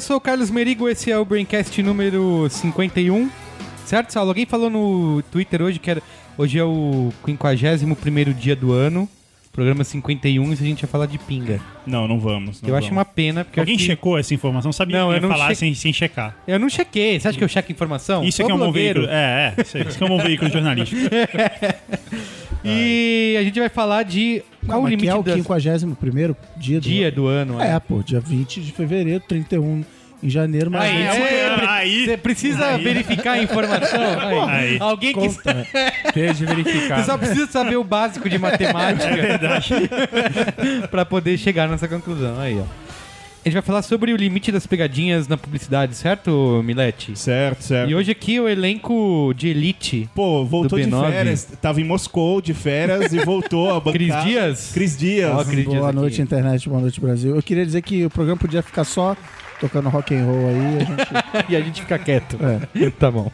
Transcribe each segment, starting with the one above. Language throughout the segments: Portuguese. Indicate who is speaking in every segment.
Speaker 1: sou o Carlos Merigo, esse é o Braincast número 51. Certo, Saulo? Alguém falou no Twitter hoje que era, hoje é o 51 dia do ano, programa 51, e a gente ia falar de pinga.
Speaker 2: Não, não vamos. não
Speaker 1: eu acho
Speaker 2: vamos.
Speaker 1: uma pena, porque eu
Speaker 2: Tá Alguém
Speaker 1: acho que-
Speaker 2: checou essa informação? Sabia
Speaker 1: Não,
Speaker 2: que
Speaker 1: eu
Speaker 2: ia
Speaker 1: não
Speaker 2: falar
Speaker 1: che-
Speaker 2: sem, sem checar.
Speaker 1: Eu não chequei. Você acha que eu checo informação?
Speaker 2: Isso
Speaker 1: Ô,
Speaker 2: aqui é um bom
Speaker 1: blogueiro.
Speaker 2: veículo. É, é. Isso, aí. isso aqui é um bom veículo jornalístico. É.
Speaker 1: E a gente vai falar de qual
Speaker 3: Não,
Speaker 1: o
Speaker 3: mas que
Speaker 1: limite
Speaker 3: é o
Speaker 1: das-
Speaker 3: 51 dia do
Speaker 1: dia do ano. né?
Speaker 3: É, pô, dia 20 de fevereiro, 31 em janeiro, mas.
Speaker 1: Aí,
Speaker 2: Aí,
Speaker 1: você,
Speaker 2: é, aí.
Speaker 1: você precisa
Speaker 2: Aí.
Speaker 1: verificar a informação. É, Aí.
Speaker 2: Aí.
Speaker 1: Alguém que
Speaker 3: Conta.
Speaker 4: Desde
Speaker 1: Você
Speaker 4: verificado.
Speaker 1: só precisa saber o básico de
Speaker 4: É
Speaker 1: matemática pra poder chegar nessa conclusão aí, ó. A gente vai falar sobre o limite das pegadinhas na publicidade, certo, Milete?
Speaker 5: Certo, certo.
Speaker 1: E hoje aqui o elenco de elite.
Speaker 5: Pô, voltou
Speaker 1: do
Speaker 5: de
Speaker 1: B9.
Speaker 5: férias, tava em Moscou de férias e voltou a bancar.
Speaker 1: Cris Dias?
Speaker 5: Cris Dias.
Speaker 1: Ó, Cris Dias
Speaker 3: Boa
Speaker 1: aqui.
Speaker 3: noite, internet, boa noite, Brasil. Eu queria dizer que o programa podia ficar só tocando rock and roll aí. A gente...
Speaker 1: E a gente fica quieto.
Speaker 3: É.
Speaker 1: tá bom.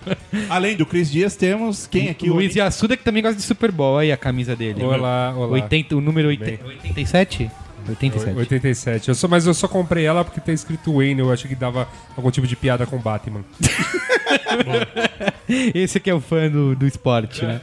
Speaker 5: Além do Cris Dias, temos quem aqui?
Speaker 1: Luiz Yassuda que também gosta de Super Bowl. Aí a camisa dele.
Speaker 4: Olá, olá.
Speaker 1: 80, o número 80, 87? 87.
Speaker 4: 87. Eu só, mas eu só comprei ela porque tem escrito Wayne. Eu achei que dava algum tipo de piada com Batman.
Speaker 1: Esse aqui é o fã do, do esporte, né?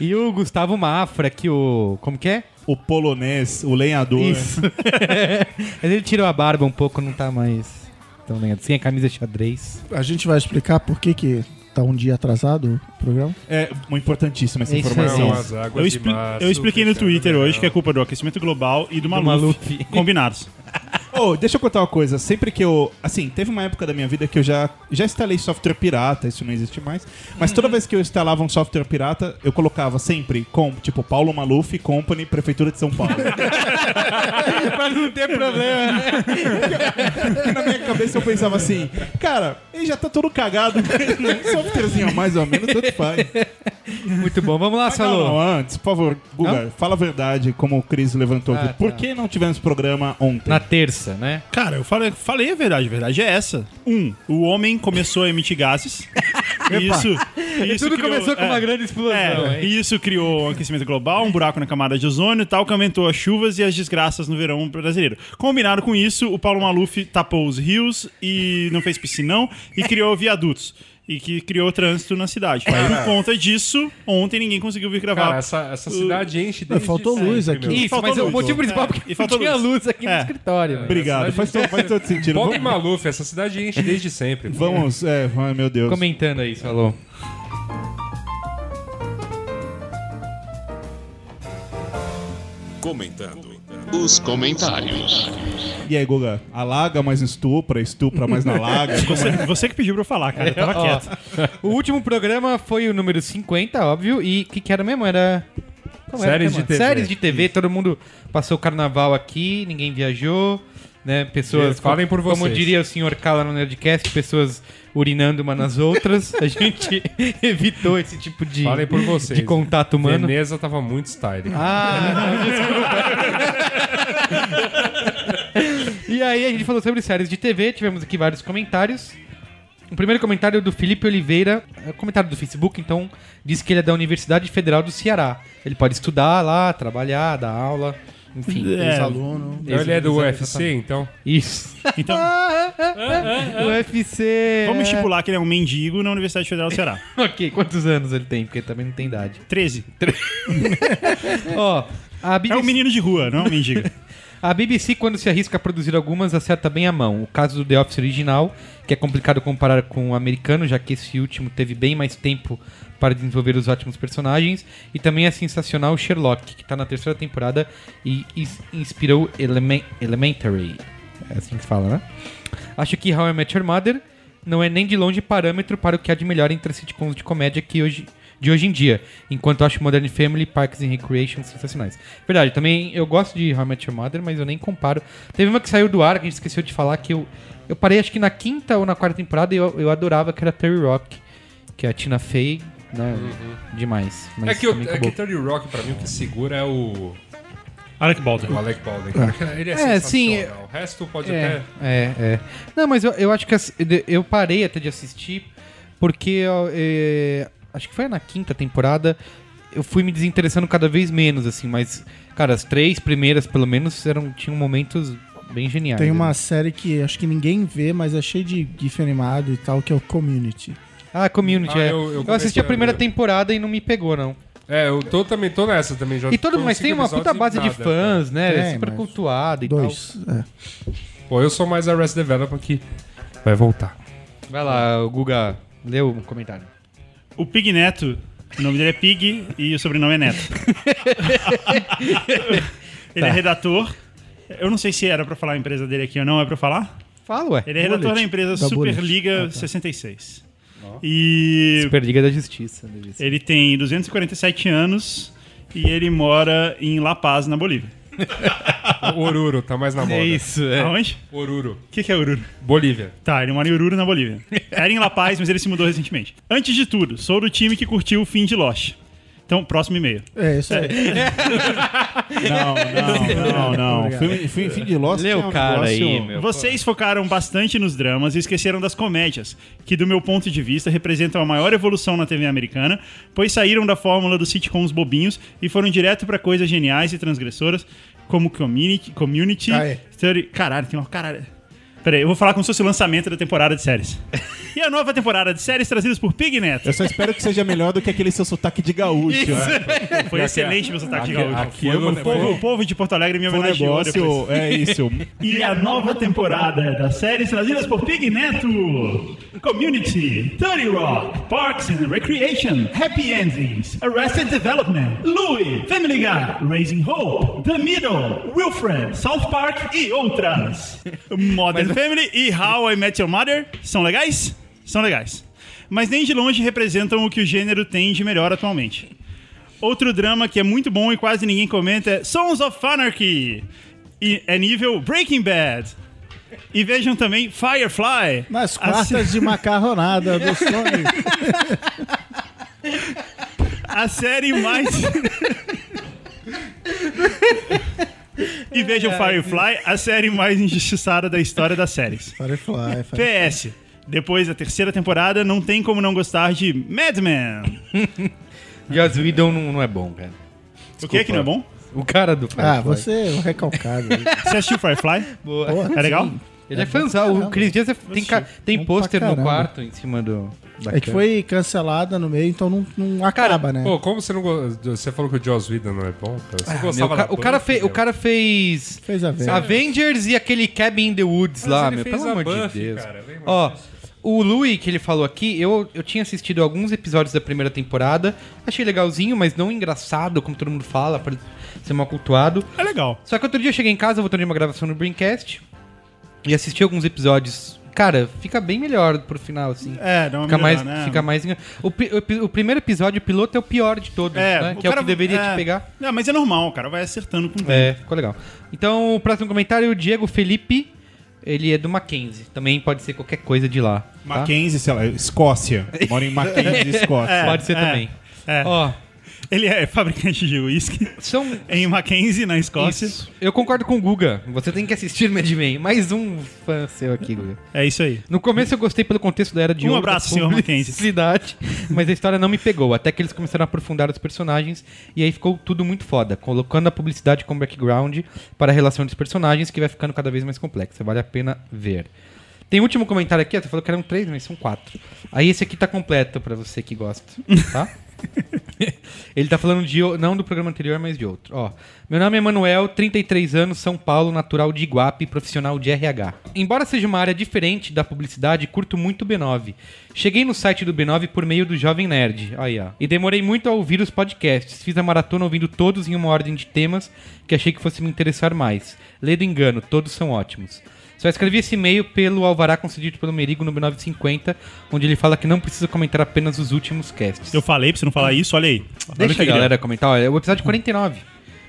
Speaker 1: E o Gustavo Mafra, que o. Como que é?
Speaker 5: O polonês, o lenhador.
Speaker 1: Isso. Mas ele tirou a barba um pouco, não tá mais tão lenhado. Sem a camisa é xadrez.
Speaker 3: A gente vai explicar por que, que tá um dia atrasado o programa.
Speaker 5: É uma importantíssima essa
Speaker 1: É isso
Speaker 5: informação.
Speaker 1: aí.
Speaker 4: Não,
Speaker 1: Sim.
Speaker 4: as águas
Speaker 2: Eu,
Speaker 4: de
Speaker 2: expli-
Speaker 4: março, né?
Speaker 2: eu expliquei no
Speaker 4: fechando
Speaker 2: Twitter
Speaker 4: verão.
Speaker 2: hoje que a culpa é do aquecimento global e do Maluf.
Speaker 1: Maluf.
Speaker 2: Combinados.
Speaker 5: Ô, deixa eu contar uma coisa. Sempre que eu. Assim, teve uma época da minha vida que eu já, já instalei software pirata, isso não existe mais. Mas
Speaker 2: Uhum.
Speaker 5: toda vez que eu instalava um software pirata, eu colocava sempre com, tipo, Paulo Maluf Company, Prefeitura de São Paulo.
Speaker 1: Mas não tem problema, né?
Speaker 5: Na minha cabeça eu pensava assim, cara, ele já tá todo cagado. Um softwarezinho a mais ou menos, tanto faz.
Speaker 1: Muito bom, vamos lá,
Speaker 2: tá
Speaker 5: Ah, não, não,
Speaker 1: Salô.
Speaker 5: antes, por favor, Guga, fala a verdade, como o Cris levantou
Speaker 1: Ah,
Speaker 5: aqui. Por
Speaker 1: tá.
Speaker 5: que não tivemos programa ontem?
Speaker 1: Na terça, né?
Speaker 2: Cara, eu falei, falei a verdade. A verdade é essa. Um, o homem começou a emitir gases. Isso, isso
Speaker 1: Tudo
Speaker 2: criou-
Speaker 1: começou com
Speaker 2: é.
Speaker 1: uma grande explosão,
Speaker 2: É,
Speaker 1: hein?
Speaker 2: isso criou um aquecimento global, um buraco na camada de ozônio e tal, que aumentou as chuvas e as desgraças no verão brasileiro. Combinado com isso, o Paulo Maluf tapou os rios e não fez piscinão e criou viadutos. E que criou trânsito na cidade.
Speaker 5: É.
Speaker 2: Por conta disso, ontem ninguém conseguiu vir gravar.
Speaker 4: Cara, essa, essa cidade enche
Speaker 3: É,
Speaker 4: desde
Speaker 3: faltou
Speaker 4: sempre,
Speaker 3: luz aqui.
Speaker 4: meu.
Speaker 1: Isso,
Speaker 2: faltou
Speaker 1: mas é o
Speaker 2: luz.
Speaker 1: motivo principal
Speaker 2: É,
Speaker 1: porque
Speaker 2: e
Speaker 1: não
Speaker 2: faltou
Speaker 1: tinha
Speaker 2: luz.
Speaker 1: luz aqui no
Speaker 2: É.
Speaker 1: escritório. mano.
Speaker 5: Obrigado, faz, todo- faz todo sentido.
Speaker 4: Pobre
Speaker 5: Vamos,
Speaker 4: Maluf, essa cidade enche desde sempre. meu.
Speaker 5: vamos, é, ai, meu Deus.
Speaker 1: Comentando aí, Salô.
Speaker 6: Comentando os comentários.
Speaker 5: E aí, Guga, alaga mais estupra, estupra mais na laga.
Speaker 2: Você, você que pediu pra eu falar, cara. Eu tava
Speaker 1: Ó,
Speaker 2: quieto.
Speaker 1: o último programa foi o número 50, óbvio, e o que, que era mesmo? Era. qual era
Speaker 4: Séries
Speaker 1: o tema?
Speaker 4: de TV.
Speaker 1: Séries de TV, todo mundo passou o carnaval aqui, ninguém viajou, né? Pessoas.
Speaker 4: É, falem por
Speaker 1: Como
Speaker 4: vocês.
Speaker 1: diria o senhor Cala no Nerdcast, pessoas urinando uma nas outras. A gente evitou esse tipo de,
Speaker 4: Falem por vocês.
Speaker 1: de contato humano.
Speaker 4: Veneza tava muito style.
Speaker 1: Ah, não, desculpa. e aí a gente falou sobre séries de TV, tivemos aqui vários comentários. O primeiro comentário é do Felipe Oliveira, é um comentário do Facebook, então diz que ele é da Universidade Federal do Ceará. Ele pode estudar lá, trabalhar, dar aula, enfim.
Speaker 2: É,
Speaker 3: Aluno.
Speaker 4: Então ele é do
Speaker 1: Exatamente.
Speaker 4: UFC, então.
Speaker 1: Isso.
Speaker 2: Então,
Speaker 1: o UFC.
Speaker 2: vamos
Speaker 1: é-
Speaker 2: estipular que ele é um mendigo na Universidade Federal do Ceará.
Speaker 1: Ok, quantos anos ele tem? Porque também não tem idade.
Speaker 2: 13.
Speaker 1: Ó, a BBC
Speaker 2: É um menino de rua, não é um mendigo.
Speaker 1: A BBC, quando se arrisca a produzir algumas, acerta bem a mão. O caso do The Office original, que é complicado comparar com o americano, já que esse último teve bem mais tempo para desenvolver os ótimos personagens. E também é sensacional o Sherlock, que está na terceira temporada e is- inspirou Elemen- Elementary. É assim que se fala, né? Acho que How I Met Your Mother não é nem de longe parâmetro para o que há de melhor entre as sitcoms de comédia que hoje, de hoje em dia. Enquanto acho Modern Family, Parks and Recreation sensacionais. Verdade, também eu gosto de How I Met Your Mother, mas eu nem comparo. Teve uma que saiu do ar, que a gente esqueceu de falar, que eu, eu parei acho que na quinta ou na quarta temporada e eu, eu adorava, que era Terry Rock, que é a Tina Fey, né? Demais. Mas
Speaker 4: É que, o,
Speaker 1: também
Speaker 4: é que
Speaker 1: acabou.
Speaker 4: Terry Rock, pra mim, o que segura é o,
Speaker 2: Alec Baldwin.
Speaker 4: o Alec Baldwin. cara. Ele é,
Speaker 1: É,
Speaker 4: sensacional.
Speaker 1: sim,
Speaker 4: O resto pode
Speaker 1: É,
Speaker 4: até...
Speaker 1: é, é. Não, mas eu, eu acho que as- eu parei até de assistir porque eu, é, acho que foi na quinta temporada eu fui me desinteressando cada vez menos assim, mas cara, as três primeiras pelo menos eram tinham momentos bem geniais.
Speaker 3: Tem uma
Speaker 1: né?
Speaker 3: série que acho que ninguém vê, mas é cheio de GIF animado e tal, que é o Community.
Speaker 1: Ah, Community,
Speaker 4: Ah,
Speaker 1: é.
Speaker 4: eu- eu
Speaker 1: Eu,
Speaker 4: comecei
Speaker 1: assisti a
Speaker 4: a
Speaker 1: primeira
Speaker 4: ver.
Speaker 1: temporada e não me pegou, não.
Speaker 4: É, eu tô, também tô nessa também. Já
Speaker 1: E todo
Speaker 4: tô
Speaker 1: mas
Speaker 4: cinco
Speaker 1: tem uma
Speaker 4: episódios
Speaker 1: puta
Speaker 4: e
Speaker 1: base de
Speaker 4: nada, cara.
Speaker 1: fãs, né?
Speaker 3: Tem,
Speaker 1: é super
Speaker 3: mas-
Speaker 1: cultuado e
Speaker 3: Dois. É.
Speaker 4: Pô, eu sou mais Arrest Development que vai voltar.
Speaker 1: tal. Vai lá, o Guga, lê o comentário.
Speaker 2: O Pig Neto, o nome dele é Pig e o sobrenome é Neto. Ele é redator. Eu não sei se era pra falar a empresa dele aqui ou não, é pra falar?
Speaker 1: Fala, ué.
Speaker 2: Ele é redator
Speaker 3: Bullet,
Speaker 2: da empresa
Speaker 3: da Bullet.
Speaker 2: Superliga 66. E
Speaker 1: Superliga da Justiça. né? deve ser.
Speaker 2: ele tem 247 anos e ele mora em La Paz, na Bolívia.
Speaker 4: O Oruro, tá mais na moda.
Speaker 1: É isso, é.
Speaker 2: Aonde?
Speaker 4: Oruro.
Speaker 2: O que, que é Ururu?
Speaker 4: Bolívia.
Speaker 2: Tá, ele mora em Ururu, na Bolívia. Era em La Paz, mas ele se mudou recentemente. Antes de tudo, sou do time que curtiu o fim de Lost. Então, próximo e-mail.
Speaker 3: É, isso aí.
Speaker 5: Não, não, não, não. Filme, filme, filme de Lost
Speaker 1: Lê
Speaker 5: é
Speaker 1: o
Speaker 5: um
Speaker 1: cara
Speaker 5: negócio-
Speaker 1: aí, meu.
Speaker 2: Vocês focaram bastante nos dramas e esqueceram das comédias, que do meu ponto de vista representam a maior evolução na TV americana, pois saíram da fórmula dos sitcoms bobinhos e foram direto pra coisas geniais e transgressoras, como Community, Community,
Speaker 5: Ah, é.
Speaker 3: Aê.
Speaker 2: Theory- Caralho, tem uma caralho. Peraí, eu vou falar como se fosse o lançamento da temporada de séries. E a nova temporada de séries trazidas por Pig Neto.
Speaker 5: Eu só espero que seja melhor do que aquele seu sotaque de gaúcho. né?
Speaker 2: Foi excelente meu sotaque de
Speaker 4: aqui-
Speaker 2: gaúcho.
Speaker 4: aqui
Speaker 2: Foi
Speaker 4: eu não-
Speaker 2: o povo- O povo de Porto Alegre me
Speaker 5: Foi um
Speaker 2: homenageou depois.
Speaker 5: negócio. É isso.
Speaker 2: E a nova temporada das séries trazidas por Pig Neto, Community, Dirty Rock, Parks and Recreation, Happy Endings, Arrested Development, Louie, Family Guy, Raising Hope, The Middle, Wilfred, South Park e outras. Modern Family e How I Met Your Mother são legais? São legais. Mas nem de longe representam o que o gênero tem de melhor atualmente. Outro drama que é muito bom e quase ninguém comenta é Sons of Anarchy. E é nível Breaking Bad. E vejam também Firefly. Assi-
Speaker 3: Nas quartas de macarronada do Sony.
Speaker 2: a série mais. e vejam Firefly, a série mais injustiçada da história das séries.
Speaker 3: Firefly, Firefly.
Speaker 2: PS. Depois da terceira temporada, não tem como não gostar de Mad Men.
Speaker 1: Joss Whedon não, não é bom, cara.
Speaker 2: O que é que não é bom?
Speaker 1: O cara do Firefly.
Speaker 3: Ah, você é um recalcado.
Speaker 2: Você assistiu Firefly?
Speaker 1: Boa.
Speaker 3: Porra,
Speaker 2: É legal?
Speaker 1: Ele é, fãzão. O Chris Dias é- tem, ca- tem
Speaker 3: Bom pra
Speaker 1: pôster no
Speaker 3: caramba.
Speaker 1: quarto em cima do. da
Speaker 3: É que
Speaker 1: cama.
Speaker 3: foi cancelada no meio, então não, não acaba, né?
Speaker 4: Pô, como você não gosta. Você falou que o Joss Whedon não é bom, cara? Você
Speaker 1: Ah, Meu,
Speaker 4: gostava
Speaker 1: o, ca-
Speaker 4: da
Speaker 1: o cara
Speaker 4: Buffy,
Speaker 1: fe- o
Speaker 4: meu?
Speaker 1: cara fez.
Speaker 3: Fez a ver.
Speaker 1: Avengers e aquele Cabin in the Woods
Speaker 4: Mas
Speaker 1: lá,
Speaker 4: ele
Speaker 1: meu.
Speaker 4: fez
Speaker 1: Pelo
Speaker 4: a
Speaker 1: amor
Speaker 4: Buffy,
Speaker 1: de Deus.
Speaker 4: cara, vem mais
Speaker 1: Ó, o Louis que ele falou aqui, eu, eu tinha assistido alguns episódios da primeira temporada. Achei legalzinho, mas não engraçado, como todo mundo fala, pra ser mal cultuado.
Speaker 2: É legal.
Speaker 1: Só que outro dia eu cheguei em casa, voltando de uma gravação no Braincast, e assisti alguns episódios. Cara, fica bem melhor pro final, assim.
Speaker 2: É, dá uma
Speaker 1: Fica mais,
Speaker 2: melhorada, né?
Speaker 1: fica mais. engan- O, pi- o pi- o primeiro episódio, o piloto é o pior de todos, né?
Speaker 2: o
Speaker 1: Que é o
Speaker 2: cara-
Speaker 1: que deveria
Speaker 2: é.
Speaker 1: te pegar.
Speaker 2: Não, mas é normal, o cara vai acertando com o tempo.
Speaker 1: É, ficou legal. Então, o próximo comentário é o Diego Felipe. Ele é do Mackenzie. Também pode ser qualquer coisa de lá. tá?
Speaker 5: Mackenzie, sei lá, Escócia. Mora em Mackenzie, Escócia.
Speaker 1: Pode ser
Speaker 2: é,
Speaker 1: também.
Speaker 2: é.
Speaker 1: Ó,
Speaker 2: Ele é fabricante de uísque
Speaker 1: são.
Speaker 2: em Mackenzie, na Escócia.
Speaker 1: Isso. Eu concordo com o Guga. Você tem que assistir Mad Men. Mais um fã seu aqui, Guga.
Speaker 2: É isso aí.
Speaker 1: No começo eu gostei pelo contexto da era de
Speaker 2: Um
Speaker 1: ouro,
Speaker 2: abraço,
Speaker 1: da
Speaker 2: senhor Mackenzie.
Speaker 1: publicidade, mas a história não me pegou, até que eles começaram a aprofundar os personagens e aí ficou tudo muito foda, colocando a publicidade como background para a relação dos personagens que vai ficando cada vez mais complexa. Vale a pena ver. Tem um último comentário aqui, você falou que eram três, mas são quatro. Aí esse aqui tá completo pra você que gosta, tá? Ele tá falando de o- não do programa anterior, mas de outro. Ó, meu nome é Manuel, 33 anos, São Paulo, natural de Iguape, profissional de RH. Embora seja uma área diferente da publicidade, curto muito o B9. Cheguei no site do B9 por meio do Jovem Nerd, aí ó. E demorei muito a ouvir os podcasts. Fiz a maratona ouvindo todos em uma ordem de temas que achei que fosse me interessar mais. Lê do engano, todos são ótimos. Só escrevi esse e-mail pelo alvará concedido pelo Merigo no 950, onde ele fala que não precisa comentar apenas os últimos casts.
Speaker 2: Eu falei pra você não falar isso, olha aí. Olha o
Speaker 1: Deixa
Speaker 2: que
Speaker 1: a
Speaker 2: ele é.
Speaker 1: galera comentar. Olha, o
Speaker 4: Uhum.
Speaker 1: episódio 49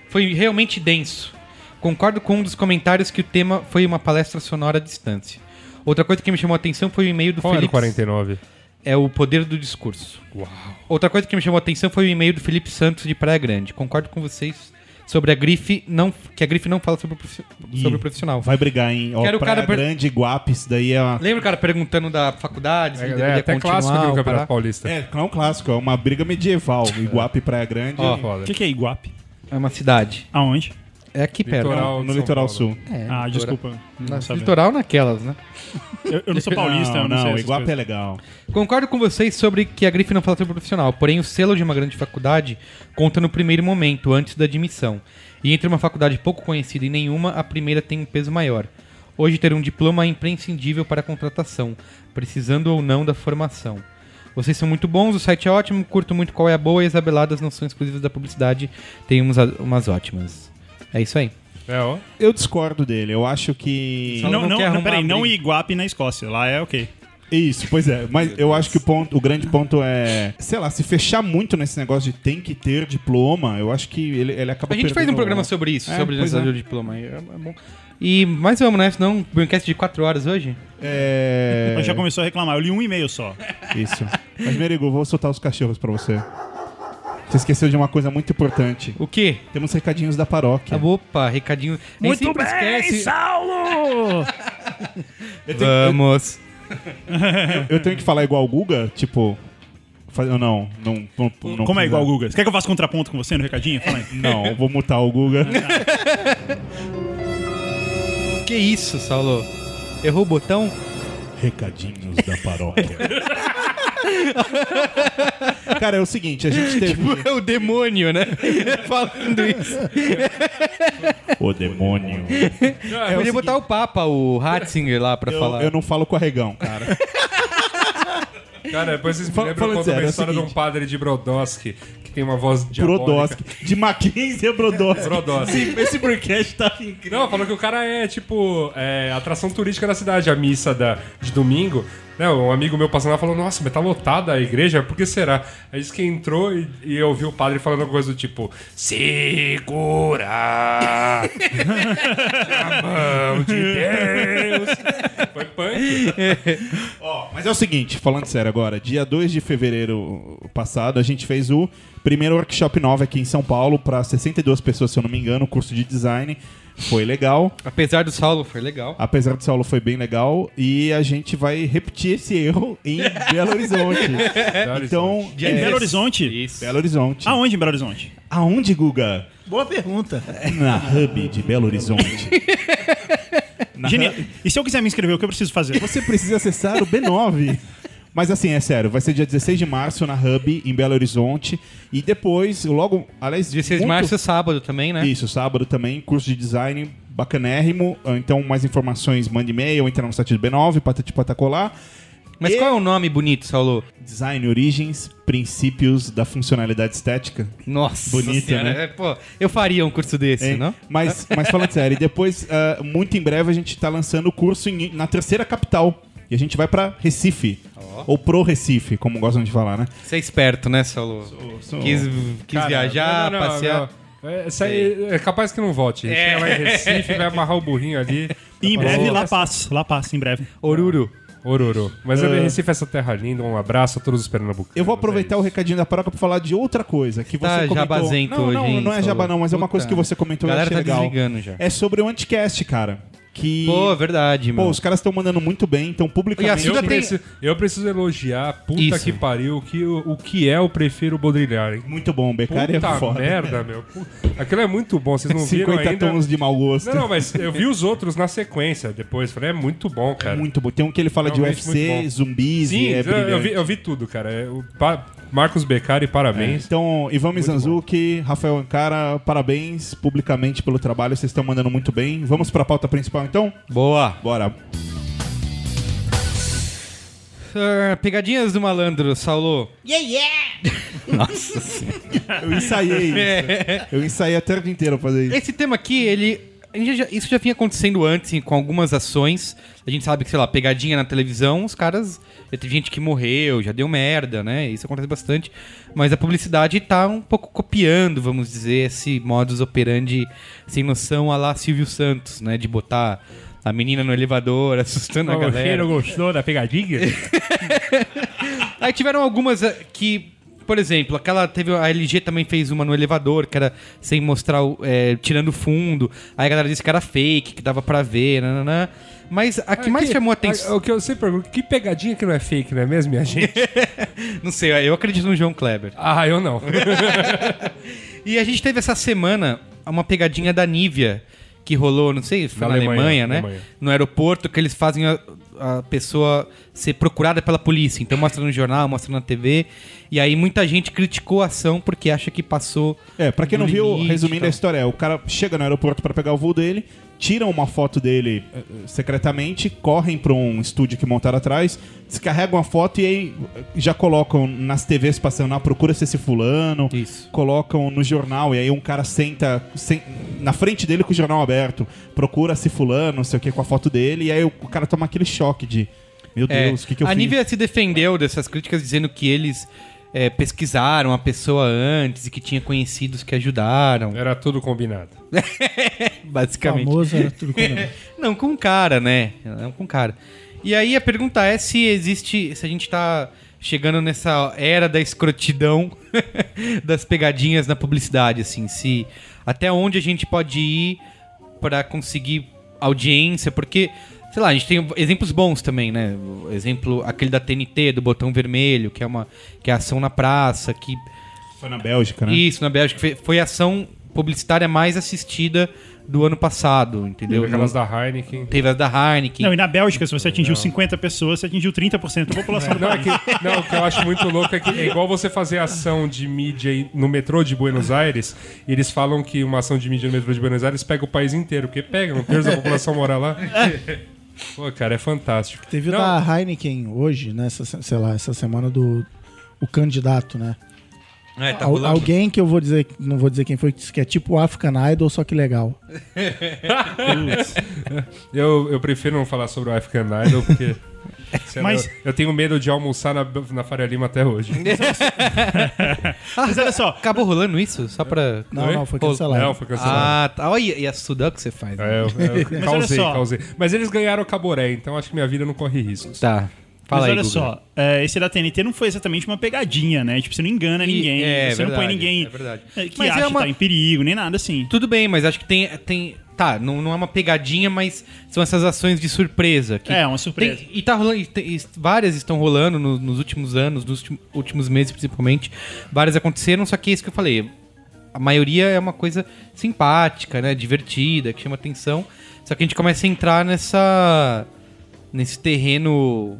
Speaker 1: foi realmente denso. Concordo com um dos comentários que o tema foi uma palestra sonora à distância. Outra coisa que me chamou a atenção foi o e-mail do
Speaker 4: Qual era o
Speaker 1: Felipe.
Speaker 4: 49?
Speaker 1: É o poder do discurso.
Speaker 4: Uau.
Speaker 1: Outra coisa que me chamou a atenção foi o e-mail do Felipe Santos de Praia Grande. Concordo com vocês sobre a grife não que a grife não fala sobre o, profi- sobre o profissional.
Speaker 5: Vai brigar, hein? Ó,
Speaker 1: Quero o
Speaker 5: Praia
Speaker 1: cara per-
Speaker 5: Grande, Guape, isso daí é uma...
Speaker 1: Lembra o cara perguntando da faculdade? se
Speaker 4: É,
Speaker 1: ele
Speaker 4: é
Speaker 1: deveria
Speaker 4: até clássico
Speaker 1: continuar
Speaker 4: do
Speaker 1: ou
Speaker 4: Campeonato
Speaker 1: parar?
Speaker 4: Paulista.
Speaker 5: É, é um clássico, é uma briga medieval. Iguape, Praia Grande.
Speaker 1: Ó,
Speaker 4: Foda.
Speaker 2: O que, que é Iguape?
Speaker 1: É uma cidade.
Speaker 2: Aonde?
Speaker 1: É- É aqui perto.
Speaker 4: Litoral.
Speaker 5: no
Speaker 4: de São
Speaker 5: litoral
Speaker 4: Paulo.
Speaker 5: sul.
Speaker 1: É,
Speaker 2: Ah, desculpa.
Speaker 1: na-
Speaker 2: Não sabia.
Speaker 1: litoral naquelas, né?
Speaker 2: Eu, eu não sou paulista, eu não, sei.
Speaker 5: não
Speaker 2: essas
Speaker 5: Iguape é
Speaker 2: coisas.
Speaker 5: legal.
Speaker 1: Concordo com vocês sobre que a grife não fala sobre profissional, porém o selo de uma grande faculdade conta no primeiro momento, antes da admissão. E entre uma faculdade pouco conhecida e nenhuma, a primeira tem um peso maior. Hoje ter um diploma é imprescindível para a contratação, precisando ou não da formação. Vocês são muito bons, o site é ótimo, curto muito qual é a boa e as abeladas não são exclusivas da publicidade, tem umas, umas ótimas. É isso aí.
Speaker 4: É, ó.
Speaker 5: Eu discordo dele. Eu acho que.
Speaker 1: Só- Ela
Speaker 2: Não,
Speaker 1: não
Speaker 2: não,
Speaker 1: quer
Speaker 2: não,
Speaker 1: arrumar
Speaker 2: peraí, não
Speaker 1: briga.
Speaker 2: Iguape na Escócia. Lá é ok.
Speaker 5: Isso, pois é. Mas eu acho que o ponto, o grande ponto é, sei lá, se fechar muito nesse negócio de tem que ter diploma, eu acho que ele, ele acaba
Speaker 1: A gente fez um
Speaker 5: perdendo
Speaker 1: programa
Speaker 5: o-
Speaker 1: sobre isso,
Speaker 5: É,
Speaker 1: sobre
Speaker 5: pois
Speaker 1: necessidade
Speaker 5: é.
Speaker 1: de diploma. aí, É, é bom. E mais vamos, né? Senão, um cast de 4 horas hoje.
Speaker 5: É.
Speaker 2: Mas já começou a reclamar. Eu li um e-mail só.
Speaker 5: Isso. Mas, Merigo, vou soltar os cachorros pra você. Você esqueceu de uma coisa muito importante.
Speaker 1: O quê?
Speaker 5: Temos recadinhos da paróquia.
Speaker 1: Ah, opa, recadinho. Muito sempre esquece.
Speaker 2: Saulo!
Speaker 1: Vamos.
Speaker 5: Eu tenho que falar igual o Guga? Tipo. fa- Não, não. não, não
Speaker 2: Como é igual o
Speaker 5: Guga?
Speaker 2: Guga? Você quer que eu faça contraponto com você no recadinho? Fala aí.
Speaker 5: Não, eu vou mutar o Guga.
Speaker 1: Que isso, Saulo? Errou o botão?
Speaker 5: Recadinhos da paróquia. Cara, é o seguinte, a gente teve.
Speaker 1: É o demônio, né? Falando isso.
Speaker 5: O demônio.
Speaker 1: Eu podia botar o Papa, o Ratzinger lá pra
Speaker 5: Eu,
Speaker 1: falar.
Speaker 5: eu não falo com arregão, cara.
Speaker 4: Cara, depois vocês me
Speaker 5: Fal-
Speaker 4: lembram
Speaker 5: falando
Speaker 4: quando
Speaker 5: sério,
Speaker 4: uma
Speaker 5: é o
Speaker 4: história de um
Speaker 5: seguinte.
Speaker 4: padre de Brodowski, que tem uma voz de
Speaker 5: Brodowski. De Mackenzie a Brodowski.
Speaker 4: Brodowski.
Speaker 5: Esse broadcast tá incrível.
Speaker 4: Não, falou que o cara é tipo é, atração turística da cidade, a missa da, de domingo. Né, um amigo meu passando lá falou, nossa, mas tá lotada a igreja, por que será? Aí disse que entrou e, e eu ouvi o padre falando alguma coisa do tipo, segura! a mão de Deus! Foi punk.
Speaker 5: Ó, mas é o seguinte, falando sério agora, dia 2 de fevereiro passado, a gente fez o primeiro workshop nova aqui em São Paulo pra 62 pessoas, se eu não me engano, curso de design. Foi legal.
Speaker 1: Apesar do Saulo, foi legal.
Speaker 5: Apesar dessa aula foi bem legal e a gente vai repetir esse erro em Belo Horizonte. então,
Speaker 1: É
Speaker 2: Em Belo Horizonte?
Speaker 5: Belo Horizonte.
Speaker 2: Aonde em Belo Horizonte?
Speaker 5: Aonde, Guga?
Speaker 3: Boa pergunta.
Speaker 5: Na Hub de Belo Horizonte. Na
Speaker 2: Genial.
Speaker 5: Hub-
Speaker 2: E se eu quiser me inscrever, o que eu preciso fazer?
Speaker 1: Tá
Speaker 5: Você precisa acessar o B9. Mas assim, é sério, vai ser dia 16 de março na Hub em Belo Horizonte e depois, logo, aliás,
Speaker 1: 16 de
Speaker 5: muito-
Speaker 1: março é sábado também, né?
Speaker 5: Isso, sábado também, curso de design bacanérrimo. Então, mais informações, mande e-mail, entra no site do B9, patati tipo, patacolá.
Speaker 1: Mas
Speaker 5: E-
Speaker 1: qual é o nome bonito, Saulo?
Speaker 5: Design, origens, princípios da funcionalidade estética.
Speaker 1: Nossa.
Speaker 5: Bonito,
Speaker 1: Senhora,
Speaker 5: né?
Speaker 1: é, Pô, eu faria um curso desse,
Speaker 5: hein?
Speaker 1: não?
Speaker 5: Mas,
Speaker 4: É.
Speaker 5: mas falando sério, e depois, ah, muito em breve, a gente tá lançando o curso em- na terceira capital. E a gente vai pra Recife. Ou pro Recife, como gostam de falar, né?
Speaker 1: Você é esperto, né, Saulo?
Speaker 5: sou.
Speaker 1: Quis, quis
Speaker 4: Cara,
Speaker 1: viajar,
Speaker 4: não, não, não,
Speaker 1: passear.
Speaker 4: não. É, isso aí é capaz que não volte.
Speaker 5: É.
Speaker 4: Chega lá em Recife, vai amarrar o burrinho ali. Tá
Speaker 2: E em breve,
Speaker 4: Boa.
Speaker 2: La Paz. La Paz, em breve.
Speaker 1: Oruro.
Speaker 4: Ororo. Mas
Speaker 1: Ah.
Speaker 4: eu Recife essa terra linda. Um abraço a todos os pernambucanos.
Speaker 5: Eu vou aproveitar
Speaker 4: é
Speaker 5: o
Speaker 4: isso.
Speaker 5: recadinho da paróquia pra falar de outra coisa que
Speaker 1: Tá
Speaker 5: você comentou.
Speaker 1: jabazento
Speaker 5: não, não,
Speaker 1: hoje, hein,
Speaker 5: não é
Speaker 1: Saulo?
Speaker 5: jabá não, mas é uma
Speaker 1: Puta.
Speaker 5: coisa que você comentou e eu
Speaker 1: Galera
Speaker 5: achei
Speaker 1: tá
Speaker 5: legal.
Speaker 1: desligando já.
Speaker 5: É sobre o Anticast, cara. Que
Speaker 1: Pô, verdade,
Speaker 5: Pô,
Speaker 1: mano.
Speaker 5: os caras estão mandando muito bem, então
Speaker 1: E a
Speaker 5: publicamente.
Speaker 1: Suda
Speaker 4: Eu
Speaker 1: tem-
Speaker 4: preciso, eu preciso elogiar, puta
Speaker 1: Isso.
Speaker 4: que pariu, o que, o, que é o Prefiro Bodrilhar, hein?
Speaker 5: Muito bom, Becari é
Speaker 4: Puta
Speaker 5: foda.
Speaker 4: merda, meu. Pu- Aquilo é muito bom, vocês não viram
Speaker 5: 50
Speaker 4: ainda.
Speaker 5: tons de mau gosto.
Speaker 4: Não, não, mas eu vi os outros na sequência depois. Falei, é muito bom, cara.
Speaker 5: Muito bom. Tem um que ele fala
Speaker 4: Realmente
Speaker 5: de UFC,
Speaker 4: muito bom.
Speaker 5: zumbis
Speaker 4: Sim,
Speaker 5: e é
Speaker 4: eu, eu vi,
Speaker 5: brilhante.
Speaker 4: eu vi tudo, cara. É, o Pa- Marcos Beccari,
Speaker 1: É.
Speaker 4: parabéns.
Speaker 5: Então, Ivan Mizanzuki, Rafael Ancara, parabéns publicamente pelo trabalho, vocês estão mandando muito bem. Vamos pra pauta principal então?
Speaker 1: Boa.
Speaker 5: Bora.
Speaker 1: Ah, pegadinhas do malandro, Saulo.
Speaker 7: Yeah, yeah!
Speaker 1: Nossa senhora.
Speaker 5: Eu ensaiei isso. Eu ensaiei a tarde inteira pra fazer isso.
Speaker 1: Esse tema aqui, ele. a gente já- Isso já vinha acontecendo antes em- com algumas ações. A gente sabe que, sei lá, pegadinha na televisão, os caras. já Teve gente que morreu, já deu merda, né? Isso acontece bastante. Mas a publicidade tá um pouco copiando, vamos dizer, esse modus operandi sem noção a lá Silvio Santos, né? De botar a menina no elevador, assustando a galera.
Speaker 4: gostou da pegadinha?
Speaker 1: Aí tiveram algumas eh, que, por exemplo, aquela teve a LG também fez uma no elevador, que era sem mostrar o eh, tirando fundo. Aí a galera disse que era fake, que dava pra ver, nananã. Mas a que mais chamou a atenção,
Speaker 4: O Ah, que eu sempre pergunto, que pegadinha que não é fake, não é mesmo, minha gente?
Speaker 1: não sei, eu acredito no João Kleber.
Speaker 4: ah, eu não.
Speaker 1: E a gente teve essa semana uma pegadinha da Nívia que rolou, não sei, foi
Speaker 4: Na
Speaker 1: na, Alemanha,
Speaker 4: Alemanha,
Speaker 1: né?
Speaker 4: Alemanha.
Speaker 1: No aeroporto, que eles fazem a, a pessoa ser procurada pela polícia. Então mostra no jornal, mostra na TV. E aí muita gente criticou a ação porque acha que passou.
Speaker 5: É, pra quem
Speaker 1: do
Speaker 5: não viu,
Speaker 1: limite, então.
Speaker 5: resumindo a
Speaker 1: tal.
Speaker 5: história, é, o cara chega no aeroporto pra pegar o voo dele, tiram uma foto dele eh, eh, secretamente, correm pra um estúdio que montaram atrás, descarregam a foto e aí eh, já colocam nas TVs passando, ah, procura-se esse fulano,
Speaker 1: Isso.
Speaker 5: colocam no jornal e aí um cara senta sen- na frente dele com o jornal aberto, procura-se fulano, não sei o que, com a foto dele, e aí o cara toma aquele choque de, meu
Speaker 1: É,
Speaker 5: Deus, o que que eu
Speaker 1: a
Speaker 5: fiz?
Speaker 1: Nívia se defendeu dessas críticas dizendo que eles é, pesquisaram a pessoa antes e que tinha conhecidos que ajudaram.
Speaker 5: É.
Speaker 4: Era tudo combinado.
Speaker 1: Basicamente.
Speaker 3: Famoso era tudo é combinado.
Speaker 1: Não, com cara, né? Não com cara. E aí a pergunta é se existe. Se a gente tá chegando nessa era da escrotidão das pegadinhas na publicidade, assim, se até onde a gente pode ir pra conseguir audiência, porque. Sei lá, a gente tem exemplos bons também, né? O Exemplo, aquele da TNT, do botão vermelho, que é uma que é ação na praça, que
Speaker 5: Foi na Bélgica, né?
Speaker 1: isso, na Bélgica. Foi, foi a ação publicitária mais assistida do ano passado, entendeu?
Speaker 4: Teve aquelas
Speaker 1: Não-
Speaker 4: da Heineken.
Speaker 1: Teve as da Heineken.
Speaker 2: Não, e na Bélgica, se você atingiu 50 pessoas, você atingiu 30% da população do
Speaker 4: Não, é
Speaker 2: país.
Speaker 4: que, não, o que eu acho muito louco é que é igual você fazer ação de mídia em- no metrô de Buenos Aires, e eles falam que uma ação de mídia no metrô de Buenos Aires pega o país inteiro, porque pega, um terço da população mora lá. Pô, cara, é fantástico.
Speaker 3: Teve o
Speaker 4: Não,
Speaker 3: da Heineken hoje, né? Essa, se- sei lá, essa semana do. O candidato, né?
Speaker 1: É, tá
Speaker 3: Al-
Speaker 1: rolando.
Speaker 3: alguém que eu vou dizer, não vou dizer quem foi, que disse que é tipo o African Idol, só que legal.
Speaker 4: Eu, eu prefiro não falar sobre o African Idol, porque. sei lá,
Speaker 2: Mas-
Speaker 4: eu, eu tenho medo de almoçar na, na Faria Lima até hoje.
Speaker 2: Mas olha só,
Speaker 1: Acabou rolando isso? Só pra.
Speaker 3: Não,
Speaker 4: Oi? é
Speaker 3: não, foi
Speaker 1: Pô,
Speaker 3: cancelado.
Speaker 4: Não, foi cancelado.
Speaker 1: Ah, tá. Olha, e a Sudan que você faz. né?
Speaker 4: É, eu- eu
Speaker 2: olha
Speaker 4: causei,
Speaker 2: só.
Speaker 4: causei. Mas eles ganharam o Caboré, então acho que minha vida não corre riscos.
Speaker 1: Tá. Fala
Speaker 2: mas
Speaker 1: aí.
Speaker 2: olha
Speaker 1: Guga.
Speaker 2: só, é, esse da TNT não foi exatamente uma pegadinha, né? Tipo, você não engana
Speaker 1: E-
Speaker 2: ninguém,
Speaker 1: é,
Speaker 2: você não põe
Speaker 1: verdade,
Speaker 2: ninguém
Speaker 1: é verdade.
Speaker 2: é, que
Speaker 1: Mas é
Speaker 2: acha que
Speaker 1: uma-
Speaker 2: tá em perigo, nem nada assim.
Speaker 1: Tudo bem, mas acho que tem. tem tá, não, não é uma pegadinha, mas são essas ações de surpresa. que
Speaker 2: É, uma surpresa.
Speaker 1: tem- e tá rolando. e tem- e várias estão rolando no- nos últimos anos, nos ultim- últimos meses principalmente. Várias aconteceram, só que é isso que eu falei. A maioria é uma coisa simpática, né? Divertida, que chama atenção. Só que a gente começa a entrar nessa. nesse terreno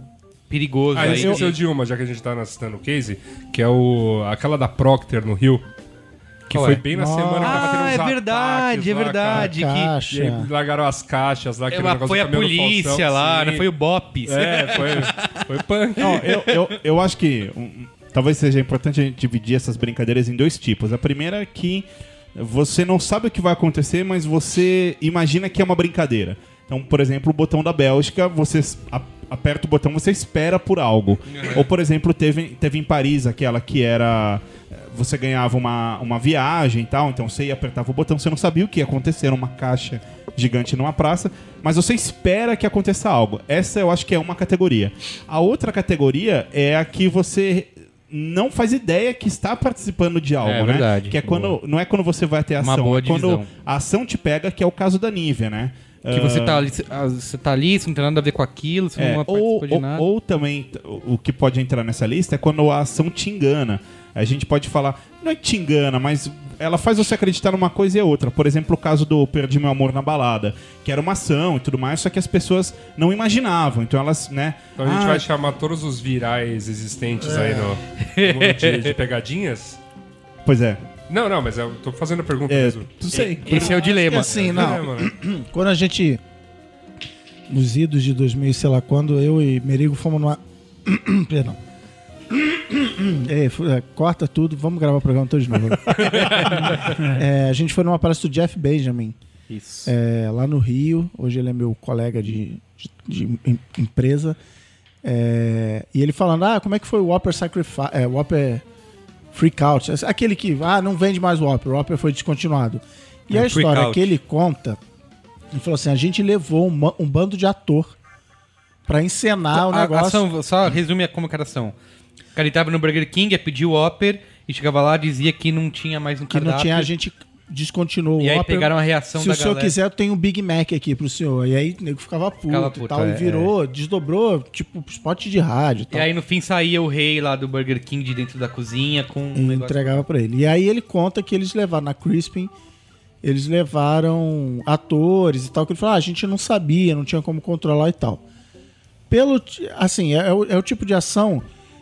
Speaker 1: perigoso
Speaker 4: Ah,
Speaker 1: aí. né?
Speaker 4: esqueceu
Speaker 1: de-
Speaker 4: de uma, já que a gente tá assistindo o case, que é o aquela da Procter no Rio. Que
Speaker 1: Qual
Speaker 4: foi
Speaker 1: é?
Speaker 4: bem na semana que tava tendo
Speaker 1: Ah,
Speaker 4: uns
Speaker 1: é
Speaker 4: ataques
Speaker 1: verdade, é
Speaker 4: lá,
Speaker 1: verdade. que
Speaker 4: cara. E aí
Speaker 3: Caixa.
Speaker 4: largaram as caixas lá, que
Speaker 1: É, mas foi a polícia lá, né? Foi o BOP.
Speaker 4: É, foi, foi punk.
Speaker 5: Não, eu, eu, eu acho que um, um, talvez seja importante a gente dividir essas brincadeiras em dois tipos. A primeira é que você não sabe o que vai acontecer, mas você imagina que é uma brincadeira. Então, por exemplo, o botão da Bélgica, você s- a- aperta o botão, você espera por algo. Ou, por exemplo, teve, teve em Paris aquela que era. eh, Você ganhava uma, uma viagem e tal, então você ia apertava o botão, você não sabia o que ia acontecer, era uma caixa gigante numa praça, mas você espera que aconteça algo. Essa eu acho que é uma categoria. A outra categoria é a que você não faz ideia que está participando de algo,
Speaker 1: É
Speaker 5: né?
Speaker 1: verdade.
Speaker 5: Que é quando não é quando você vai ter ação,
Speaker 1: Uma boa
Speaker 5: é quando
Speaker 1: divisão.
Speaker 5: a ação te pega, que é o caso da Nivea, né?
Speaker 1: Que você
Speaker 5: Ah,
Speaker 1: tá ali, ah, você tá ali, você não tem nada a ver com aquilo, você
Speaker 5: é,
Speaker 1: não
Speaker 5: ou,
Speaker 1: participou de
Speaker 5: ou-
Speaker 1: nada.
Speaker 5: ou também t- o o que pode entrar nessa lista é quando a ação te engana. A gente pode falar, não é que te engana, mas ela faz você acreditar numa coisa e outra. Por exemplo, o caso do Perdi Meu Amor na Balada, que era uma ação e tudo mais, só que as pessoas não imaginavam. Então elas, né?
Speaker 4: Então a gente
Speaker 5: "Ah,
Speaker 4: vai chamar todos os virais existentes aí no,
Speaker 1: É.
Speaker 4: no mundo de, de pegadinhas.
Speaker 5: Pois é.
Speaker 4: Não, não, mas eu tô fazendo a pergunta
Speaker 5: é
Speaker 4: mesmo.
Speaker 5: não sei.
Speaker 1: Esse é o dilema.
Speaker 3: Assim,
Speaker 4: É,
Speaker 3: não.
Speaker 4: mano.
Speaker 3: Quando a gente. Nos idos de 2000, e sei lá quando, eu e Merigo fomos numa. Perdão. Ei, fu- é, corta tudo, vamos gravar o programa todo de novo. É, a gente foi numa palestra do Jeff Benjamin.
Speaker 1: Isso.
Speaker 3: É, lá no Rio. Hoje ele é meu colega de, de- de em- empresa. É, e ele falando, ah, como é que foi o Whopper Sacrifice... É, Whopper Freakout. Aquele que, ah, não vende mais o Whopper. O Whopper foi descontinuado. E
Speaker 1: É,
Speaker 3: a história
Speaker 1: Freakout.
Speaker 3: que ele conta... Ele falou assim, a gente levou um, ma- um bando de ator pra encenar
Speaker 1: Então,
Speaker 3: o
Speaker 1: A- a
Speaker 3: negócio.
Speaker 1: Ah, ação- só resume a como que era a ação. O cara ele tava no Burger King, ia pedir o Whopper, e chegava lá dizia que não tinha mais um
Speaker 3: que
Speaker 1: cardápio.
Speaker 3: não tinha, a gente descontinuou
Speaker 1: E
Speaker 3: o
Speaker 1: aí
Speaker 3: Whopper.
Speaker 1: pegaram a reação
Speaker 3: Se
Speaker 1: da
Speaker 3: o senhor
Speaker 1: galera.
Speaker 3: quiser, eu tenho um Big Mac aqui pro senhor. E aí o nego ficava puto,
Speaker 1: Ficava
Speaker 3: e
Speaker 1: puto,
Speaker 3: tal.
Speaker 1: é,
Speaker 3: e virou, desdobrou, tipo, spot de rádio e
Speaker 1: E
Speaker 3: tal.
Speaker 1: aí no fim saía o rei lá do Burger King de dentro da cozinha com um
Speaker 3: E
Speaker 1: negócio.
Speaker 3: entregava pra ele. E aí ele conta que eles levaram na Crispin eles levaram atores e tal, que ele falou, ah, a gente não sabia, não tinha como controlar e tal. Pelo, ti- assim, é, é o, é o tipo de ação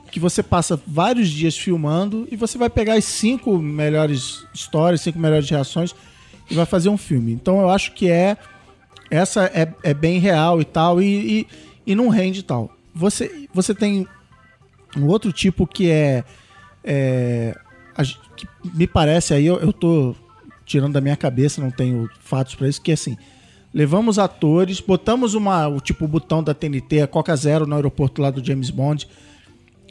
Speaker 3: que você passa vários dias filmando e você vai pegar as cinco melhores histórias, cinco melhores reações e vai fazer um filme. Então eu acho que é essa é, é bem real e tal e, e, e não rende e tal. Você você tem um outro tipo que é, é, a gen- que me parece aí eu, eu tô tirando da minha cabeça, não tenho fatos pra isso que é assim. Levamos atores, botamos uma o tipo o botão da TNT, a Coca Zero no aeroporto lá do James Bond.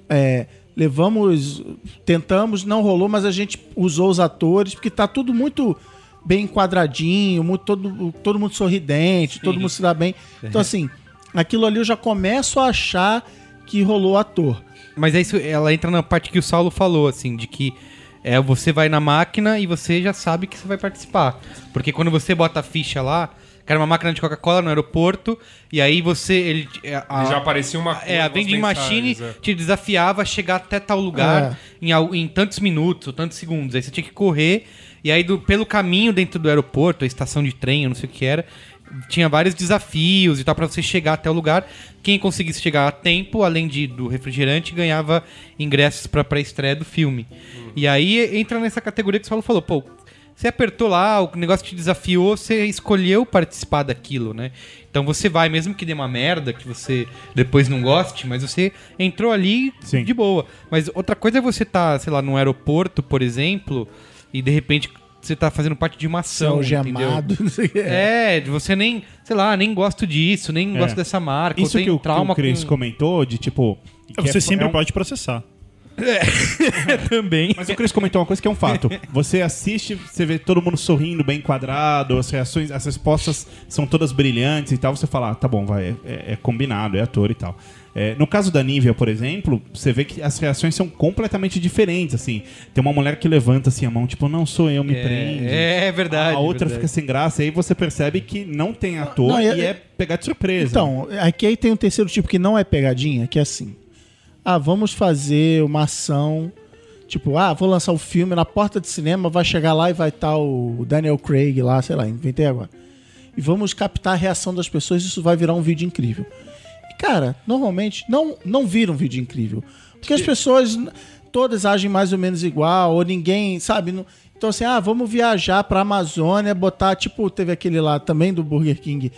Speaker 3: É, levamos, tentamos, não rolou, mas a gente usou os atores porque tá tudo muito bem enquadradinho, muito, todo, todo mundo sorridente, todo mundo se dá bem. Então assim, aquilo ali eu já começo a achar que rolou ator.
Speaker 1: Mas é isso, ela entra na parte que o Saulo falou, assim, de que é, você vai na máquina e você já sabe que você vai participar. Porque quando você bota a ficha lá, cara, uma máquina de Coca-Cola no aeroporto, e aí você. Ele, é, a-
Speaker 4: E já aparecia uma
Speaker 1: é, a
Speaker 4: umas
Speaker 1: vending machine
Speaker 4: mensagens, é.
Speaker 1: te desafiava a chegar até tal
Speaker 3: É.
Speaker 1: lugar em, al- em tantos minutos ou tantos segundos. Aí você tinha que correr, e aí do- pelo caminho dentro do aeroporto, a estação de trem, eu não sei o que era, tinha vários desafios e tal pra você chegar até o lugar. Quem conseguisse chegar a tempo, além de, do refrigerante, ganhava ingressos pra pré-estreia do filme. E aí entra nessa categoria que o Saulo falou, pô, você apertou lá, o negócio te desafiou, você escolheu participar daquilo, né? Então você vai, mesmo que dê uma merda, que você depois não goste, mas você entrou ali
Speaker 5: Sim.
Speaker 1: de boa. Mas outra coisa é você tá, sei lá, num aeroporto, por exemplo, e de repente você tá fazendo parte de uma
Speaker 5: é
Speaker 3: Ser
Speaker 5: um
Speaker 1: ação, entendeu?
Speaker 3: algemado, é não sei o que.
Speaker 1: É, de você nem, sei lá, nem gosto disso, nem
Speaker 5: É.
Speaker 1: gosto dessa marca,
Speaker 5: Isso
Speaker 1: ou tem
Speaker 5: que o, que
Speaker 1: trauma
Speaker 5: o Chris
Speaker 1: com...
Speaker 5: comentou, de tipo. que
Speaker 2: Você
Speaker 5: é-
Speaker 2: sempre
Speaker 5: é um-
Speaker 2: pode processar.
Speaker 1: também.
Speaker 5: Mas o Chris comentou uma coisa que é um fato. Você assiste, você vê todo mundo sorrindo, bem enquadrado, as reações, as respostas são todas brilhantes e tal. Você fala, ah, tá bom, vai, é- é, é combinado, é ator e tal. É, no caso da Nívia, por exemplo, você vê que as reações são completamente diferentes, assim. Tem uma mulher que levanta assim a mão, tipo, não sou eu, me prende.
Speaker 1: É, é verdade.
Speaker 5: a outra
Speaker 1: verdade.
Speaker 5: fica sem graça, e aí você percebe que não tem ator
Speaker 3: Não, eu-
Speaker 5: e é pegar de surpresa.
Speaker 3: Então, aqui aí tem um terceiro tipo que não é pegadinha, que é assim. Ah, vamos fazer uma ação. Tipo, ah, vou lançar o filme na porta de cinema, vai chegar lá e vai estar o Daniel Craig lá, sei lá, inventei agora. E vamos captar a reação das pessoas, isso vai virar um vídeo incrível. E, cara, normalmente não, não vira um vídeo incrível. Porque as pessoas n- todas agem mais ou menos igual, ou ninguém, sabe? não- Então, assim, ah, vamos viajar pra Amazônia, botar, tipo, teve aquele lá também do Burger King,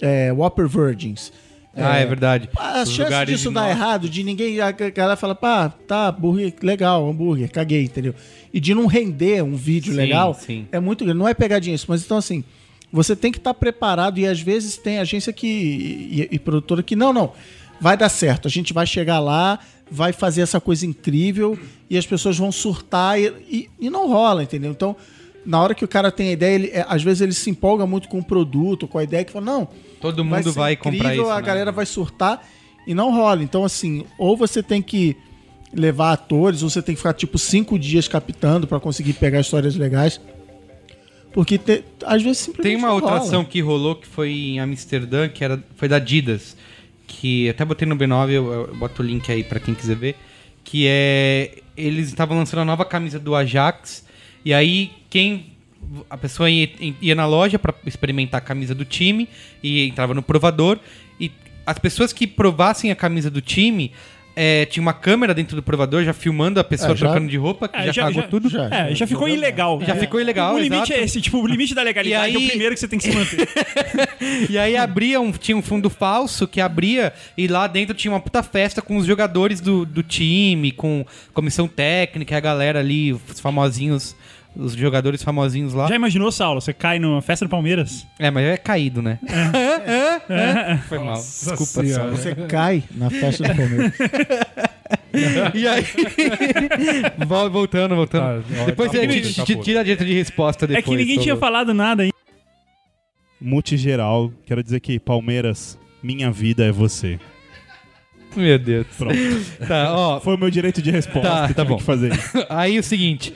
Speaker 3: é, Whopper Virgins.
Speaker 5: assim,
Speaker 1: Ah, é verdade.
Speaker 3: A
Speaker 1: Os
Speaker 3: chance
Speaker 1: lugares
Speaker 3: disso dar
Speaker 1: inóspitos.
Speaker 3: errado, de ninguém. A galera fala, pá, tá, hambúrguer, legal, hambúrguer, caguei, entendeu? E de não render um vídeo
Speaker 1: Sim,
Speaker 3: legal
Speaker 1: sim.
Speaker 3: é muito grande. Não é pegadinha isso, mas então assim, você tem que estar preparado e às vezes tem agência que. E, e produtora que, não, não, vai dar certo. A gente vai chegar lá, vai fazer essa coisa incrível e as pessoas vão surtar e, e- e não rola, entendeu? Então. Na hora que o cara tem a ideia, ele, é, às vezes ele se empolga muito com o produto, com a ideia, que fala, não,
Speaker 1: Todo mundo
Speaker 3: ser
Speaker 1: vai,
Speaker 3: incrível,
Speaker 1: comprar isso.
Speaker 3: A
Speaker 1: né?
Speaker 3: galera vai surtar e não rola. Então, assim, ou você tem que levar atores, ou você tem que ficar tipo cinco dias captando pra conseguir pegar histórias legais. Porque te- às vezes simplesmente.
Speaker 1: Tem uma
Speaker 3: não
Speaker 1: outra
Speaker 3: rola.
Speaker 1: ação que rolou que foi em Amsterdã, que era, foi da Adidas, que até botei no B9, eu, eu boto o link aí pra quem quiser ver, que é eles estavam lançando a nova camisa do Ajax e aí quem a pessoa ia, ia na loja pra experimentar a camisa do time e entrava no provador e as pessoas que provassem a camisa do time eh, tinha uma câmera dentro do provador já filmando a pessoa
Speaker 3: É, já-
Speaker 1: trocando de roupa que
Speaker 2: É,
Speaker 1: já, cagou tudo
Speaker 3: já.
Speaker 2: É, já ficou ilegal.
Speaker 1: Já
Speaker 2: É.
Speaker 1: ficou ilegal,
Speaker 2: O limite
Speaker 1: exato.
Speaker 2: é esse, tipo, o limite da legalidade
Speaker 1: E aí-
Speaker 2: é o primeiro que você tem que se manter.
Speaker 1: E aí abria um, tinha um fundo falso que abria e lá dentro tinha uma puta festa com os jogadores do, do time, com comissão técnica, a galera ali, os famosinhos, os jogadores famosinhos lá.
Speaker 2: Já imaginou, Saulo? Você cai numa festa do Palmeiras?
Speaker 1: É, mas é caído, né? É, é, é. Foi mal. Desculpa,
Speaker 4: senhora.
Speaker 1: Saulo.
Speaker 3: Você cai na festa do Palmeiras.
Speaker 1: E aí. Vol- voltando, voltando.
Speaker 4: Tá, ó,
Speaker 1: depois
Speaker 4: tá
Speaker 1: você
Speaker 4: podre,
Speaker 1: te-
Speaker 4: tá
Speaker 1: te-
Speaker 4: podre.
Speaker 1: tira a direita de resposta depois.
Speaker 2: é que ninguém
Speaker 1: por
Speaker 2: tinha
Speaker 1: favor.
Speaker 2: falado nada ainda.
Speaker 5: Multigeral, quero dizer que Palmeiras, minha vida é você.
Speaker 1: Meu Deus.
Speaker 5: Pronto.
Speaker 1: Tá, ó,
Speaker 5: Foi o meu direito de resposta.
Speaker 1: Tá, tá
Speaker 5: tive
Speaker 1: bom.
Speaker 5: que fazer isso.
Speaker 1: Aí o seguinte,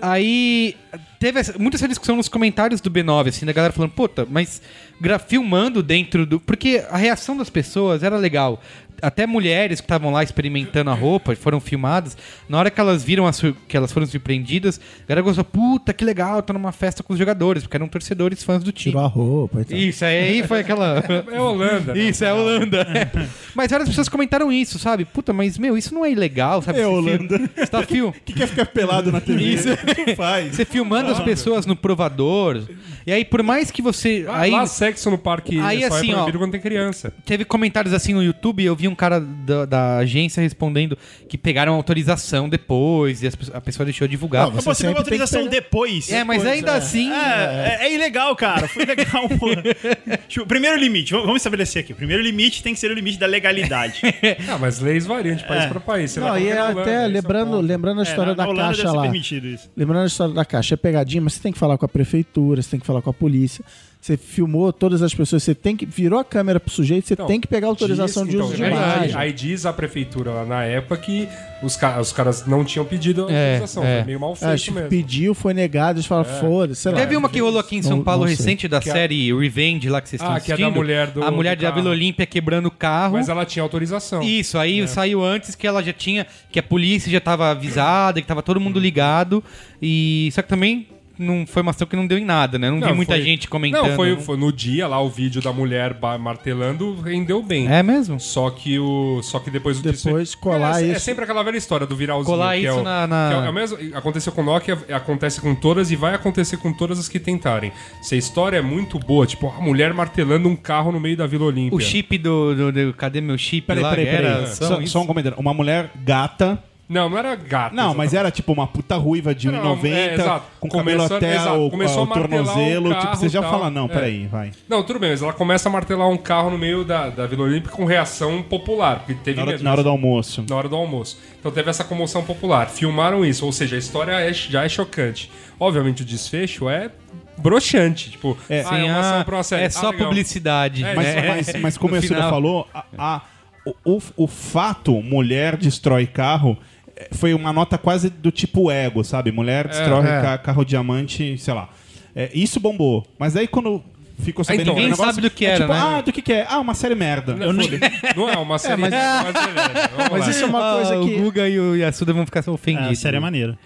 Speaker 1: aí teve essa- muita essa discussão nos comentários do B9, assim, da galera falando, puta, mas gra- filmando dentro do. Porque a reação das pessoas era legal. Até mulheres que estavam lá experimentando a roupa, foram filmadas. Na hora que elas viram a sur- que elas foram surpreendidas, a galera gostou, puta, que legal, tô numa festa com os jogadores, porque eram torcedores fãs do time.
Speaker 3: Tirou a roupa e tal.
Speaker 1: Isso, aí foi aquela.
Speaker 4: É Holanda. né?
Speaker 1: Isso, é a Holanda. É. Mas várias pessoas comentaram isso, sabe? Puta, mas meu, isso não é ilegal, sabe?
Speaker 5: É
Speaker 1: Você fi-
Speaker 5: Holanda.
Speaker 1: Você tá fil-
Speaker 5: que quer ficar pelado na TV?
Speaker 1: Isso.
Speaker 5: Não faz.
Speaker 1: Você filmando as pessoas no provador. E aí, por mais que você.
Speaker 4: Lá,
Speaker 1: Aí
Speaker 4: Ah, lá sexo no parque
Speaker 1: Aí,
Speaker 4: é só
Speaker 1: assim,
Speaker 4: é
Speaker 1: ó.
Speaker 4: proibido quando tem criança.
Speaker 1: teve comentários assim no YouTube, eu vi um cara da, da agência respondendo que pegaram autorização depois e as pe- a pessoa deixou divulgar.
Speaker 3: Não, você
Speaker 2: Pô, você pegou
Speaker 3: sempre tem que
Speaker 2: autorização
Speaker 3: pegar-
Speaker 2: depois.
Speaker 1: é, mas ainda assim.
Speaker 2: É, é, é ilegal, cara. Foi legal, pô. Tipo, Primeiro limite, vamos- vamos estabelecer aqui. Primeiro limite tem que ser o limite da legalidade. É,
Speaker 4: Ah, mas leis variam de
Speaker 1: É.
Speaker 4: país pra país. Sei
Speaker 3: Não,
Speaker 4: lá,
Speaker 3: e
Speaker 4: qualquer
Speaker 3: é
Speaker 4: Holanda,
Speaker 3: até
Speaker 4: isso é
Speaker 3: lembrando,
Speaker 4: bom.
Speaker 3: lembrando a história
Speaker 2: É, na-
Speaker 3: da
Speaker 2: na Holanda
Speaker 3: caixa
Speaker 2: deve ser
Speaker 3: lá.
Speaker 2: permitido isso.
Speaker 3: Lembrando a história da caixa, é pegadinha, mas você tem que falar com a prefeitura, você tem que falar com a polícia. Você filmou todas as pessoas, você tem que. Virou a câmera pro sujeito, você
Speaker 4: Então,
Speaker 3: tem que pegar autorização
Speaker 4: diz-
Speaker 3: de
Speaker 4: então,
Speaker 3: uso
Speaker 4: é
Speaker 3: de
Speaker 4: verdade.
Speaker 3: imagem.
Speaker 4: Aí diz a prefeitura lá na época que os, ca- os caras não tinham pedido
Speaker 1: É,
Speaker 4: autorização.
Speaker 1: é.
Speaker 4: Foi meio mal
Speaker 3: É,
Speaker 4: feito
Speaker 3: tipo,
Speaker 4: mesmo. É.
Speaker 3: pediu, foi negado, eles falaram, foda-se, sei lá.
Speaker 1: Teve uma que rolou aqui em São
Speaker 3: Não-
Speaker 1: Paulo
Speaker 3: não sei.
Speaker 1: recente da
Speaker 4: Que a-
Speaker 1: série Revenge lá que vocês estão
Speaker 4: Ah, que é da
Speaker 1: assistindo.
Speaker 4: mulher do-
Speaker 1: A mulher
Speaker 4: do
Speaker 1: da
Speaker 4: carro.
Speaker 1: Vila Olímpia quebrando o carro.
Speaker 4: Mas ela tinha autorização.
Speaker 1: Isso, aí saiu antes que ela já tinha, que a polícia já tava avisada, que tava todo mundo ligado. E só que também não foi uma ação que não deu em nada, né? Não, vi muita
Speaker 4: foi-
Speaker 1: gente comentando.
Speaker 4: Não, foi,
Speaker 1: né?
Speaker 4: foi no dia lá o vídeo da mulher ba- martelando rendeu bem.
Speaker 1: É mesmo?
Speaker 4: Só que o. Só que depois o
Speaker 3: Depois colar
Speaker 4: é, É
Speaker 3: isso.
Speaker 4: sempre aquela velha história do viralzinho.
Speaker 1: Colar
Speaker 4: que é
Speaker 1: isso
Speaker 4: o-
Speaker 1: na- na-
Speaker 4: que é o- é o mesmo- aconteceu com Nokia, acontece com todas e vai acontecer com todas as que tentarem. Se a história é muito boa, tipo, a mulher martelando um carro no meio da Vila Olímpia.
Speaker 1: O chip do, do- do- Cadê meu chip
Speaker 5: Peraí,
Speaker 1: lá?
Speaker 5: peraí, peraí.
Speaker 1: Era ação,
Speaker 5: Só,
Speaker 1: isso?
Speaker 5: só um comentário. Uma mulher gata.
Speaker 4: Não, não era gato.
Speaker 5: Não, mas era tipo uma puta ruiva de
Speaker 4: Não, não,
Speaker 5: 1,90,
Speaker 4: é, exato.
Speaker 5: com cabelo
Speaker 4: Começou-
Speaker 5: até
Speaker 4: exato,
Speaker 5: o,
Speaker 4: começou a
Speaker 5: o
Speaker 4: martelar o
Speaker 5: tornozelo. tipo,
Speaker 4: carro
Speaker 5: você já
Speaker 4: e tal.
Speaker 5: fala, não,
Speaker 4: É.
Speaker 5: peraí, vai.
Speaker 4: Não, tudo bem, mas ela começa a martelar um carro no meio da, da Vila Olímpica com reação popular. Porque teve
Speaker 5: Na hora,
Speaker 4: mesmo
Speaker 5: na hora do almoço.
Speaker 4: na hora do almoço. Então teve essa comoção popular. Filmaram isso, ou seja, a história é- já é chocante. Obviamente o desfecho é broxante, tipo,
Speaker 5: É.
Speaker 1: Sim,
Speaker 4: uma ação
Speaker 1: ah,
Speaker 4: pra uma série.
Speaker 1: é
Speaker 4: Ah,
Speaker 1: só
Speaker 4: legal.
Speaker 1: publicidade.
Speaker 4: É,
Speaker 5: Mas,
Speaker 1: né?
Speaker 5: mas, mas como
Speaker 1: No
Speaker 5: a Cida
Speaker 1: final.
Speaker 5: falou, a- a- o, o- o fato mulher destrói carro eh, foi uma nota quase do tipo ego, sabe? Mulher destrói
Speaker 1: é.
Speaker 5: ca- carro diamante, sei lá. É, isso bombou. Mas aí quando ficou sabendo
Speaker 4: então,
Speaker 5: que era um
Speaker 1: ninguém sabe do que
Speaker 5: é
Speaker 1: era,
Speaker 5: tipo,
Speaker 1: né?
Speaker 5: Ah, do que que é? Ah, uma série merda.
Speaker 4: Não, foda-se. Não é uma série.
Speaker 3: mas-
Speaker 4: é uma série. Vamos lá.
Speaker 3: Mas isso é uma
Speaker 1: Ah,
Speaker 3: coisa
Speaker 1: o
Speaker 3: que.
Speaker 1: Guga e o Yasuda vão ficar
Speaker 2: Ah,
Speaker 1: ofendidos.
Speaker 2: a série é maneira.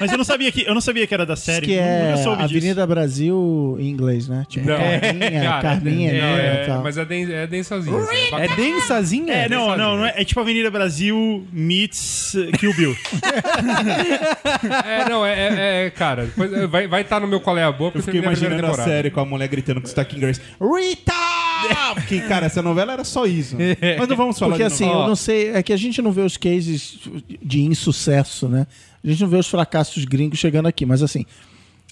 Speaker 2: Mas eu não sabia que, eu não sabia que era da série.
Speaker 3: que
Speaker 2: eu
Speaker 3: é
Speaker 2: nunca soube
Speaker 3: Avenida Brasil em inglês, né? Tipo,
Speaker 4: Não.
Speaker 3: Carminha,
Speaker 4: Cara,
Speaker 3: Carminha,
Speaker 4: não,
Speaker 3: né?
Speaker 4: é,
Speaker 3: tal.
Speaker 4: mas é, den, é densazinha. assim, é bacana.
Speaker 1: É densazinha?
Speaker 2: disso. É, não,
Speaker 4: sabia.
Speaker 2: não, não é, é tipo Avenida Brasil meets eh, Kill Bill.
Speaker 4: É, não, é, é- é, cara, depois é, vai estar tá no meu qual é a boa, porque
Speaker 5: Eu fiquei
Speaker 4: terminei a primeira
Speaker 5: imaginando a
Speaker 4: temporada.
Speaker 5: série com a mulher gritando com sotaque inglês. Rita! Porque, cara, essa novela era só isso. Mas não vamos falar
Speaker 3: Porque
Speaker 5: de
Speaker 3: assim,
Speaker 5: novela.
Speaker 3: eu não sei, é que a gente não vê os cases de insucesso, né? A gente não vê os fracassos gringos chegando aqui, mas assim,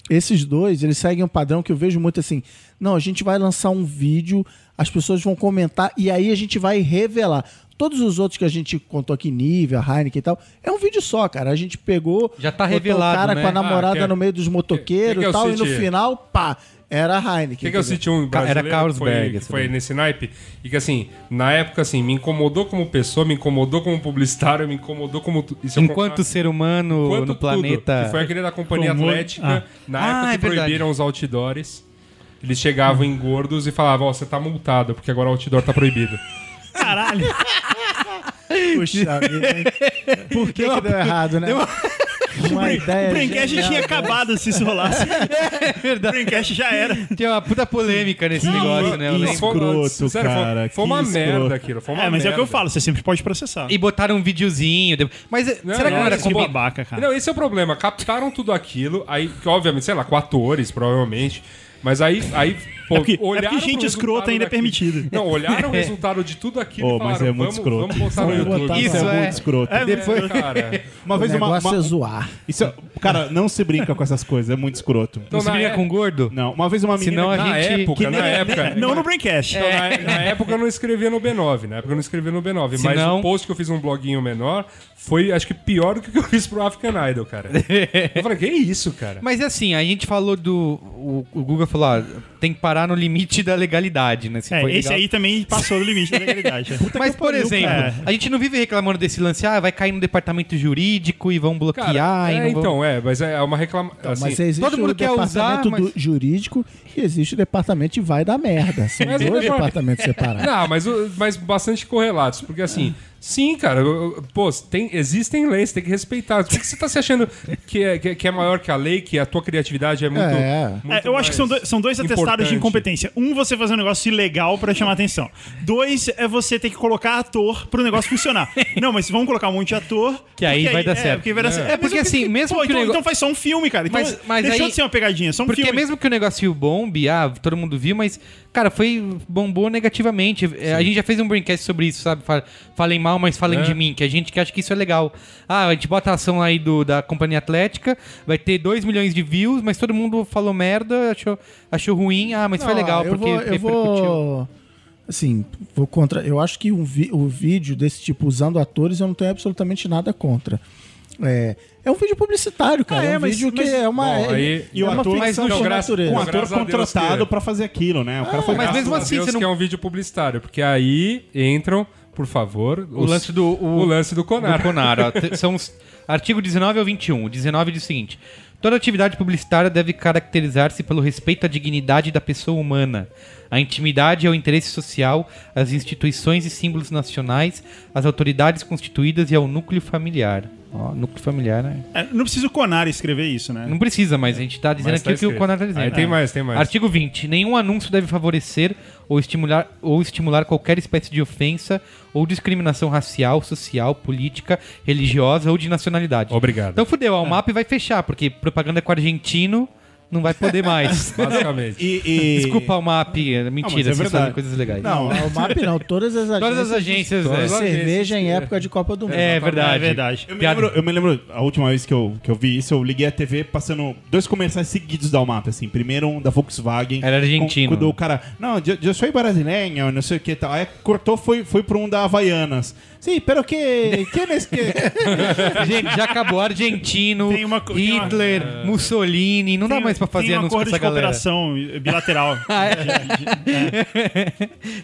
Speaker 3: esses dois, eles seguem um padrão que eu vejo muito assim, não, a gente vai lançar um vídeo, as pessoas vão comentar e aí a gente vai revelar. Todos os outros que a gente contou aqui, Nivea, Heineken e tal, é um vídeo só, cara. A gente pegou,
Speaker 1: Já tá
Speaker 3: botou
Speaker 1: revelado,
Speaker 3: o cara
Speaker 1: né?
Speaker 3: com a namorada
Speaker 4: Ah, quer-
Speaker 3: no meio dos
Speaker 4: quer- quer
Speaker 3: motoqueiros
Speaker 4: que
Speaker 3: e
Speaker 4: eu
Speaker 3: tal, e no
Speaker 4: cite-
Speaker 3: final, pá, era a Heineken.
Speaker 4: O que, que eu
Speaker 3: entendeu?
Speaker 4: senti um brasileiro
Speaker 1: Era Carlsberg,
Speaker 4: que foi, que
Speaker 1: esse
Speaker 4: foi
Speaker 1: daí.
Speaker 4: nesse naipe? E que assim, na época assim, me incomodou como pessoa, me incomodou como publicitário, me incomodou como... tu- e se eu
Speaker 1: Enquanto
Speaker 4: contar-
Speaker 1: ser humano
Speaker 4: Quanto
Speaker 1: no
Speaker 4: tudo,
Speaker 1: planeta.
Speaker 4: Que foi aquele da Companhia
Speaker 2: Como-
Speaker 4: Atlética,
Speaker 2: Ah.
Speaker 4: na
Speaker 1: Ah, é
Speaker 4: época que
Speaker 1: verdade.
Speaker 4: proibiram os outdoors. Eles chegavam em gordos e falavam, ó, você tá multado, porque agora o outdoor tá proibido.
Speaker 2: Caralho.
Speaker 3: Puxa vida, hein? Por que, que deu errado, né? Uma, ideia.
Speaker 2: O Braincast
Speaker 3: genial,
Speaker 2: tinha
Speaker 3: né?
Speaker 2: acabado se isso rolasse.
Speaker 1: É
Speaker 2: O
Speaker 1: verdade.
Speaker 2: Braincast já era.
Speaker 1: Tem uma puta polêmica nesse negócio, né? Eu
Speaker 5: isso.
Speaker 1: lembro.
Speaker 4: Foi-
Speaker 5: Escroto,
Speaker 4: foi-
Speaker 5: cara,
Speaker 4: Foi,
Speaker 5: que
Speaker 4: uma
Speaker 5: escroto.
Speaker 4: merda aquilo, foi uma
Speaker 2: É, mas é o que eu
Speaker 4: merda.
Speaker 2: falo, você sempre pode processar.
Speaker 1: E botaram um videozinho. de- Mas é,
Speaker 4: Não,
Speaker 1: será que
Speaker 4: não,
Speaker 1: não era
Speaker 4: isso
Speaker 1: combi-
Speaker 4: é
Speaker 2: babaca, cara.
Speaker 4: Não, esse é o problema. Captaram tudo aquilo, aí, que obviamente, sei lá, com atores, provavelmente. Mas aí, aí pô,
Speaker 2: É porque- é porque
Speaker 4: olharam
Speaker 2: gente
Speaker 4: o
Speaker 2: escrota
Speaker 4: resultado
Speaker 2: ainda é
Speaker 4: daquilo.
Speaker 2: permitido.
Speaker 4: Não, olharam o resultado de tudo aquilo
Speaker 5: Oh,
Speaker 4: e falaram,
Speaker 5: mas é muito
Speaker 4: vamos,
Speaker 5: escroto.
Speaker 4: vamos botar no
Speaker 5: Vamos
Speaker 4: YouTube.
Speaker 3: botar
Speaker 1: Isso
Speaker 5: Isso é,
Speaker 1: é.
Speaker 5: muito escroto.
Speaker 2: É,
Speaker 4: É, cara.
Speaker 5: Uma
Speaker 3: O
Speaker 5: vez uma,
Speaker 3: negócio
Speaker 5: uma-
Speaker 3: é zoar.
Speaker 5: Isso é- cara, não se brinca com essas coisas, é muito escroto.
Speaker 1: Não se
Speaker 4: na
Speaker 1: briga
Speaker 4: é-
Speaker 1: com gordo?
Speaker 5: Não, uma vez uma menina.
Speaker 1: Então
Speaker 5: é um
Speaker 1: Senão a
Speaker 4: Na
Speaker 1: gente-
Speaker 4: época,
Speaker 1: que
Speaker 4: na época.
Speaker 2: Não no Braincast.
Speaker 1: É.
Speaker 4: Então, na, na época eu não escrevia no B9, na época eu não escrevia no B9,
Speaker 1: Se
Speaker 4: mas
Speaker 1: não-
Speaker 4: o post que eu fiz um bloguinho menor foi, acho que pior do que o que eu fiz pro African Idol, cara. Eu falei, que isso, cara?
Speaker 1: Mas é assim, a gente falou do. O, o Guga falou, ah, tem que parar tá no limite da legalidade, né? Se
Speaker 2: É,
Speaker 1: foi
Speaker 2: esse
Speaker 1: legal.
Speaker 2: aí também passou do limite da legalidade. é.
Speaker 1: Mas, por exemplo,
Speaker 2: cara.
Speaker 1: a gente não vive reclamando desse lance, ah, vai cair no departamento jurídico e vão bloquear. e
Speaker 4: é,
Speaker 1: não vão-
Speaker 4: então, é, mas é uma reclamação.
Speaker 3: Então, mas existe
Speaker 1: todo mundo
Speaker 3: o
Speaker 1: quer usar,
Speaker 3: departamento do
Speaker 1: mas-
Speaker 3: jurídico e existe o departamento de vai dar merda. São
Speaker 4: Mas o
Speaker 3: dois
Speaker 4: depart-
Speaker 3: departamentos separados.
Speaker 4: Não, mas, o- mas bastante correlatos, porque assim, sim, cara, eu- eu- pô, tem, existem leis, tem que respeitar. Por que que você tá se achando que é, que, é- que é maior que a lei, que a tua criatividade é muito.
Speaker 3: É.
Speaker 4: muito
Speaker 2: É, eu acho que são
Speaker 4: mais
Speaker 2: dois, são dois atestados de
Speaker 4: importante.
Speaker 2: incompetência. Um, você fazer um negócio ilegal pra chamar atenção. Dois, é você ter que colocar ator pro negócio funcionar. Não, mas vamos colocar um monte de ator.
Speaker 1: Que aí
Speaker 2: porque
Speaker 1: vai dar
Speaker 2: é,
Speaker 1: certo.
Speaker 2: porque vai dar certo.
Speaker 1: É, porque
Speaker 2: mas eu-
Speaker 1: assim, mesmo
Speaker 2: pô,
Speaker 1: que o
Speaker 2: então,
Speaker 1: negócio-
Speaker 2: então faz só um filme, cara. Então,
Speaker 1: Mas- mas
Speaker 2: deixou
Speaker 1: aí-
Speaker 2: de ser uma pegadinha, só um
Speaker 1: Porque
Speaker 2: filme.
Speaker 1: mesmo que o negócio bombe, ah, todo mundo viu, mas, cara, foi bombou negativamente. É, a gente já fez um braincast sobre isso, sabe? Fa- Falem mal, mas falem de mim, que a gente que acha que isso é legal. Ah, a gente bota a ação aí do, da Companhia Atlética, vai ter 2 milhões de views, mas todo mundo falou merda, achou, achou ruim. Ah, mas foi
Speaker 3: Não,
Speaker 1: legal,
Speaker 3: eu
Speaker 1: porque
Speaker 3: vou, eu vou assim, vou contra. Eu acho que um vi- o vídeo desse tipo usando atores eu não tenho absolutamente nada contra. É, é um vídeo publicitário, cara.
Speaker 5: Ah, é,
Speaker 3: é um
Speaker 5: mas-
Speaker 3: vídeo que
Speaker 5: mas-
Speaker 3: é uma
Speaker 4: Bom, aí-
Speaker 5: E o
Speaker 3: uma
Speaker 5: ator-
Speaker 3: ficção
Speaker 4: Mas não,
Speaker 3: de
Speaker 4: graças-
Speaker 5: Um
Speaker 4: Não,
Speaker 3: natureza.
Speaker 5: ator
Speaker 4: graças a Deus
Speaker 5: contratado
Speaker 4: que-
Speaker 5: pra fazer aquilo, né? O cara foi
Speaker 1: mas
Speaker 4: Graças
Speaker 1: mesmo
Speaker 4: a
Speaker 1: assim,
Speaker 4: Deus
Speaker 1: você não-
Speaker 4: que é um vídeo publicitário, porque aí entram, por favor,
Speaker 1: O lance do- o-
Speaker 4: o lance do Conar.
Speaker 1: Do Conar, ó. Te- São os artigo 19 ao 21. O 19 diz o seguinte: Toda atividade publicitária deve caracterizar-se pelo respeito à dignidade da pessoa humana, à intimidade e ao interesse social, às instituições e símbolos nacionais, às autoridades constituídas e ao núcleo familiar. Ó, núcleo familiar, né?
Speaker 2: É, não precisa o Conar escrever isso, né?
Speaker 1: Não precisa, mas a gente tá dizendo
Speaker 4: É. Mas
Speaker 1: aqui
Speaker 4: tá
Speaker 1: o que o
Speaker 4: escrito.
Speaker 1: Conar tá dizendo.
Speaker 4: Aí tem
Speaker 1: É.
Speaker 4: mais, tem mais.
Speaker 1: Artigo 20. Nenhum anúncio deve favorecer ou estimular, ou estimular qualquer espécie de ofensa ou discriminação racial, social, política, religiosa ou de nacionalidade.
Speaker 4: Obrigado.
Speaker 1: Então fudeu, a UMAP vai fechar, porque propaganda com argentino não vai poder mais.
Speaker 4: basicamente.
Speaker 5: E, e-
Speaker 1: Desculpa, UMAP, é
Speaker 5: mas
Speaker 1: mentira,
Speaker 5: é
Speaker 1: vocês
Speaker 5: verdade.
Speaker 1: fazem coisas legais.
Speaker 3: Não, é o MAP não, todas as agências.
Speaker 1: Todas as agências,
Speaker 4: Todas
Speaker 1: é.
Speaker 4: as
Speaker 3: de cerveja
Speaker 4: agências,
Speaker 3: em
Speaker 4: é.
Speaker 3: época de Copa do Mundo.
Speaker 1: É verdade.
Speaker 2: É verdade.
Speaker 5: Eu me,
Speaker 1: Piada.
Speaker 5: lembro, eu me lembro, a última vez que eu, que eu vi isso, eu liguei a TV passando dois comerciais seguidos da Almap, assim. Primeiro um da Volkswagen.
Speaker 1: Era argentino.
Speaker 5: com- Quando o cara, não, eu, eu sou brasileiro, não sei o que e tal. Aí cortou, foi, foi pra um da Havaianas. Sim, pero que... que, nes- que...
Speaker 1: Gente, já acabou argentino,
Speaker 2: Tem uma co- tem uma- É.
Speaker 1: Hitler, Mussolini, não dá
Speaker 2: Tem-
Speaker 1: mais pra
Speaker 2: tem
Speaker 1: fazer
Speaker 2: um
Speaker 1: anúncio pra
Speaker 2: acordo
Speaker 1: essa
Speaker 2: de
Speaker 1: galera.
Speaker 2: cooperação bilateral.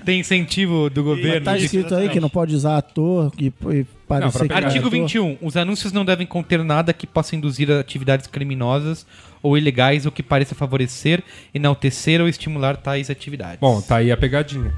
Speaker 1: Tem incentivo do governo.
Speaker 3: Tá
Speaker 1: de-
Speaker 3: escrito aí que não pode usar ator que e parecer que
Speaker 4: pegar.
Speaker 3: é
Speaker 1: Artigo
Speaker 3: ator.
Speaker 1: 21. Os anúncios não devem conter nada que possa induzir a atividades criminosas ou ilegais ou que pareça favorecer, enaltecer ou estimular tais atividades.
Speaker 4: Bom, tá aí a pegadinha.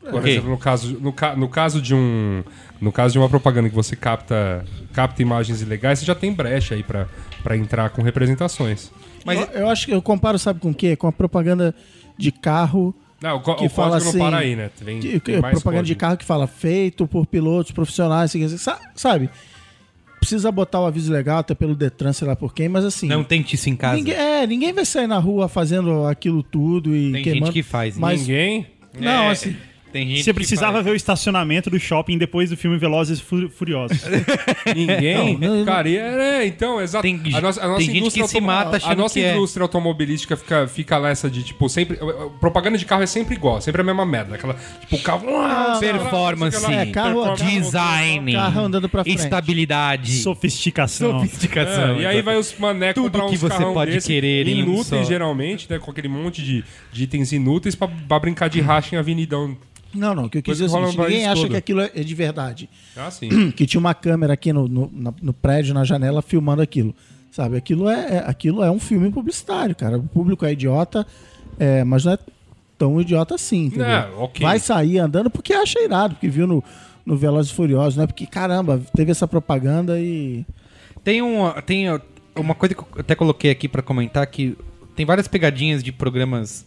Speaker 4: Por
Speaker 1: Ok.
Speaker 4: exemplo, no caso, no, ca- no caso de um. No caso de uma propaganda que você capta, capta imagens ilegais, você já tem brecha aí pra, pra entrar com representações.
Speaker 1: mas-
Speaker 3: eu, eu acho que eu comparo, sabe com o quê? Com a propaganda de carro.
Speaker 4: Não, Ah, o, co-
Speaker 3: Que
Speaker 4: o
Speaker 3: fala
Speaker 4: código
Speaker 3: assim,
Speaker 4: não para aí, né? Tem,
Speaker 3: de-
Speaker 4: tem mais
Speaker 3: propaganda de
Speaker 4: código.
Speaker 3: carro que fala feito por pilotos profissionais, assim, assim, sa- sabe? Precisa botar o aviso legal, até pelo Detran, sei lá por quem, mas assim.
Speaker 1: não tente isso em casa.
Speaker 3: ninguém, é, ninguém vai sair na rua fazendo aquilo tudo e
Speaker 1: Tem
Speaker 3: queimando.
Speaker 1: gente que faz. né?
Speaker 3: mas-
Speaker 4: Ninguém.
Speaker 3: Não,
Speaker 1: É,
Speaker 3: assim.
Speaker 1: Tem gente
Speaker 2: Você
Speaker 1: que
Speaker 2: precisava
Speaker 1: faz.
Speaker 2: ver o estacionamento do shopping depois do filme Velozes e Fu- Furiosos.
Speaker 4: Ninguém?
Speaker 3: Não, não, não.
Speaker 4: Cara, e é, então, exato.
Speaker 1: Tem-
Speaker 4: a nossa, a
Speaker 1: tem
Speaker 4: nossa
Speaker 1: gente
Speaker 4: indústria
Speaker 1: que se
Speaker 4: automo-
Speaker 1: mata
Speaker 4: A
Speaker 1: achando
Speaker 4: nossa
Speaker 1: que é.
Speaker 4: indústria automobilística fica, fica lá essa de, tipo, sempre. Propaganda de carro é sempre igual, sempre a mesma merda. Aquela, tipo, o carro.
Speaker 1: Ah, Performance,
Speaker 3: É, carro-
Speaker 1: design,
Speaker 3: Carro andando pra frente.
Speaker 1: estabilidade,
Speaker 2: Sofisticação.
Speaker 1: sofisticação.
Speaker 4: É, e aí vai os manecos
Speaker 1: Tudo
Speaker 4: pra
Speaker 1: que
Speaker 4: uns
Speaker 1: você
Speaker 4: carrão
Speaker 1: pode
Speaker 4: desse,
Speaker 1: querer em um
Speaker 4: inúteis
Speaker 1: só.
Speaker 4: geralmente, né, com aquele monte de, de itens inúteis pra, pra brincar de racha em avenidão.
Speaker 3: Não, não, o que eu quis
Speaker 4: Coisa
Speaker 3: dizer é o
Speaker 4: que rola
Speaker 3: seguinte,
Speaker 4: no país
Speaker 3: ninguém acha
Speaker 4: todo.
Speaker 3: que aquilo é é de verdade.
Speaker 4: É assim.
Speaker 3: que tinha uma câmera aqui no, no, na- no prédio, na janela, filmando aquilo. Sabe, aquilo é, é- aquilo é um filme publicitário, cara. O público é idiota, é, mas não é tão idiota assim, entendeu?
Speaker 1: É,
Speaker 4: Não, ok.
Speaker 3: Vai sair andando porque acha irado, porque viu no, no Velozes e Furiosos, não é porque, caramba, teve essa propaganda e...
Speaker 1: Tem, um, tem uma coisa que eu até coloquei aqui pra comentar que tem várias pegadinhas de programas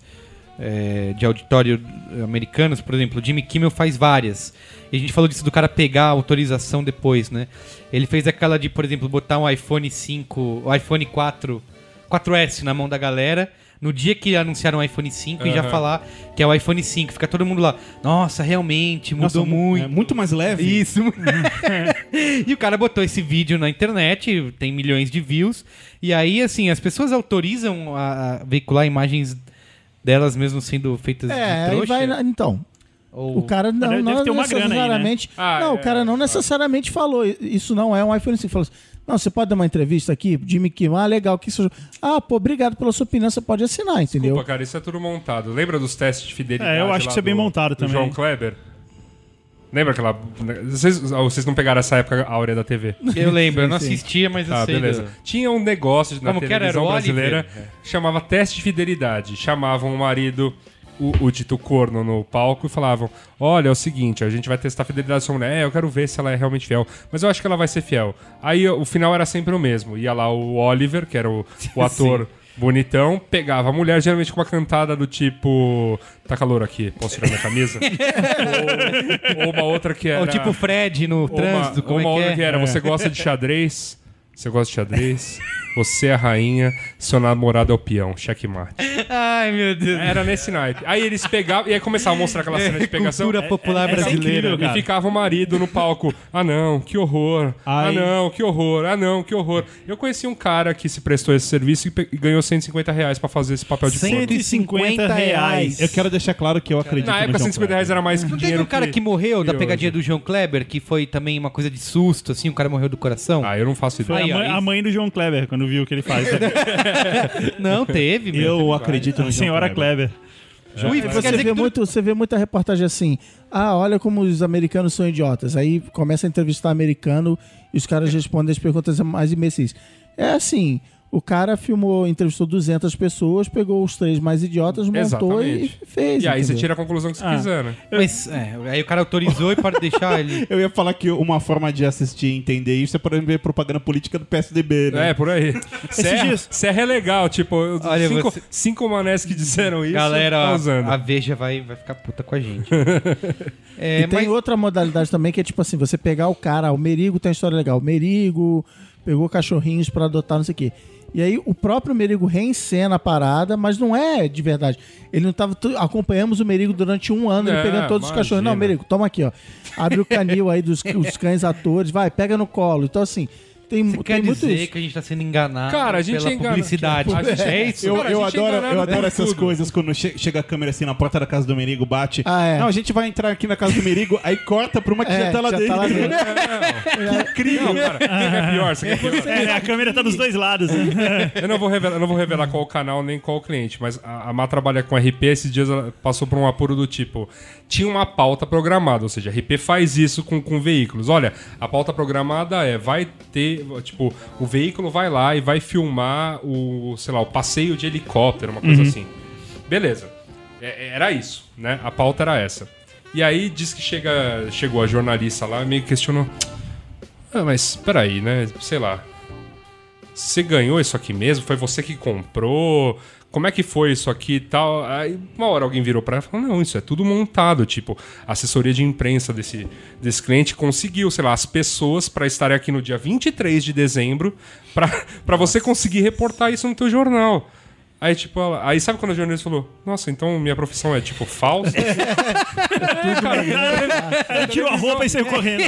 Speaker 1: é, de auditório americanos, por exemplo, o Jimmy Kimmel faz várias. E a gente falou disso do cara pegar a autorização depois, né? Ele fez aquela de, por exemplo, botar um iPhone 5, o iPhone 4, 4S na mão da galera. No dia que anunciaram o iPhone 5 e já
Speaker 4: Aham.
Speaker 1: falar que é o iPhone 5, fica todo mundo lá, nossa, realmente, mudou
Speaker 5: Nossa, mu-
Speaker 1: muito.
Speaker 5: é muito mais leve.
Speaker 1: Isso. e o cara botou esse vídeo na internet, tem milhões de views. E aí, assim, as pessoas autorizam a, a veicular imagens delas mesmo sendo feitas
Speaker 3: É,
Speaker 1: de
Speaker 3: aí
Speaker 1: trouxa.
Speaker 3: vai... na- Então,
Speaker 1: Ou...
Speaker 3: O cara não,
Speaker 2: Tipo, Deve-
Speaker 3: não
Speaker 2: deve ter uma grana aí, né?
Speaker 3: necessariamente.
Speaker 4: Ah,
Speaker 3: não,
Speaker 4: é,
Speaker 3: o cara não necessariamente falou. Isso não é um iPhone 5. Falou assim, não, você pode dar uma entrevista aqui, Jimmy Kimmel, ah, legal, que isso. Ah, pô, obrigado pela sua opinião, você pode assinar, entendeu?
Speaker 4: Desculpa, cara, isso é tudo montado. Lembra dos testes de fidelidade?
Speaker 2: É, eu acho
Speaker 4: lá
Speaker 2: que isso é bem
Speaker 4: do-
Speaker 2: montado
Speaker 4: do
Speaker 2: também.
Speaker 4: João Kleber? Lembra aquela. Vocês, ah, vocês não pegaram essa época áurea da TV?
Speaker 1: Eu lembro, eu não
Speaker 3: Sim, sim.
Speaker 1: assistia, mas eu
Speaker 4: Ah,
Speaker 1: sei.
Speaker 4: beleza.
Speaker 1: do-
Speaker 4: Tinha um negócio na
Speaker 1: Como que era?
Speaker 4: televisão
Speaker 1: Era o
Speaker 4: brasileira,
Speaker 1: Oliver?
Speaker 4: chamava teste de fidelidade. Chamavam o marido, o, o dito corno, no palco e falavam: Olha, é o seguinte, a gente vai testar a fidelidade da sua mulher. É, eu quero ver se ela é realmente fiel. Mas eu acho que ela vai ser fiel. Aí o final era sempre o mesmo. Ia lá o Oliver, que era o, o ator. Bonitão, pegava a mulher geralmente com uma cantada do tipo: Tá calor aqui, posso tirar minha camisa? ou, ou uma outra que era.
Speaker 1: Ou tipo o Fred no
Speaker 4: Ou
Speaker 1: trânsito,
Speaker 4: uma,
Speaker 1: como
Speaker 4: ou uma
Speaker 1: é
Speaker 4: outra
Speaker 1: que
Speaker 4: que
Speaker 1: é?
Speaker 4: era, você gosta de xadrez? Você gosta de xadrez? Você é a rainha, seu namorado é o peão, checkmate.
Speaker 1: Ai, meu Deus.
Speaker 4: Era nesse naipe. Aí eles pegavam, e aí começava a mostrar aquela cena de pegação.
Speaker 1: É, Cultura popular
Speaker 2: é- é
Speaker 1: brasileira.
Speaker 2: incrível,
Speaker 4: E
Speaker 2: cara.
Speaker 4: ficava o marido no palco. Ah não, que horror. Ah
Speaker 5: Ai.
Speaker 4: não, que horror. Ah não, que horror. Eu conheci um cara que se prestou esse serviço e pe- e ganhou 150 reais pra fazer esse papel de corno.
Speaker 2: 150 reais.
Speaker 1: É
Speaker 5: Eu quero deixar claro que eu acredito
Speaker 4: Na
Speaker 5: no
Speaker 4: época,
Speaker 5: João
Speaker 4: 150 reais
Speaker 5: Kleber.
Speaker 4: era mais
Speaker 1: Não teve
Speaker 4: dinheiro
Speaker 1: um cara que, morreu da pegadinha do João Kleber, que foi também uma coisa de susto, assim, o cara morreu do coração?
Speaker 4: Ah, eu não faço ideia.
Speaker 2: Foi
Speaker 1: Aí,
Speaker 2: a,
Speaker 1: ó,
Speaker 2: mãe,
Speaker 1: isso.
Speaker 2: a mãe do João Kleber, quando viu o que ele faz.
Speaker 1: Não, teve, meu.
Speaker 5: Eu acredito no João
Speaker 2: Senhora Kleber.
Speaker 1: Ui,
Speaker 3: Você, vê muito, você vê muita reportagem assim. Ah, olha como os americanos são idiotas. Aí começa a entrevistar americano e os caras respondem as perguntas mais imbecis. É assim, o cara filmou, entrevistou 200 pessoas, pegou os três mais idiotas, montou e
Speaker 4: Exatamente.
Speaker 3: fez.
Speaker 4: E aí você
Speaker 3: entendeu?
Speaker 4: tira a conclusão que você quiser, né?
Speaker 1: Mas, é, aí o cara autorizou e pode deixar ele...
Speaker 5: Eu ia falar que uma forma de assistir e entender isso é, por exemplo, ver propaganda política do PSDB, né?
Speaker 4: É, por aí. Serra,
Speaker 2: dias-
Speaker 4: Serra é legal, tipo, eu-
Speaker 1: Olha,
Speaker 4: cinco,
Speaker 1: você-
Speaker 4: cinco manés que disseram isso.
Speaker 1: Galera,
Speaker 4: tá
Speaker 1: ó,
Speaker 4: usando.
Speaker 1: a Veja vai, vai ficar puta com a gente. É,
Speaker 3: E tem
Speaker 1: mas-
Speaker 3: outra modalidade também que é tipo assim, você pegar o cara, o Merigo tem uma história legal, o Merigo pegou cachorrinhos pra adotar, não sei o quê. E aí o próprio Merigo reencena a parada, mas não é de verdade. Ele não tava. tu- Acompanhamos o Merigo durante um ano,
Speaker 4: É,
Speaker 3: ele pegando todos os
Speaker 4: imagina.
Speaker 3: cachorros. Não, Merigo, toma aqui, ó. Abre o canil aí dos os cães atores, vai, pega no colo. Então, assim, tem,
Speaker 1: Você
Speaker 3: tem
Speaker 1: quer
Speaker 3: muito
Speaker 1: dizer
Speaker 3: isso.
Speaker 1: que a gente tá sendo enganado
Speaker 4: Cara, a gente
Speaker 1: pela
Speaker 4: é enganado.
Speaker 1: publicidade?
Speaker 4: A gente-
Speaker 1: É isso?
Speaker 5: Eu,
Speaker 4: Cara, a
Speaker 5: eu
Speaker 4: gente é
Speaker 5: adoro,
Speaker 4: enganado
Speaker 5: eu
Speaker 4: por
Speaker 5: adoro essas
Speaker 4: tudo.
Speaker 5: coisas quando che- chega a câmera assim na porta da casa do Merigo, bate.
Speaker 3: Ah, é.
Speaker 5: Não, a gente vai entrar aqui na casa do Merigo, aí corta pra uma que
Speaker 3: É,
Speaker 5: já tá lá
Speaker 3: já tá
Speaker 5: dentro.
Speaker 3: lá dentro.
Speaker 4: Incrível, cara. Você quer pior? Você quer pior?
Speaker 2: Ah, É, né, a câmera tá dos dois lados. né?
Speaker 4: Eu não vou revelar, eu não vou revelar qual canal nem qual cliente, mas a, a Má trabalha com RP, esses dias ela passou por um apuro do tipo, tinha uma pauta programada, ou seja, a RP faz isso com, com veículos. Olha, a pauta programada é, vai ter, tipo, o veículo vai lá e vai filmar o, sei lá, o passeio de helicóptero, uma coisa assim. Beleza. É- era isso, né? A pauta era essa. E aí diz que chega, chegou a jornalista lá e meio que questionou, ah, mas peraí, né? Sei lá, você ganhou isso aqui mesmo? Foi você que comprou? Como é que foi isso aqui e tal? Aí uma hora alguém virou pra ela e falou: Não, isso é tudo montado. Tipo, a assessoria de imprensa desse, desse cliente conseguiu, sei lá, as pessoas pra estarem aqui no dia 23 de dezembro pra pra você conseguir reportar isso no teu jornal. Aí, tipo, ela- aí sabe quando a jornalista falou: Nossa, então minha profissão é tipo falsa?
Speaker 2: Ela tirou a roupa e saiu correndo.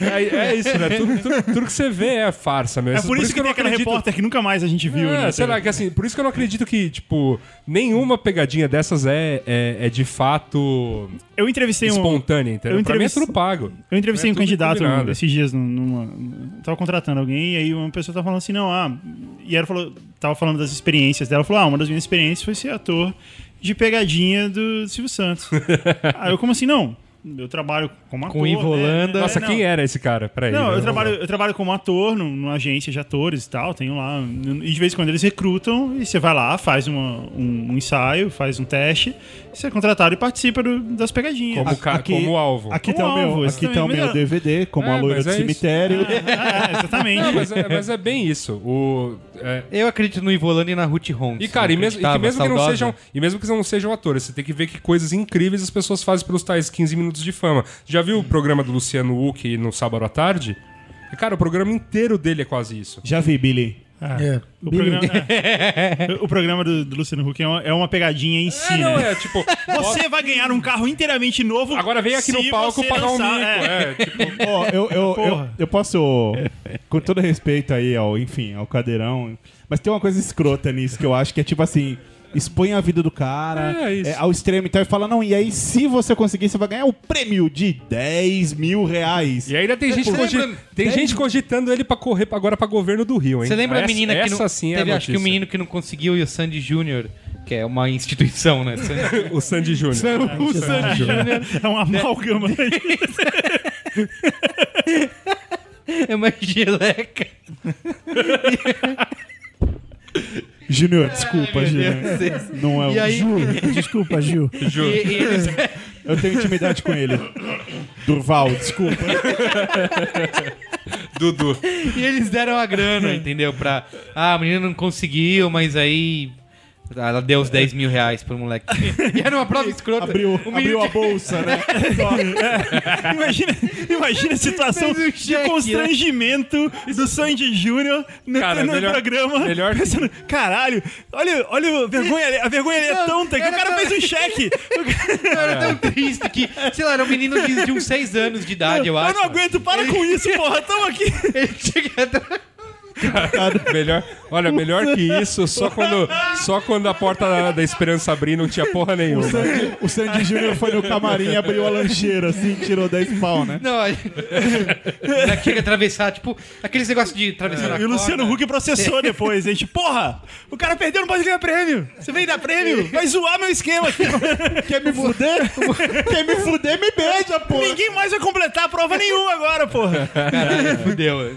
Speaker 4: é, é isso, né? Tudo, tudo- tudo que você vê é farsa mesmo.
Speaker 2: É por isso que tem aquela repórter que nunca mais a gente viu,
Speaker 4: É,
Speaker 2: né?
Speaker 4: sei lá, que assim, por isso que eu não acredito que, tipo, nenhuma pegadinha dessas é, é, é de fato
Speaker 2: Eu entrevistei um.
Speaker 4: espontânea, entendeu?
Speaker 2: eu
Speaker 4: Pra mim é
Speaker 2: entrevist-
Speaker 4: tudo pago.
Speaker 2: Eu entrevistei
Speaker 4: É
Speaker 2: um
Speaker 4: tudo
Speaker 2: candidato
Speaker 4: combinado.
Speaker 2: esses dias num- numa. Tava contratando alguém, e aí uma pessoa tava falando assim, não, ah. E ela falou, tava falando das experiências dela. Ela falou, ah, uma das minhas experiências foi ser ator de pegadinha do Silvio Santos. aí eu, como assim, não? Eu trabalho como ator.
Speaker 1: Com o Ivo
Speaker 2: né?
Speaker 1: Holanda.
Speaker 4: Nossa,
Speaker 2: não.
Speaker 4: quem era esse cara? Peraí.
Speaker 2: Não, eu
Speaker 4: vamos
Speaker 2: trabalho,
Speaker 4: lá.
Speaker 2: eu trabalho como ator num- numa agência de atores e tal, tenho lá. E de vez em quando eles recrutam e você vai lá, faz uma- um, um ensaio, faz um teste, você é contratado e participa do- das pegadinhas.
Speaker 4: Como, ca- como alvo.
Speaker 5: Aqui
Speaker 2: Como
Speaker 5: tá o
Speaker 2: alvo,
Speaker 5: meu,
Speaker 2: isso
Speaker 5: aqui tá o
Speaker 2: também é melhor.
Speaker 5: meu DVD, como
Speaker 4: É,
Speaker 5: a loira
Speaker 4: mas
Speaker 5: do
Speaker 4: é isso.
Speaker 5: cemitério.
Speaker 2: Ah, é, exatamente.
Speaker 4: Não, mas é, mas é bem isso. O, é,
Speaker 1: Eu acredito no Ivolando e na Ruth Holmes.
Speaker 4: E, cara, e
Speaker 1: Eu
Speaker 4: mesmo, e que
Speaker 1: acreditava,
Speaker 4: mesmo que não
Speaker 1: saudosa.
Speaker 4: sejam, e mesmo que não sejam atores, você tem que ver que coisas incríveis as pessoas fazem pelos tais 15 minutos de fama. Já viu o programa do Luciano Huck no sábado à tarde? E, Cara, o programa inteiro dele é quase isso.
Speaker 5: Já vi, Billy.
Speaker 3: É.
Speaker 2: O
Speaker 3: Billy-
Speaker 2: programa, é. O programa do, do Luciano Huck é uma, é uma pegadinha em si,
Speaker 4: É, não,
Speaker 2: né?
Speaker 4: é tipo.
Speaker 2: Você vai ganhar um carro inteiramente novo.
Speaker 4: Agora vem aqui
Speaker 2: se
Speaker 4: no palco
Speaker 2: você
Speaker 4: pagar um mico.
Speaker 2: dançar. É.
Speaker 4: É, tipo,
Speaker 5: Ó, eu, eu, eu,
Speaker 2: Porra.
Speaker 5: eu posso, com todo respeito aí ao, enfim, ao cadeirão, mas tem uma coisa escrota nisso que eu acho que é tipo assim. expõe a vida do cara
Speaker 4: É, isso.
Speaker 5: ao extremo e tal, e fala, não, e aí se você conseguir, você vai ganhar o prêmio de 10 mil reais.
Speaker 4: E ainda tem gente,
Speaker 1: Você
Speaker 4: cogi-
Speaker 1: lembra-
Speaker 4: tem
Speaker 1: tem-
Speaker 4: gente cogitando ele pra correr agora pra governo do Rio, hein?
Speaker 1: Você lembra a
Speaker 4: Essa-
Speaker 1: menina que
Speaker 4: essa
Speaker 1: não,
Speaker 4: sim é a
Speaker 1: teve acho que o
Speaker 4: notícia.
Speaker 1: menino que não conseguiu e o Sandy Júnior, que é uma instituição, né? Sandy-
Speaker 4: O Sandy Júnior.
Speaker 1: o Sandy Júnior
Speaker 2: É uma
Speaker 4: Né?
Speaker 2: amalgama.
Speaker 1: é uma geleca.
Speaker 5: Júnior, desculpa, Júnior. Não é o
Speaker 1: E aí-
Speaker 3: Ju, desculpa, Gil.
Speaker 1: E, e eles,
Speaker 5: Eu tenho intimidade com ele. Durval, desculpa.
Speaker 4: Dudu.
Speaker 1: e eles deram a grana, entendeu? Pra. Ah, a menina não conseguiu, mas aí. Ela deu os 10 mil reais pro moleque. E era uma prova escrota.
Speaker 5: Abriu,
Speaker 1: o menino
Speaker 5: abriu a bolsa, né?
Speaker 2: imagina, imagina a situação
Speaker 1: Fez um
Speaker 2: de
Speaker 1: cheque, né?
Speaker 2: constrangimento do Sandy Júnior no,
Speaker 4: Cara,
Speaker 1: Tá
Speaker 2: no
Speaker 4: melhor-
Speaker 2: programa.
Speaker 4: melhor-
Speaker 2: Pensando, caralho, olha, olha a vergonha, ali- a vergonha ali é tanta que o cara fez um cheque.
Speaker 1: era tão triste que, sei lá, era um menino de, de uns 6 anos Ah, de idade, eu
Speaker 2: Eu
Speaker 1: acho.
Speaker 2: não aguento, para com isso, porra, tamo aqui.
Speaker 1: Ele chega atrás.
Speaker 4: melhor, olha, melhor que isso, só quando, só quando a porta da, da esperança abrir não tinha porra nenhuma.
Speaker 5: O Sandy Júnior foi no camarim e abriu a lancheira, assim, tirou 10 pau, né?
Speaker 1: Não, ele ele chega a atravessar, tipo, aqueles negócios de atravessar na
Speaker 2: É. E o Luciano
Speaker 1: corda.
Speaker 2: Huck processou depois, gente. Porra, o cara perdeu, não pode ganhar prêmio. Você vem dar prêmio? Vai zoar meu esquema aqui.
Speaker 5: Quer me fuder? Quer me fuder, me beija, pô!
Speaker 2: Ninguém mais vai completar a prova nenhuma agora, porra.
Speaker 1: Caralho, fudeu.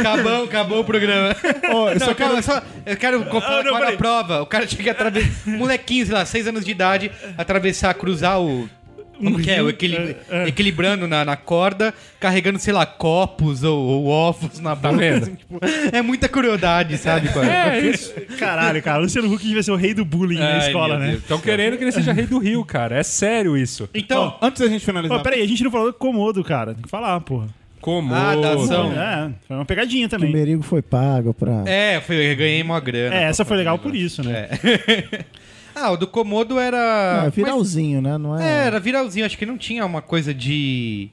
Speaker 1: acabou, acabou o programa.
Speaker 5: eu
Speaker 1: Não,
Speaker 5: só quero...
Speaker 1: calma, É. só- eu quero comprar
Speaker 2: Ah, não,
Speaker 1: a
Speaker 2: peraí.
Speaker 1: prova. O cara chega a atravessar. Molequinho, sei lá, 6 anos de idade, atravessar, cruzar o. Como que é? O equili- Equilibrando na, na corda, carregando, sei lá, copos ou, ou ovos na boca.
Speaker 4: Tá vendo?
Speaker 1: assim, tipo, é muita crueldade, sabe? com a-
Speaker 5: É
Speaker 2: Caralho, cara, o Luciano Huck devia ser o rei do bullying É. na
Speaker 1: Ai,
Speaker 2: escola,
Speaker 1: meu
Speaker 2: né?
Speaker 1: Deus.
Speaker 4: Estão querendo que ele seja rei do Rio, cara. É sério isso.
Speaker 1: Então,
Speaker 5: Antes da gente finalizar...
Speaker 2: Pô, peraí, a gente não falou do Comodo, cara. Tem que falar, porra.
Speaker 4: Como?
Speaker 1: Ah, da ação. Então.
Speaker 2: É, foi uma pegadinha
Speaker 3: O
Speaker 2: também.
Speaker 3: Merigo foi pago pra.
Speaker 1: é, foi, eu ganhei uma grana.
Speaker 2: É, essa foi legal por isso,
Speaker 1: É,
Speaker 2: né?
Speaker 1: Ah, o do Komodo era.
Speaker 3: Ah,
Speaker 1: Mas-
Speaker 3: viralzinho, né? Não
Speaker 1: É,
Speaker 3: é.
Speaker 1: era viralzinho, acho que não tinha uma coisa de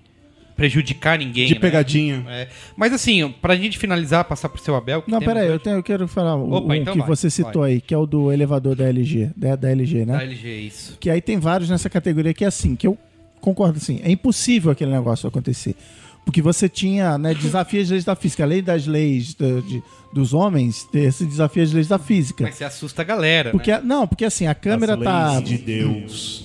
Speaker 1: prejudicar ninguém.
Speaker 5: De
Speaker 1: né?
Speaker 5: pegadinha.
Speaker 1: É. Mas assim, pra gente finalizar, passar pro seu Abel. que um
Speaker 3: Não,
Speaker 1: temos
Speaker 3: peraí, eu,
Speaker 1: hoje
Speaker 3: tenho, eu quero falar o
Speaker 1: Opa,
Speaker 3: um
Speaker 1: então
Speaker 3: que
Speaker 1: vai,
Speaker 3: você citou
Speaker 1: vai.
Speaker 3: aí, que é o do elevador da LG, da, da LG, né?
Speaker 1: da LG, isso.
Speaker 3: Que aí tem vários nessa categoria que é assim, que eu concordo assim, é impossível aquele negócio acontecer. Porque você tinha né, desafios às leis da física, a lei das leis do- de- dos homens, tem esse desafio às leis da física.
Speaker 1: Mas você assusta a galera.
Speaker 3: Porque,
Speaker 1: né?
Speaker 3: a- Não, porque assim, a câmera
Speaker 5: As
Speaker 3: tá.
Speaker 5: leis de Deus.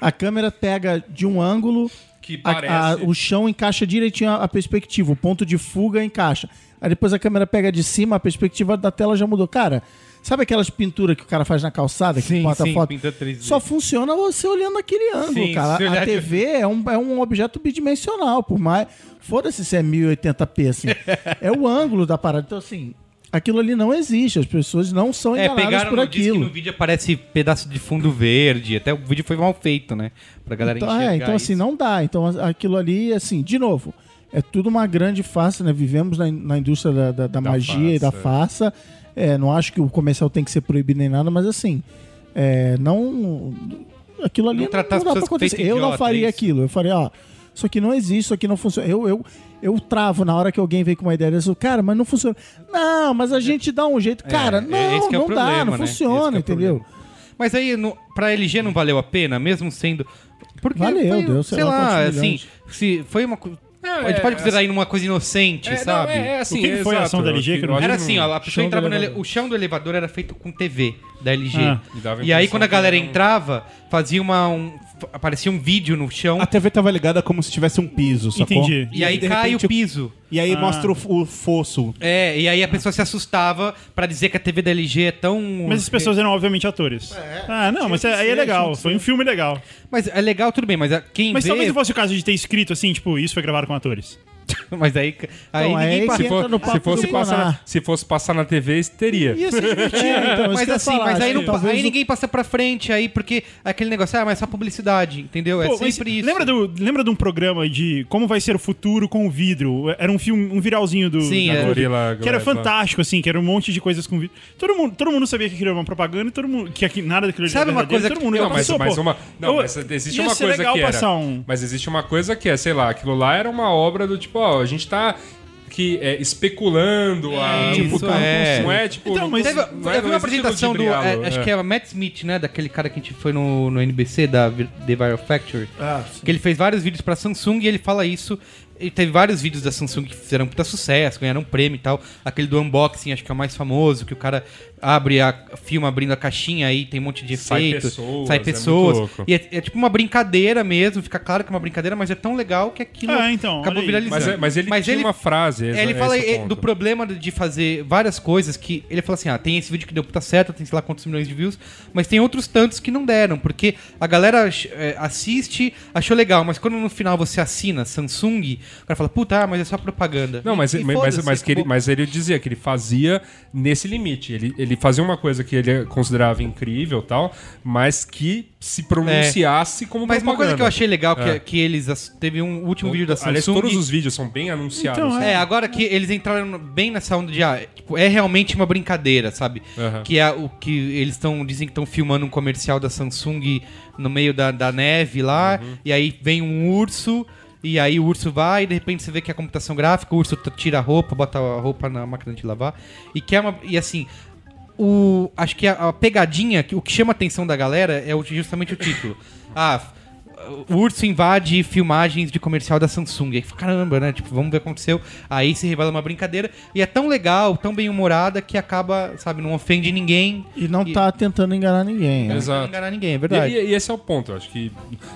Speaker 3: A câmera pega de um ângulo,
Speaker 4: Que
Speaker 3: a-
Speaker 4: parece.
Speaker 3: a- o chão encaixa direitinho a, a perspectiva, o ponto de fuga encaixa. Aí depois a câmera pega de cima, a perspectiva da tela já mudou. Cara, sabe aquelas pinturas que o cara faz na calçada, que
Speaker 1: Sim,
Speaker 3: bota
Speaker 1: sim,
Speaker 3: a foto?
Speaker 1: pinta 3D.
Speaker 3: Só funciona você olhando aquele ângulo,
Speaker 1: Sim, se
Speaker 3: cara.
Speaker 1: olhar
Speaker 3: A
Speaker 1: de-
Speaker 3: TV é um, é um objeto bidimensional, por mais. Foda-se se é 1080p, assim. é o ângulo da parada. Então, assim, aquilo ali não existe. As pessoas não são
Speaker 1: É,
Speaker 3: enganadas
Speaker 1: pegaram
Speaker 3: por
Speaker 1: no disco que
Speaker 3: aquilo.
Speaker 1: no vídeo aparece pedaço de fundo verde. Até o vídeo foi mal feito, né? Pra galera
Speaker 3: Então,
Speaker 1: enxergar
Speaker 3: é, então assim,
Speaker 1: isso.
Speaker 3: não dá. Então a- aquilo ali, assim, de novo, é tudo uma grande farsa, né? Vivemos na, in- na indústria da, da- da magia e da farsa. É, não acho que o comercial tem que ser proibido nem nada, mas assim, é, não. Aquilo ali
Speaker 1: Não
Speaker 3: não,
Speaker 1: tratar as
Speaker 3: não dá pra
Speaker 1: pessoas feito
Speaker 3: acontecer. Eu não
Speaker 1: idiota,
Speaker 3: faria
Speaker 1: é isso?
Speaker 3: aquilo. Eu faria, ó. Isso aqui não existe, isso aqui não funciona. Eu, eu, eu travo na hora que alguém vem com uma ideia dessa. eu, Cara, mas não funciona. Não, mas a gente dá um jeito. Cara, não,
Speaker 1: esse que é o
Speaker 3: não
Speaker 1: problema,
Speaker 3: dá, não
Speaker 1: né? Esse que
Speaker 3: funciona,
Speaker 1: é o
Speaker 3: entendeu?
Speaker 1: Mas aí, no, pra LG não valeu a pena, mesmo sendo. Porque
Speaker 3: Valeu,
Speaker 1: foi,
Speaker 3: deu,
Speaker 1: sei,
Speaker 3: sei lá,
Speaker 1: lá,
Speaker 3: quantos
Speaker 1: assim,
Speaker 3: milhões.
Speaker 1: se foi uma coisa. A
Speaker 4: é,
Speaker 1: gente pode considerar
Speaker 4: assim-
Speaker 1: aí numa coisa inocente,
Speaker 4: É, não,
Speaker 1: sabe?
Speaker 4: é, é assim,
Speaker 2: O que que foi a
Speaker 4: exato.
Speaker 2: ação da LG que não-
Speaker 1: Era assim, ó, a pessoa
Speaker 3: Chão do
Speaker 1: entrava no ele-
Speaker 3: elevador.
Speaker 1: o chão do elevador era feito com TV da LG.
Speaker 2: Ah.
Speaker 4: E dava a
Speaker 1: e aí
Speaker 4: impressão
Speaker 1: quando a
Speaker 4: que
Speaker 1: galera
Speaker 4: era um-
Speaker 1: entrava, fazia uma um, f- aparecia um vídeo no chão
Speaker 5: A TV tava ligada como se tivesse um piso, sacou?
Speaker 2: Entendi.
Speaker 1: e aí
Speaker 5: de
Speaker 1: cai
Speaker 5: repente
Speaker 1: o piso.
Speaker 5: E aí mostra o, f- o
Speaker 3: Tá
Speaker 5: fosso.
Speaker 1: É, e aí a pessoa se assustava pra dizer que a TV da LG é tão
Speaker 2: Mas as pessoas eram, obviamente, atores. ah, não, mas aí é legal. Foi um filme legal.
Speaker 1: Mas é legal tudo bem, mas a- quem
Speaker 2: Mas
Speaker 1: vê
Speaker 2: talvez não fosse o caso de ter escrito assim, tipo, isso foi gravado com atores.
Speaker 1: mas aí aí
Speaker 3: Então,
Speaker 1: ninguém
Speaker 3: aí
Speaker 1: pa-
Speaker 3: que
Speaker 4: Se, for-
Speaker 3: entra no papo
Speaker 4: se fosse
Speaker 3: do
Speaker 4: passar,
Speaker 3: Bonar.
Speaker 4: se fosse passar na TV, isso teria.
Speaker 3: Isso, divertia, assim então, isso
Speaker 1: mas
Speaker 3: que eu ia
Speaker 1: assim,
Speaker 3: falar,
Speaker 1: mas
Speaker 3: acho
Speaker 1: aí,
Speaker 3: que
Speaker 1: não, pa-
Speaker 3: talvez
Speaker 1: aí
Speaker 3: o-
Speaker 1: ninguém passa pra frente aí porque aquele negócio, ah, mas é só publicidade, entendeu?
Speaker 2: Pô,
Speaker 1: é
Speaker 2: mas
Speaker 1: sempre isso.
Speaker 2: Lembra, do, lembra de um programa de Como Vai Ser o Futuro com o Vidro? Era um filme, um viralzinho do.
Speaker 1: Sim,
Speaker 2: da
Speaker 1: é.
Speaker 2: Globo,
Speaker 4: Gorila-
Speaker 2: que era
Speaker 4: Gorila-
Speaker 2: fantástico, assim, que era um monte de coisas com vidro. Todo mundo, todo mundo sabia que aquilo era uma propaganda e todo mundo. Que aqui, nada daquilo
Speaker 1: Sabe
Speaker 2: era
Speaker 1: uma
Speaker 2: verdadeiro,
Speaker 1: coisa
Speaker 2: todo
Speaker 1: que-
Speaker 2: mundo
Speaker 4: Não,
Speaker 2: já
Speaker 4: mas,
Speaker 2: pensou,
Speaker 4: mas
Speaker 2: pô,
Speaker 4: uma, não,
Speaker 2: eu-
Speaker 4: mas existe
Speaker 2: ia
Speaker 4: uma
Speaker 2: ser
Speaker 4: coisa
Speaker 2: legal
Speaker 4: que era.
Speaker 2: passar um-
Speaker 4: Mas existe uma coisa que é, sei lá, aquilo lá era uma obra do tipo, ó, a gente tá que é, especulando a.
Speaker 1: Isso,
Speaker 4: tipo,
Speaker 1: é.
Speaker 4: Não é tipo.
Speaker 2: Então, mas
Speaker 4: não
Speaker 1: Teve,
Speaker 4: é- não é
Speaker 1: eu vi uma
Speaker 4: no
Speaker 1: apresentação do.
Speaker 4: sentido de
Speaker 1: é,
Speaker 4: brilhá-lo,
Speaker 1: acho que é o Matt Smith, né? Daquele cara que a gente foi no, no NBC da Vir- The Viral Factory.
Speaker 3: Ah,
Speaker 1: que ele fez vários vídeos pra Samsung e ele fala isso. E teve vários vídeos da Samsung que fizeram puta sucesso, ganharam um prêmio e tal. Aquele do unboxing, acho que é o mais famoso, que o cara abre a filma abrindo a caixinha aí, tem um monte de
Speaker 4: Sai
Speaker 1: efeito.
Speaker 4: pessoas,
Speaker 1: sai
Speaker 4: é muito
Speaker 1: pessoas.
Speaker 4: louco.
Speaker 1: e é, é tipo uma brincadeira mesmo, fica claro que é uma brincadeira, mas é tão legal que aquilo
Speaker 2: Ah, então, olha
Speaker 1: acabou
Speaker 2: aí.
Speaker 1: viralizando.
Speaker 4: Mas, é- mas ele tinha uma frase.
Speaker 1: É, ele
Speaker 4: esse
Speaker 1: fala
Speaker 4: é
Speaker 1: eh,
Speaker 4: o
Speaker 1: do
Speaker 4: ponto.
Speaker 1: problema de fazer várias coisas que ele fala assim: ah, tem esse vídeo que deu puta certo, tem sei lá quantos milhões de views, mas tem outros tantos que não deram, porque a galera eh, assiste, achou legal, mas quando no final você assina Samsung, o cara fala, puta, ah, mas é só propaganda.
Speaker 4: Não, mas,
Speaker 1: E- e
Speaker 4: mas, mas,
Speaker 1: foda-se,
Speaker 4: mas que ele,
Speaker 1: acabou.
Speaker 4: mas ele dizia que ele fazia nesse limite. Ele, ele fazia uma coisa que ele considerava incrível e tal, mas que se pronunciasse como
Speaker 1: É. Mas uma coisa que eu achei legal que,
Speaker 4: É.
Speaker 1: que eles. ass- Teve um último vídeo da Samsung.
Speaker 4: Aliás, todos os vídeos são bem anunciados.
Speaker 2: Então,
Speaker 4: né?
Speaker 1: É, agora que eles entraram no- bem nessa onda de, ah, é, tipo, é realmente uma brincadeira, sabe?
Speaker 4: Aham.
Speaker 1: Que é o que eles estão, dizem que estão filmando um comercial da Samsung no meio da, da neve lá, e aí vem um urso, e aí o urso vai, e de repente você vê que é computação gráfica, o urso t- tira a roupa, bota a roupa na máquina de lavar, e que é uma, e assim... O, acho que a, a pegadinha, que- o que chama a atenção da galera é o- justamente o título. Ah, o urso invade filmagens de comercial da Samsung. Aí, fala, caramba, né? Tipo, vamos ver o que aconteceu. Aí se revela uma brincadeira. E é tão legal, tão bem humorada, que acaba, sabe, não ofende ninguém.
Speaker 3: E não tá tentando enganar ninguém. né?
Speaker 1: Não
Speaker 4: Exato.
Speaker 1: enganar ninguém, é
Speaker 4: E,
Speaker 1: verdade.
Speaker 4: e- e esse é o ponto, eu acho que.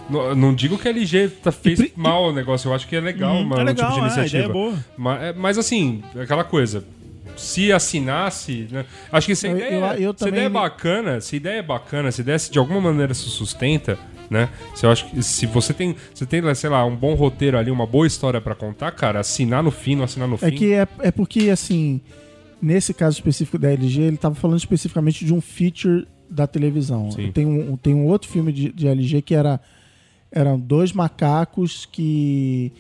Speaker 4: Não, não digo que a LG tá- fez mal o negócio, eu acho que é legal,
Speaker 2: Uhum,
Speaker 4: mano,
Speaker 2: é
Speaker 4: um
Speaker 2: legal,
Speaker 4: tipo
Speaker 2: é,
Speaker 4: de
Speaker 2: a
Speaker 4: iniciativa.
Speaker 2: ideia é boa.
Speaker 4: Ma- é, Mas, assim, aquela coisa. Se assinasse, né? Acho que se a
Speaker 3: Eu-
Speaker 4: ideia,
Speaker 3: eu- eu
Speaker 4: se a
Speaker 3: também-
Speaker 4: ideia é bacana, se a ideia é bacana, se a ideia se de alguma maneira se sustenta, né? Se eu acho que se você tem, você tem, sei lá, um bom roteiro ali, uma boa história pra contar, cara, assinar no fim, não assinar no fim.
Speaker 3: É que é, é porque, assim, nesse caso específico da LG, ele tava falando especificamente de um feature da televisão.
Speaker 4: Sim.
Speaker 3: Tem um, tem um outro filme de, de LG que era eram dois macacos que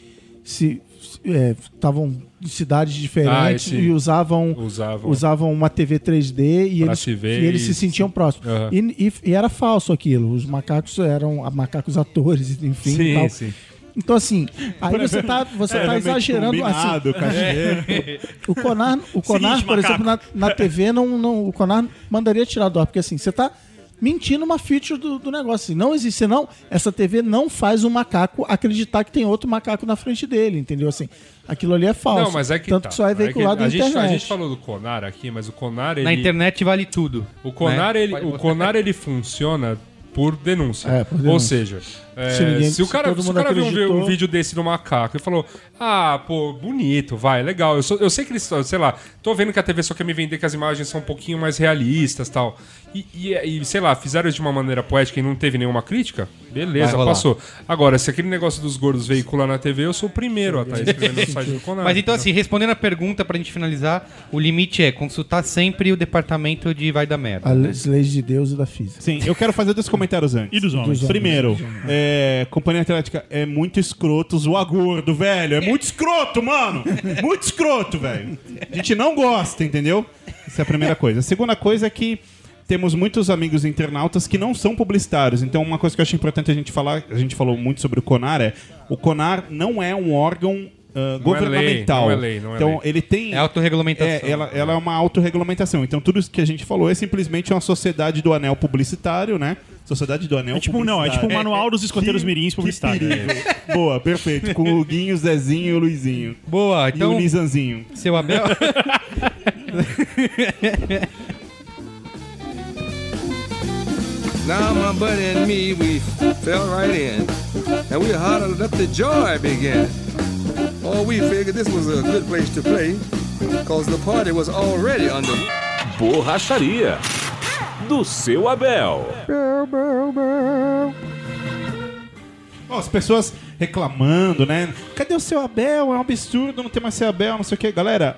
Speaker 3: se se- é, estavam em cidades
Speaker 4: Ah,
Speaker 3: diferentes
Speaker 4: esse-
Speaker 3: e usavam
Speaker 4: Usavam.
Speaker 3: usavam uma TV 3D e
Speaker 4: Pra
Speaker 3: eles
Speaker 4: se
Speaker 3: se,
Speaker 4: ver
Speaker 3: e eles
Speaker 4: e-
Speaker 3: se sentiam próximos.
Speaker 4: Aham.
Speaker 3: E, e- e era falso aquilo. Os macacos eram ah, macacos atores, enfim. e tal.
Speaker 4: sim.
Speaker 3: Então, assim, aí você tá, você tá exagerando. Assim,
Speaker 5: Combinado, cachê.
Speaker 3: o Conar, o Conar por
Speaker 2: macaco.
Speaker 3: exemplo, na, na TV, não, não, o Conar mandaria tirar do ar, porque assim, você tá mentindo uma feature do, do negócio. Assim, não existe, senão essa TV não faz um macaco acreditar que tem outro macaco na frente dele, entendeu? Assim, aquilo ali é falso.
Speaker 4: Não, mas é que
Speaker 3: Tanto
Speaker 4: tá.
Speaker 3: que só é veiculado
Speaker 4: a
Speaker 3: na
Speaker 4: gente, tá
Speaker 3: internet.
Speaker 4: A gente falou do Conar aqui, mas o Conar ele
Speaker 1: Na internet vale tudo.
Speaker 4: O Conar,
Speaker 1: né?
Speaker 4: ele,
Speaker 1: Pode
Speaker 4: o
Speaker 1: botar.
Speaker 4: Conar ele funciona por denúncia.
Speaker 3: É, por
Speaker 4: Ou
Speaker 3: denúncia.
Speaker 4: seja, é, se,
Speaker 3: Se ninguém-
Speaker 4: o
Speaker 3: se
Speaker 4: cara,
Speaker 3: todo
Speaker 4: se o
Speaker 3: mundo
Speaker 4: cara viu um vi- um,
Speaker 3: acreditou.
Speaker 4: vídeo desse do macaco e falou: Ah, pô, bonito, vai, legal. Eu, sou- eu sei que eles, sei lá, tô vendo que a TV só quer me vender que as imagens são um pouquinho mais realistas tal. E, e- e, sei lá, fizeram de uma maneira poética e não teve nenhuma crítica?
Speaker 1: Vai
Speaker 4: Beleza,
Speaker 1: rolar.
Speaker 4: passou. Agora, se aquele negócio dos gordos veicular na TV, eu sou o primeiro a estar escrevendo no site do Conar.
Speaker 1: Mas então, assim, respondendo a pergunta pra gente finalizar, o limite é consultar sempre o departamento de vai da merda.
Speaker 3: As leis de Deus e da física.
Speaker 5: Sim, eu quero fazer dois comentários antes.
Speaker 2: E dos homens.
Speaker 5: Primeiro, é, Companhia Atlética é muito escroto zoar gordo, velho. É muito escroto, mano. Muito escroto, velho. A gente não gosta, entendeu? Essa é a primeira coisa. A segunda coisa é que temos muitos amigos internautas que não são publicitários. Então, uma coisa que eu acho importante a gente falar, a gente falou muito sobre o CONAR, é o CONAR não é um órgão ah,
Speaker 4: Não é lei,
Speaker 5: governamental.
Speaker 4: não é lei, não é
Speaker 5: então,
Speaker 4: lei.
Speaker 5: ele tem...
Speaker 1: É autorregulamentação.
Speaker 5: É, ela, ela é uma autorregulamentação. Então, tudo isso que a gente falou é simplesmente uma sociedade do anel publicitário, né? Sociedade do anel
Speaker 2: É tipo, não, é tipo o manual dos escoteiros mirins publicitários.
Speaker 5: publicitário. Boa, perfeito. Com o Guinho, Zezinho, Luizinho.
Speaker 1: Boa,
Speaker 5: E
Speaker 1: então,
Speaker 5: o Nizanzinho.
Speaker 1: seu Abel.
Speaker 7: Now my buddy and me, we fell right in. And we hollered let the joy begin. Oh, we figured this was a good place to play, cause the party was already under.
Speaker 8: Borracharia do seu Abel.
Speaker 5: Ó, as pessoas reclamando, né? Cadê o seu Abel? É um absurdo não ter mais seu Abel, não sei o quê. Galera,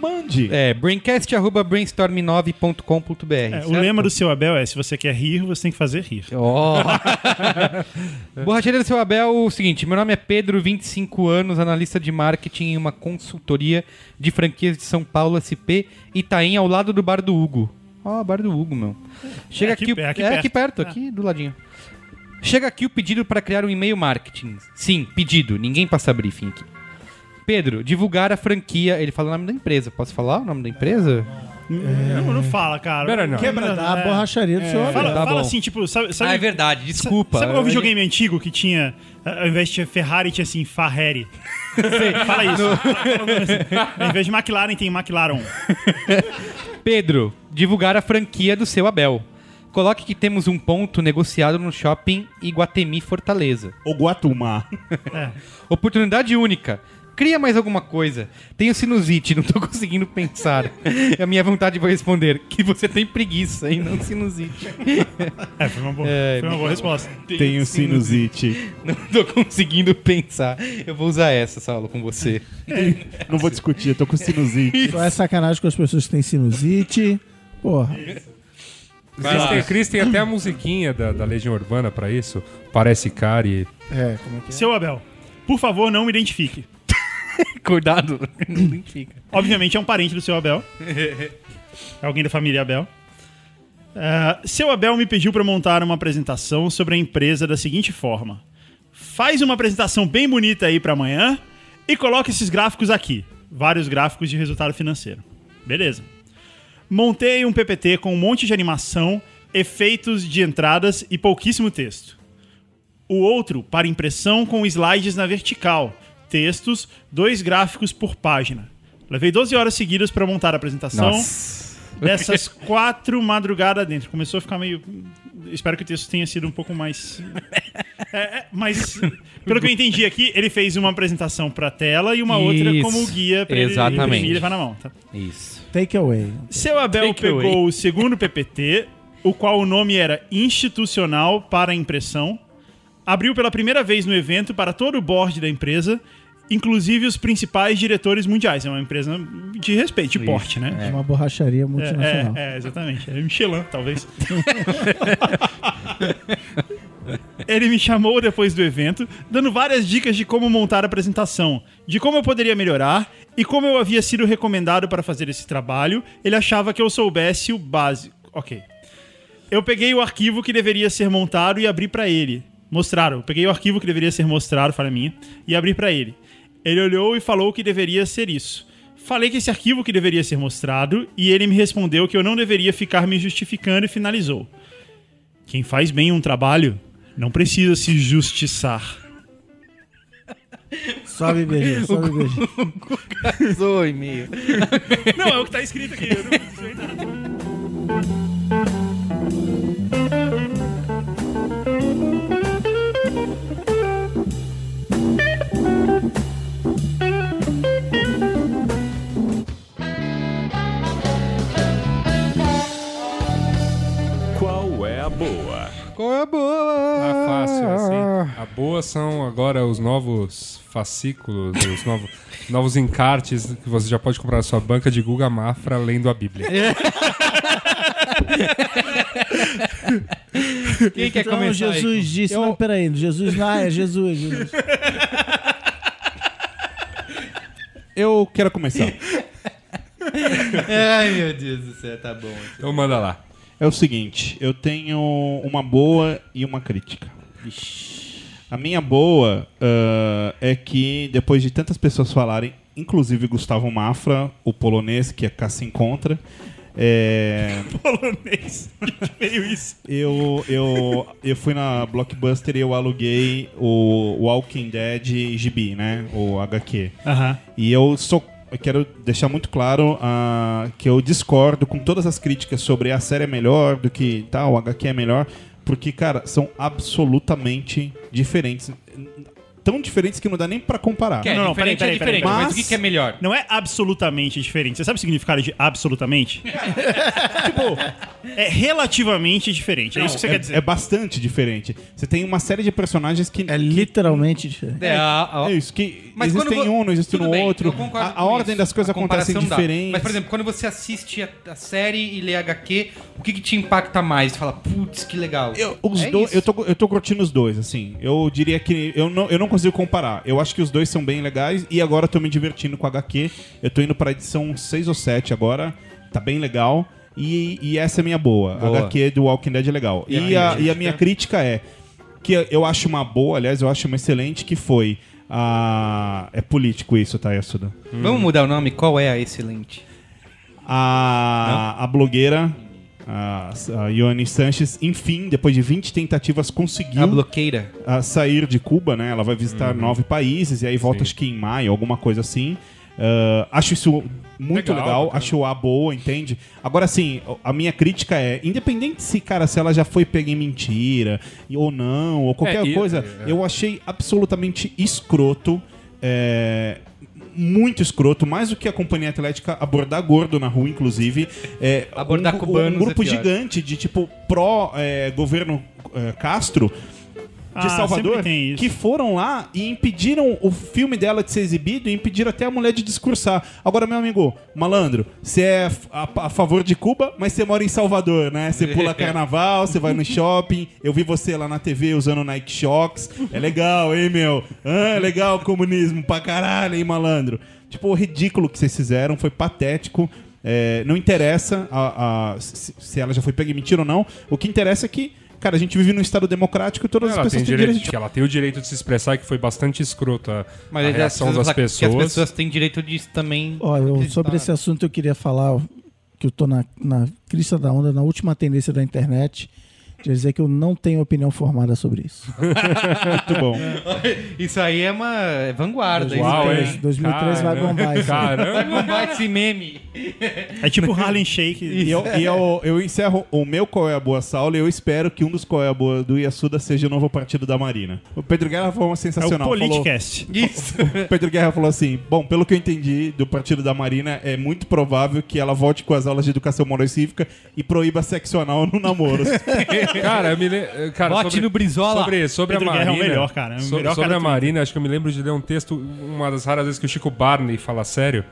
Speaker 5: mande.
Speaker 1: É, braincast.brainstorm9.com.br.
Speaker 2: É, o
Speaker 1: certo?
Speaker 2: lema do seu Abel é: se você quer rir, você tem que fazer rir.
Speaker 1: Ó! Borracharia do seu Abel, o seguinte: meu nome é Pedro, 25 anos, analista de marketing em uma consultoria de franquias de São Paulo SP, Itaim, tá ao lado do bar do Hugo. Ó, bar do Hugo, meu. Chega
Speaker 2: É aqui
Speaker 1: aqui,
Speaker 2: pe- é aqui
Speaker 1: é aqui perto, aqui do ladinho. Chega aqui o pedido para criar um e-mail marketing. Sim, pedido, ninguém passa briefing aqui. Pedro, divulgar a franquia. Ele fala o nome da empresa. Posso falar o nome da empresa?
Speaker 2: É. Não, não fala, cara.
Speaker 4: Pera, não.
Speaker 3: Quebra da
Speaker 2: é.
Speaker 3: borracharia do senhor.
Speaker 2: Fala,
Speaker 1: Tá
Speaker 2: fala
Speaker 1: bom.
Speaker 2: assim, tipo, sabe. sabe
Speaker 1: Ah, é verdade, desculpa.
Speaker 2: Sabe qual é videogame antigo que tinha. Ao invés de tinha Ferrari, tinha assim, Ferrari. Fala isso. Ao invés de McLaren, tem McLaren.
Speaker 1: Pedro, divulgar a franquia do seu Abel. Coloque que temos um ponto negociado no shopping Iguatemi Fortaleza.
Speaker 5: O Guatumá.
Speaker 1: Oportunidade única. Cria mais alguma coisa. Tenho sinusite, não tô conseguindo pensar. A minha vontade foi responder que você tem preguiça e não sinusite.
Speaker 2: É, foi uma boa,
Speaker 1: É,
Speaker 2: foi uma boa resposta.
Speaker 5: Tenho sinusite.
Speaker 1: Não tô conseguindo pensar. Eu vou usar essa, Saulo, com você.
Speaker 5: Não vou discutir, eu tô com sinusite.
Speaker 3: Só é sacanagem com as pessoas que têm sinusite. Porra.
Speaker 4: Chris tem, Chris tem até a musiquinha da, da Legião Urbana pra isso. Parece Cari.
Speaker 3: É, como é que é?
Speaker 2: Seu Abel, por favor, não me identifique.
Speaker 1: Cuidado, não identifica.
Speaker 2: Obviamente é um parente do seu Abel. É alguém da família Abel. Ah, seu Abel me pediu para montar uma apresentação sobre a empresa da seguinte forma: faz uma apresentação bem bonita aí para amanhã e coloca esses gráficos aqui, vários gráficos de resultado financeiro. Beleza. Montei um PPT com um monte de animação, efeitos de entradas e pouquíssimo texto. O outro para impressão com slides na vertical, textos, dois gráficos por página. Levei 12 horas seguidas para montar a apresentação. Dessas quatro madrugadas dentro. Começou a ficar meio. Espero que o texto tenha sido um pouco mais. É, é, mas, pelo que eu entendi aqui, ele fez uma apresentação para tela e uma outra
Speaker 1: Isso,
Speaker 2: como guia para ele
Speaker 1: exatamente.
Speaker 2: imprimir e levar na mão. Tá?
Speaker 1: Isso.
Speaker 3: Take away.
Speaker 2: Seu Abel
Speaker 1: Take
Speaker 2: pegou
Speaker 1: away.
Speaker 2: o segundo PPT, o qual o nome era Institucional para Impressão, abriu pela primeira vez no evento para todo o board da empresa, inclusive os principais diretores mundiais. É uma empresa de respeito, de porte, né?
Speaker 3: Uma borracharia multinacional.
Speaker 2: É, é, exatamente. É Michelin, talvez. Ele me chamou depois do evento, dando várias dicas de como montar a apresentação, de como eu poderia melhorar e como eu havia sido recomendado para fazer esse trabalho. Ele achava que eu soubesse o básico. Ok. Eu peguei o arquivo que deveria ser montado e abri para ele. Mostraram. Eu peguei o arquivo que deveria ser mostrado, falha minha, e abri para ele. Ele olhou e falou que deveria ser isso. Falei que esse arquivo que deveria ser mostrado e ele me respondeu que eu não deveria ficar me justificando e finalizou. Quem faz bem um trabalho não precisa se justiçar.
Speaker 3: Sobe beijo, sobe beijo.
Speaker 1: Sou e-mail.
Speaker 2: Não, é o que tá escrito aqui. eu não-
Speaker 8: Qual é a boa?
Speaker 1: Qual é a boa?
Speaker 4: Ah, fácil, assim. A boa são agora os novos fascículos, os novos, novos encartes que você já pode comprar na sua banca de Guga Mafra lendo a Bíblia.
Speaker 1: Quem quer
Speaker 3: Então,
Speaker 1: começar aí?
Speaker 3: Jesus disse. Não, peraí, Jesus. Não, é Jesus, Jesus.
Speaker 5: Eu quero começar.
Speaker 1: Ai, meu Deus do céu, tá bom.
Speaker 4: Então manda lá.
Speaker 5: É o seguinte, eu tenho uma boa e uma crítica. A minha boa ah, é que depois de tantas pessoas falarem, inclusive Gustavo Mafra, o polonês que a cá se encontra, é,
Speaker 2: Polonês. Que Veio isso.
Speaker 5: eu, eu, eu fui na Blockbuster e eu aluguei o Walking Dead GB, né? O HQ.
Speaker 2: Aham.
Speaker 5: E eu sou. Eu quero deixar muito claro ah, que eu discordo com todas as críticas sobre a série é melhor do que tal, o HQ é melhor, porque, cara, são absolutamente diferentes. Tão diferentes que não dá nem pra comparar.
Speaker 1: é
Speaker 2: Não, não,
Speaker 1: diferente,
Speaker 2: peraí,
Speaker 1: é
Speaker 2: peraí, peraí.
Speaker 1: diferente. Mas o que, que é melhor?
Speaker 2: Não é absolutamente diferente. Você sabe o significado de absolutamente? tipo, é relativamente diferente. é isso que você
Speaker 5: é,
Speaker 2: quer dizer.
Speaker 5: é bastante diferente. Você tem uma série de personagens que.
Speaker 3: É literalmente diferente.
Speaker 1: É, a- a-
Speaker 5: É isso, que
Speaker 1: Mas
Speaker 5: existe
Speaker 1: quando
Speaker 5: em
Speaker 1: vo-
Speaker 5: um, não existe
Speaker 1: Tudo
Speaker 5: no
Speaker 1: bem,
Speaker 5: outro.
Speaker 1: eu concordo
Speaker 5: A, a
Speaker 1: com
Speaker 5: ordem
Speaker 1: isso.
Speaker 5: das coisas
Speaker 1: A
Speaker 5: acontecem
Speaker 1: comparação dá.
Speaker 5: diferentes.
Speaker 1: Mas, por exemplo, quando você assiste a, a série e lê HQ, o que, que te impacta mais? Você fala, putz, que legal.
Speaker 5: Eu, os
Speaker 1: É
Speaker 5: dois-
Speaker 1: isso.
Speaker 5: eu, tô, eu tô curtindo os dois, assim. Eu diria que. Eu não, eu não consigo comparar. Eu acho que os dois são bem legais e agora eu tô me divertindo com a HQ. Eu tô indo pra edição 6 ou 7 agora. Tá bem legal. E, e essa é minha boa.
Speaker 1: Boa.
Speaker 5: HQ do Walking Dead é legal. E, a, e a minha crítica é. Que eu acho uma boa, aliás, eu acho uma excelente, que foi. a. É político isso, tá, Yasuda?
Speaker 1: Vamos mudar o nome? Qual é a excelente?
Speaker 5: A, a blogueira, a, a Ione Sanches, enfim, depois de 20 tentativas,
Speaker 1: A
Speaker 5: conseguiu
Speaker 1: bloqueira.
Speaker 5: a sair de Cuba, né? Ela vai visitar
Speaker 4: Uhum.
Speaker 5: nove países e aí volta, acho que em maio, alguma coisa assim. Ah, acho isso muito
Speaker 4: Legal,
Speaker 5: legal,
Speaker 4: bacana.
Speaker 5: acho a boa, entende? Agora, assim, a minha crítica é: independente se, cara, se ela já foi pega em mentira e- ou não, ou qualquer
Speaker 4: É, e-
Speaker 5: coisa,
Speaker 4: é.
Speaker 5: eu achei absolutamente escroto. é, muito escroto, mais do que a companhia atlética abordar gordo na rua, inclusive. é,
Speaker 1: Abordar
Speaker 5: um, gru-
Speaker 1: cubanos
Speaker 5: Um grupo
Speaker 1: é pior.
Speaker 5: gigante de tipo pró-governo é, Castro de
Speaker 2: Ah,
Speaker 5: Salvador
Speaker 2: sempre tem isso.
Speaker 5: que foram lá e impediram o filme dela de ser exibido e impediram até a mulher de discursar. Agora, meu amigo, malandro, você é f- a, a favor de Cuba, mas você mora em Salvador, né? Você pula carnaval, você vai no shopping. Eu vi você lá na TV usando Nike Shocks. É legal, hein, meu? Ah, é legal o comunismo pra caralho, hein, malandro? Tipo, o ridículo que vocês fizeram, foi patético. É, não interessa a- a- se, se ela já foi pega em mentira ou não. O que interessa é que, cara, a gente vive num Estado democrático e todas as
Speaker 4: Ela tem,
Speaker 5: pessoas têm
Speaker 4: direito,
Speaker 5: direito de
Speaker 4: que ela tem o direito de se expressar e que foi bastante escroto a, a
Speaker 1: eu já preciso
Speaker 4: reação das
Speaker 1: falar é que
Speaker 4: pessoas.
Speaker 1: as pessoas têm direito de também.
Speaker 3: Olha, eu-
Speaker 1: acreditar.
Speaker 3: sobre esse assunto eu queria falar ó, que eu tô na, na crista da onda, na última tendência da internet, de dizer que eu não tenho opinião formada sobre isso.
Speaker 5: Muito bom.
Speaker 1: Isso aí é uma é vanguarda. isso né?
Speaker 4: Uau,
Speaker 5: é
Speaker 1: aí.
Speaker 4: hein?
Speaker 3: 2003 vai bombar isso.
Speaker 1: Vai
Speaker 4: Caramba!
Speaker 1: bombar esse meme.
Speaker 2: É tipo Harlem Shake.
Speaker 5: E eu, e eu, eu encerro o meu Qual é a Boa Saula e eu espero que um dos Qual é a Boa do Iassuda seja o novo partido da Marina. O Pedro Guerra falou uma
Speaker 2: É o
Speaker 5: sensacional. falou,
Speaker 2: Politcast.
Speaker 1: Isso.
Speaker 5: o Pedro Guerra falou assim: Bom, pelo que eu entendi do partido da Marina, é muito provável que ela volte com as aulas de educação moral e cívica e proíba sexo anal no namoro.
Speaker 4: Cara, eu me lembro. Cara,
Speaker 1: Bote
Speaker 4: sobre,
Speaker 1: no Brizola.
Speaker 4: Sobre, sobre
Speaker 2: Pedro
Speaker 4: a
Speaker 2: Guerra é
Speaker 4: Marina.
Speaker 2: o melhor, cara, é o
Speaker 4: so-
Speaker 2: melhor
Speaker 4: sobre
Speaker 2: cara
Speaker 4: a
Speaker 2: do
Speaker 4: Marina, acho que eu me lembro de ler um texto, uma das raras vezes que o Chico Barney fala sério,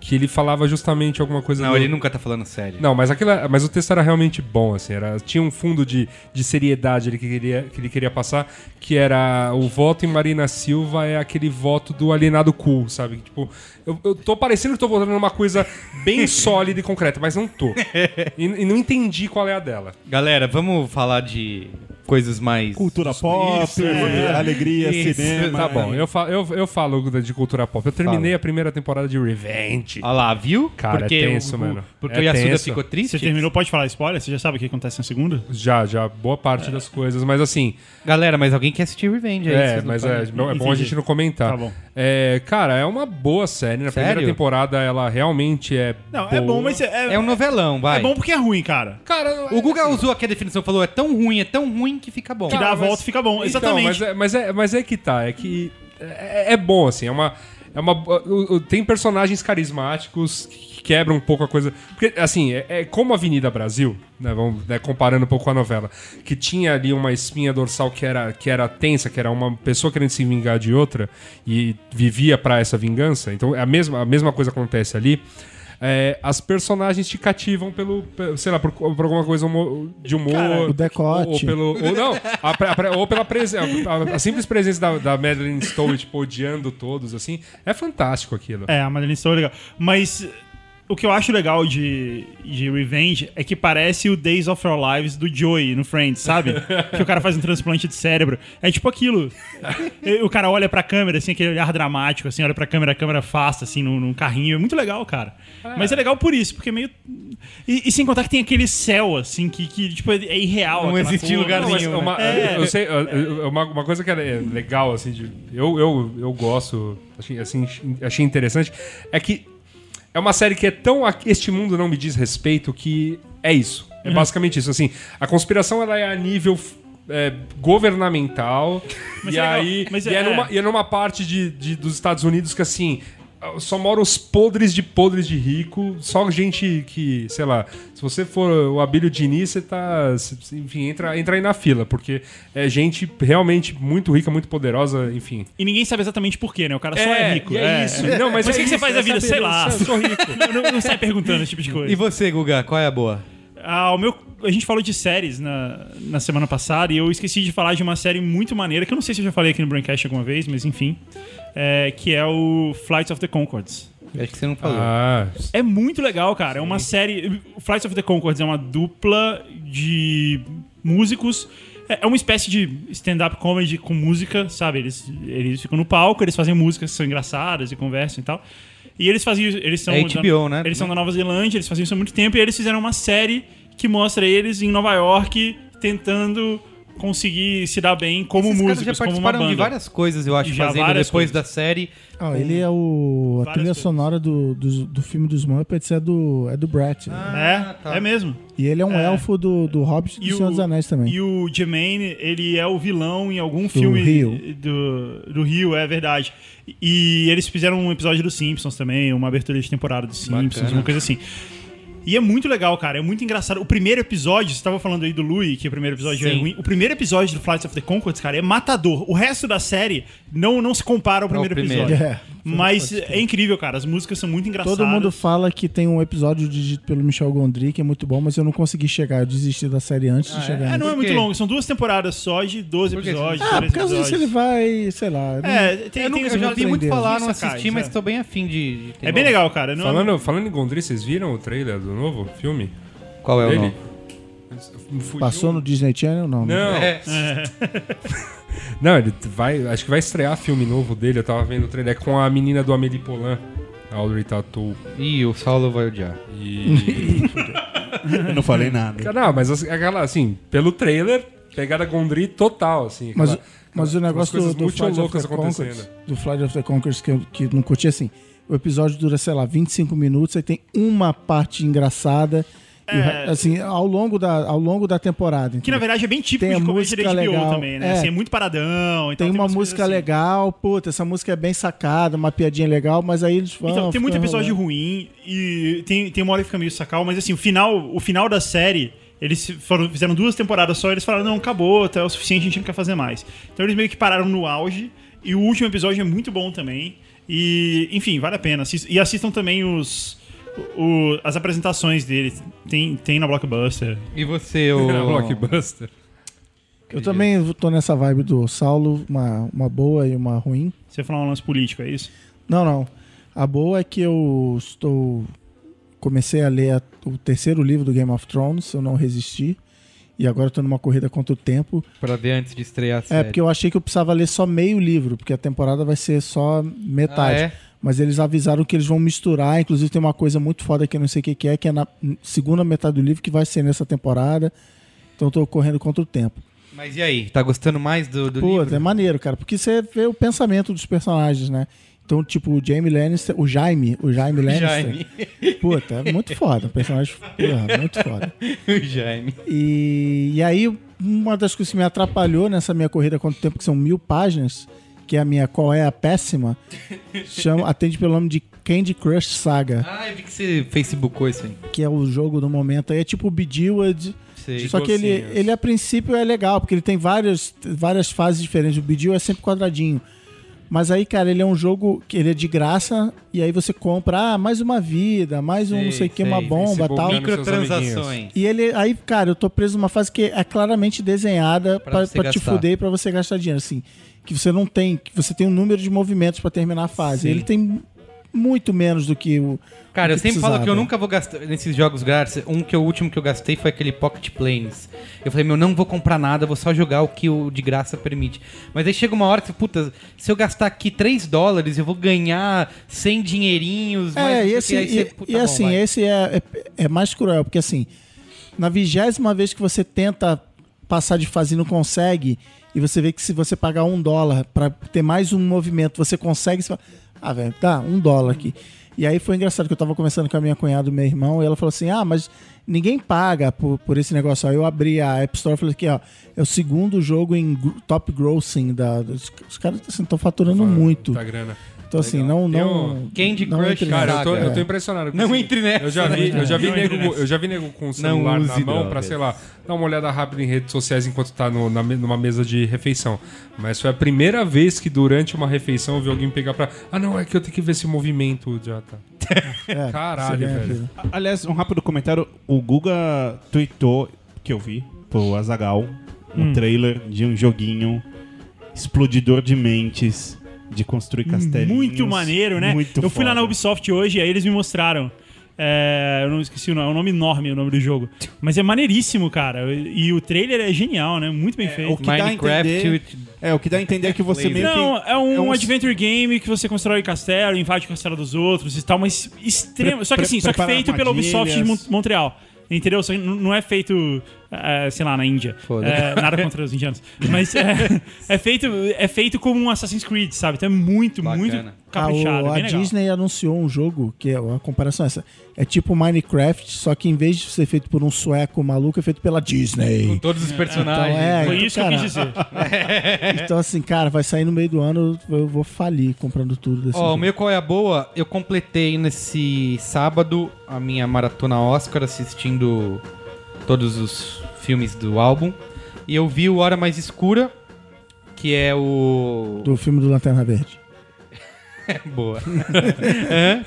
Speaker 4: que ele falava justamente alguma coisa.
Speaker 1: Não,
Speaker 4: do-
Speaker 1: ele nunca tá falando sério.
Speaker 4: Não, mas, aquilo, mas o texto era realmente bom, assim. Era, tinha um fundo de, de seriedade ele que, queria, que ele queria passar, que era o voto em Marina Silva é aquele voto do alienado cool, sabe? Tipo, eu, eu tô parecendo que tô votando numa coisa bem sólida e concreta, mas não tô. E, e não entendi qual é a dela.
Speaker 1: Galera, vamos falar de coisas mais.
Speaker 5: Cultura pop, alegria,
Speaker 1: Isso,
Speaker 5: cinema.
Speaker 4: Tá bom, eu falo, eu, eu falo de cultura pop. Eu terminei
Speaker 1: Fala.
Speaker 4: a primeira temporada de Revenge.
Speaker 1: Olha Ah lá, viu?
Speaker 4: Cara, é
Speaker 1: porque
Speaker 4: tenso,
Speaker 1: o,
Speaker 4: mano.
Speaker 1: Porque
Speaker 4: É
Speaker 1: o Yasuda
Speaker 4: tenso.
Speaker 1: ficou triste.
Speaker 2: Você terminou, pode falar spoiler? Você já sabe o que acontece na segunda?
Speaker 4: Já, já, boa parte das coisas, mas assim,
Speaker 1: Galera, mas alguém quer assistir Revenge aí.
Speaker 4: É,
Speaker 1: vocês não
Speaker 4: mas
Speaker 1: falam.
Speaker 4: é, é bom a
Speaker 2: Entendi.
Speaker 4: gente não comentar.
Speaker 2: Tá bom.
Speaker 4: É, cara, é uma boa série. Na primeira
Speaker 1: Sério?
Speaker 4: temporada ela realmente é.
Speaker 2: Não, é bom, mas é, é,
Speaker 1: É um novelão, vai.
Speaker 2: é bom porque é ruim, cara.
Speaker 4: Cara,
Speaker 1: O Guga
Speaker 4: assim,
Speaker 1: usou aqui a definição, falou é tão ruim, é tão ruim que fica bom.
Speaker 2: Que dá a
Speaker 4: mas-
Speaker 2: volta e fica bom.
Speaker 4: então, mas,
Speaker 2: Exatamente.
Speaker 4: é, mas, é, mas é que tá, é que. É, é bom, assim, é uma. É uma o- o- tem personagens carismáticos que quebram um pouco a coisa. Porque, assim, é, é como a Avenida Brasil, né? Vamos, né, comparando um pouco com a novela, que tinha ali uma espinha dorsal que era, que era tensa, que era uma pessoa querendo se vingar de outra e vivia pra essa vingança. Então a mesma, a mesma coisa acontece ali. É, as personagens te cativam pelo, pe- sei lá, por, por alguma coisa homo- de humor.
Speaker 3: o decote.
Speaker 4: Ou, ou pelo- ou não, a pre- a pre- ou pela presença. A, a simples presença da, da Madeline Stowe, tipo, odiando todos, assim. É fantástico aquilo.
Speaker 2: É, a Madeline Stowe é legal. Mas o que eu acho legal de, de Revenge é que parece o Days of Our Lives do Joey no Friends, sabe? que o cara faz um transplante de cérebro. É tipo aquilo. E o cara olha pra câmera, assim, aquele olhar dramático, assim, olha pra câmera, a câmera afasta, assim, num, num carrinho. É muito legal, cara. Mas é legal por isso, porque é meio... E, e sem contar que tem aquele céu, assim, que, que tipo, é irreal.
Speaker 1: Não
Speaker 2: aquela
Speaker 1: existe
Speaker 2: cor.
Speaker 1: lugar
Speaker 4: Não, mas é
Speaker 1: nenhum,
Speaker 4: uma,
Speaker 2: né?
Speaker 4: eu sei, eu- eu- uma, uma coisa que é legal, assim, de- eu, eu, eu gosto, achei, assim, achei interessante, é que é uma série que é tão. a- Este mundo não me diz respeito que é isso. É
Speaker 2: Uhum.
Speaker 4: basicamente isso. Assim, a conspiração ela é a nível. é, governamental
Speaker 2: Mas
Speaker 4: e
Speaker 2: é legal,
Speaker 4: aí
Speaker 2: mas
Speaker 4: e é,
Speaker 2: é-
Speaker 4: numa, e é numa parte de, de- dos Estados Unidos que assim só moram os podres de podres de rico só gente que sei lá se você for o Abílio Diniz você tá se- se- enfim entra entra aí na fila porque é gente realmente muito rica muito poderosa enfim
Speaker 2: E ninguém sabe exatamente por quê, né? O cara só é, rico.
Speaker 4: e é, isso não mas
Speaker 2: Mas o que
Speaker 4: é
Speaker 2: que você
Speaker 4: isso,
Speaker 2: faz da
Speaker 4: é
Speaker 2: vida?
Speaker 4: saber,
Speaker 2: Sei lá.
Speaker 4: eu sou- sou rico
Speaker 2: não, não sai perguntando esse tipo de coisa.
Speaker 1: E você, Guga, qual é a boa?
Speaker 2: Ah, o meu, a gente falou de séries na, na semana passada e eu esqueci de falar de uma série muito maneira, que eu não sei se eu já falei aqui no Braincast alguma vez, mas enfim, é, que é o Flights of the Concords.
Speaker 1: Eu Acho É que você não falou.
Speaker 4: ah
Speaker 2: É muito legal, cara. É uma série. Flights of the Concords é uma dupla de músicos. É é uma espécie de stand-up comedy com música, sabe? Eles, eles ficam no palco, eles fazem músicas que são engraçadas e conversam e tal. E eles faziam. Eles são
Speaker 1: É
Speaker 2: da-
Speaker 1: HBO, né?
Speaker 2: Eles são da Nova Zelândia, eles faziam isso há muito tempo, e aí eles fizeram uma série que mostra eles em Nova York tentando conseguir se dar bem como
Speaker 1: Esses caras
Speaker 2: músicos,
Speaker 1: já
Speaker 2: como uma
Speaker 1: participaram
Speaker 2: banda.
Speaker 1: de várias coisas, eu acho,
Speaker 2: Já
Speaker 1: fazendo
Speaker 2: várias
Speaker 1: depois
Speaker 2: coisas.
Speaker 1: da série.
Speaker 3: Ah, ele é o. A
Speaker 2: várias
Speaker 3: trilha
Speaker 2: coisas.
Speaker 3: sonora do, do, do filme dos Muppets é do, é do Brett. né?
Speaker 2: É,
Speaker 1: Ah, tá.
Speaker 2: é mesmo.
Speaker 3: E ele é um
Speaker 2: É.
Speaker 3: elfo do, do Hobbit e do Senhor dos Anéis também.
Speaker 2: E o Jermaine, ele é o vilão em algum filme
Speaker 3: Rio.
Speaker 2: do, do Rio, é verdade. E eles fizeram um episódio dos Simpsons também, uma abertura de temporada dos Simpsons,
Speaker 1: Bacana.
Speaker 2: uma coisa assim. E é muito legal, cara. É muito engraçado. O primeiro episódio, você tava falando aí do Louis, que o primeiro episódio é
Speaker 1: Sim.
Speaker 2: ruim. O primeiro episódio do Flights of the Conchords, cara, é matador. O resto da série não, não se compara ao primeiro,
Speaker 1: primeiro.
Speaker 2: episódio.
Speaker 3: É.
Speaker 2: Mas é incrível, cara. As músicas são muito engraçadas.
Speaker 3: Todo mundo fala que tem um episódio dirigido pelo Michel Gondry, que é muito bom, mas eu não consegui chegar. Eu desisti da série antes de chegar.
Speaker 2: É,
Speaker 3: nisso.
Speaker 2: não é
Speaker 1: Por
Speaker 2: muito
Speaker 1: quê?
Speaker 2: longo. São duas temporadas só de 12
Speaker 1: Por quê?
Speaker 2: episódios.
Speaker 3: Ah,
Speaker 2: 13
Speaker 3: por causa disso ele
Speaker 2: episódios.
Speaker 3: vai, sei lá. não-
Speaker 2: É, tem,
Speaker 1: Eu,
Speaker 2: tem
Speaker 1: nunca- eu
Speaker 2: uns
Speaker 1: já
Speaker 2: outros
Speaker 1: vi muito
Speaker 2: aprendendo.
Speaker 1: falar, não
Speaker 2: Isso, cara,
Speaker 1: assisti, mas
Speaker 2: isso
Speaker 1: tô bem afim de, de ter
Speaker 2: É, É bem
Speaker 1: uma-
Speaker 2: legal, cara. Não,
Speaker 4: Falando, falando em Gondry, vocês viram o trailer do novo filme?
Speaker 1: Qual é o
Speaker 4: Ele?
Speaker 1: nome?
Speaker 4: Fugiu?
Speaker 3: Passou no Disney Channel? Não.
Speaker 4: Não,
Speaker 1: É,
Speaker 4: não, ele vai. Acho que vai estrear filme novo dele. Eu tava vendo o trailer é com a menina do Amélie Polan, a Audrey Tautou.
Speaker 1: Ih, o Saulo vai odiar.
Speaker 4: E.
Speaker 5: Eu não falei nada.
Speaker 4: não, mas assim, aquela, assim, pelo trailer, pegada Gondry total, assim.
Speaker 3: Mas,
Speaker 4: aquela-
Speaker 3: mas o
Speaker 4: umas
Speaker 3: negócio do,
Speaker 4: coisas
Speaker 3: do
Speaker 4: muito
Speaker 3: Flight of
Speaker 4: loucas
Speaker 3: the Conchords,
Speaker 4: acontecendo.
Speaker 3: do Flight of the Conchords que eu que não curti, assim, o episódio dura, sei lá, 25 minutos, aí tem uma parte engraçada, e o re- assim, ao longo da, ao longo da temporada.
Speaker 2: É. Que na
Speaker 3: entendeu?
Speaker 2: verdade é bem típico
Speaker 3: Tem a
Speaker 2: de comédia de
Speaker 3: música
Speaker 2: HBO
Speaker 3: legal.
Speaker 2: também, né?
Speaker 3: É.
Speaker 2: Assim, é muito paradão. Então
Speaker 3: tem uma
Speaker 2: umas coisas
Speaker 3: música
Speaker 2: assim.
Speaker 3: legal, puta, essa música é bem sacada, uma piadinha legal, mas aí eles vão...
Speaker 2: Então, tem muito
Speaker 3: ficam
Speaker 2: episódio
Speaker 3: enrolando.
Speaker 2: ruim e tem, tem uma hora que fica meio sacal, mas assim, o final, o final da série, eles foram- fizeram duas temporadas só, eles falaram, não, acabou, tá é o suficiente, a gente não quer fazer mais. Então eles meio que pararam no auge, e o último episódio é muito bom também. E, enfim, vale a pena. Assis- E assistam também os. o- as apresentações dele. Tem, tem na Blockbuster.
Speaker 1: E você, o...
Speaker 4: Era blockbuster.
Speaker 3: Eu também tô nessa vibe do Saulo, uma, uma boa e uma ruim.
Speaker 2: Você falar um lance político, é isso?
Speaker 3: Não, não. A boa é que eu estou. Comecei a ler a- o terceiro livro do Game of Thrones, eu não resisti. E agora estou numa corrida contra o tempo.
Speaker 1: Pra ver antes de estrear a série.
Speaker 3: É, porque eu achei que eu precisava ler só meio livro, porque a temporada vai ser só metade.
Speaker 1: Ah, é?
Speaker 3: Mas eles avisaram que eles vão misturar. Inclusive, tem uma coisa muito foda que eu não sei o que, que é, que é na segunda metade do livro que vai ser nessa temporada. Então estou correndo contra o tempo.
Speaker 1: Mas e aí, tá gostando mais do, do
Speaker 3: Pô,
Speaker 1: livro?
Speaker 3: é maneiro, cara, porque você vê o pensamento dos personagens, né? Então, tipo, o Jamie Lannister, o Jaime, o Jaime Lannister.
Speaker 1: Jaime.
Speaker 3: Puta, é muito foda. Um personagem, porra, muito foda.
Speaker 1: o Jaime.
Speaker 3: E, e aí, uma das coisas que me atrapalhou nessa minha corrida quanto tempo, que são mil páginas, que é a minha Qual é a Péssima, chama, atende pelo nome de Candy Crush Saga,
Speaker 1: Ah, eu vi que você facebookou isso aí.
Speaker 3: que é o jogo do momento. Aí é tipo o Bejeweled,
Speaker 1: Sei.
Speaker 3: só que ele,
Speaker 4: docinhos.
Speaker 3: ele, a princípio, é legal, porque ele tem várias, várias fases diferentes. O Bidil é sempre quadradinho. Mas aí, cara, ele é um jogo que ele é de graça, e aí você compra, ah, mais uma vida, mais um não sei o que, uma
Speaker 1: sei.
Speaker 3: bomba
Speaker 4: Esse
Speaker 3: tal.
Speaker 4: bombinho.
Speaker 1: Microtransações.
Speaker 3: E ele, aí, cara, eu tô preso numa fase que é claramente desenhada
Speaker 1: Pra
Speaker 3: pra,
Speaker 1: você
Speaker 3: pra te
Speaker 1: gastar.
Speaker 3: fuder e pra você gastar dinheiro, assim. Que você não tem, que você tem um número de movimentos pra terminar a fase.
Speaker 1: Sim.
Speaker 3: Ele tem muito menos do que o.
Speaker 1: Cara,
Speaker 3: do
Speaker 1: eu
Speaker 3: que
Speaker 1: sempre falo que eu
Speaker 3: precisava.
Speaker 1: nunca vou gastar nesses jogos grátis. Um que eu- o último que eu gastei foi aquele Pocket Planes. Eu falei, meu, não vou comprar nada, vou só jogar o que o de graça permite. Mas aí chega uma hora que, puta, se eu gastar aqui 3 dólares, eu vou ganhar 100 dinheirinhos.
Speaker 3: É, e,
Speaker 1: mais
Speaker 3: esse,
Speaker 1: não sei o que. Aí
Speaker 3: e,
Speaker 1: você, puta, tá
Speaker 3: e
Speaker 1: bom,
Speaker 3: assim,
Speaker 1: vai.
Speaker 3: esse é, é, é mais cruel, porque assim, na vigésima vez que você tenta passar de fase e não consegue, e você vê que se você pagar um dólar pra ter mais um movimento, você consegue. Você fala, ah, velho, tá, um dólar aqui. E aí foi engraçado que eu tava conversando com a minha cunhada e meu irmão, e ela falou assim: ah, mas ninguém paga por, por esse negócio. Aí eu abri a App Store e falei aqui, ó, é o segundo jogo em gr- top grossing da. dos- os caras estão faturando
Speaker 1: tá
Speaker 3: muito.
Speaker 4: Muita grana.
Speaker 3: Então, assim, não. não
Speaker 1: um Candy
Speaker 3: não
Speaker 1: Crush,
Speaker 3: entre
Speaker 4: Cara,
Speaker 3: nessa.
Speaker 4: eu tô, eu
Speaker 3: É.
Speaker 4: tô impressionado. com
Speaker 1: Não
Speaker 4: isso.
Speaker 1: entre nessa,
Speaker 4: Eu já vi, eu já vi,
Speaker 2: Não
Speaker 4: nego,
Speaker 2: entre nessa.
Speaker 4: eu já vi nego com o celular na
Speaker 1: use
Speaker 4: mão pra,
Speaker 1: drogas.
Speaker 4: sei lá, dar uma olhada rápida em redes sociais enquanto tá no- na me- numa mesa de refeição. Mas foi a primeira vez que durante uma refeição eu vi alguém pegar pra. Ah, não, é que eu tenho que ver esse movimento, idiota.
Speaker 3: É,
Speaker 4: Caralho,
Speaker 3: você ganha
Speaker 4: velho.
Speaker 3: vida.
Speaker 5: A- Aliás, um rápido comentário. O Guga tweetou, que eu vi, pro Azagal, um trailer de um joguinho explodidor de mentes de construir castelinhos.
Speaker 2: Muito maneiro, né?
Speaker 5: Muito
Speaker 2: eu fui lá na
Speaker 5: foda.
Speaker 2: Ubisoft hoje, aí eles me mostraram. É, eu não esqueci o nome, é um nome enorme o nome do jogo. Mas é maneiríssimo, cara. E e o trailer é genial, né? Muito bem feito.
Speaker 5: O que dá a
Speaker 1: Minecraft
Speaker 5: entender,
Speaker 1: with-
Speaker 5: é, o que dá a entender é que você meio que...
Speaker 2: Não, é um,
Speaker 5: é um-
Speaker 2: adventure game que você constrói castelo, invade o castelo dos outros e tal, mas extremo.
Speaker 5: Pre-
Speaker 2: só que
Speaker 5: pre-
Speaker 2: assim, só que
Speaker 5: prepara
Speaker 2: feito pela Ubisoft de Mon-
Speaker 5: armadilhas.
Speaker 2: Montreal. Entendeu? Só que n- não é feito, eh, sei lá, na Índia.
Speaker 1: Foda.
Speaker 2: Eh, nada contra os indianos. Mas é, é feito, é feito como um Assassin's Creed, sabe? Então é muito,
Speaker 1: Bacana.
Speaker 2: muito
Speaker 3: Ah, o-
Speaker 1: é
Speaker 2: caprichado. é
Speaker 3: a
Speaker 2: bem legal.
Speaker 3: Disney anunciou um jogo, que é a comparação é essa. É tipo Minecraft, só que em vez de ser feito por um sueco maluco, é feito pela
Speaker 1: Com
Speaker 3: Disney.
Speaker 1: todos os personagens.
Speaker 3: Então, é,
Speaker 2: Foi
Speaker 3: então,
Speaker 2: isso que eu quis
Speaker 3: cara,
Speaker 2: dizer.
Speaker 1: É.
Speaker 3: Então, assim, cara, vai sair no meio do ano, eu vou falir comprando tudo desse
Speaker 1: Ó,
Speaker 3: jogo.
Speaker 1: o meu qual é a boa? Eu completei nesse sábado a minha maratona Oscar assistindo todos os filmes do álbum. E eu vi o Hora Mais Escura, que é o. É
Speaker 3: Do filme do Lanterna Verde.
Speaker 1: Boa. Hã?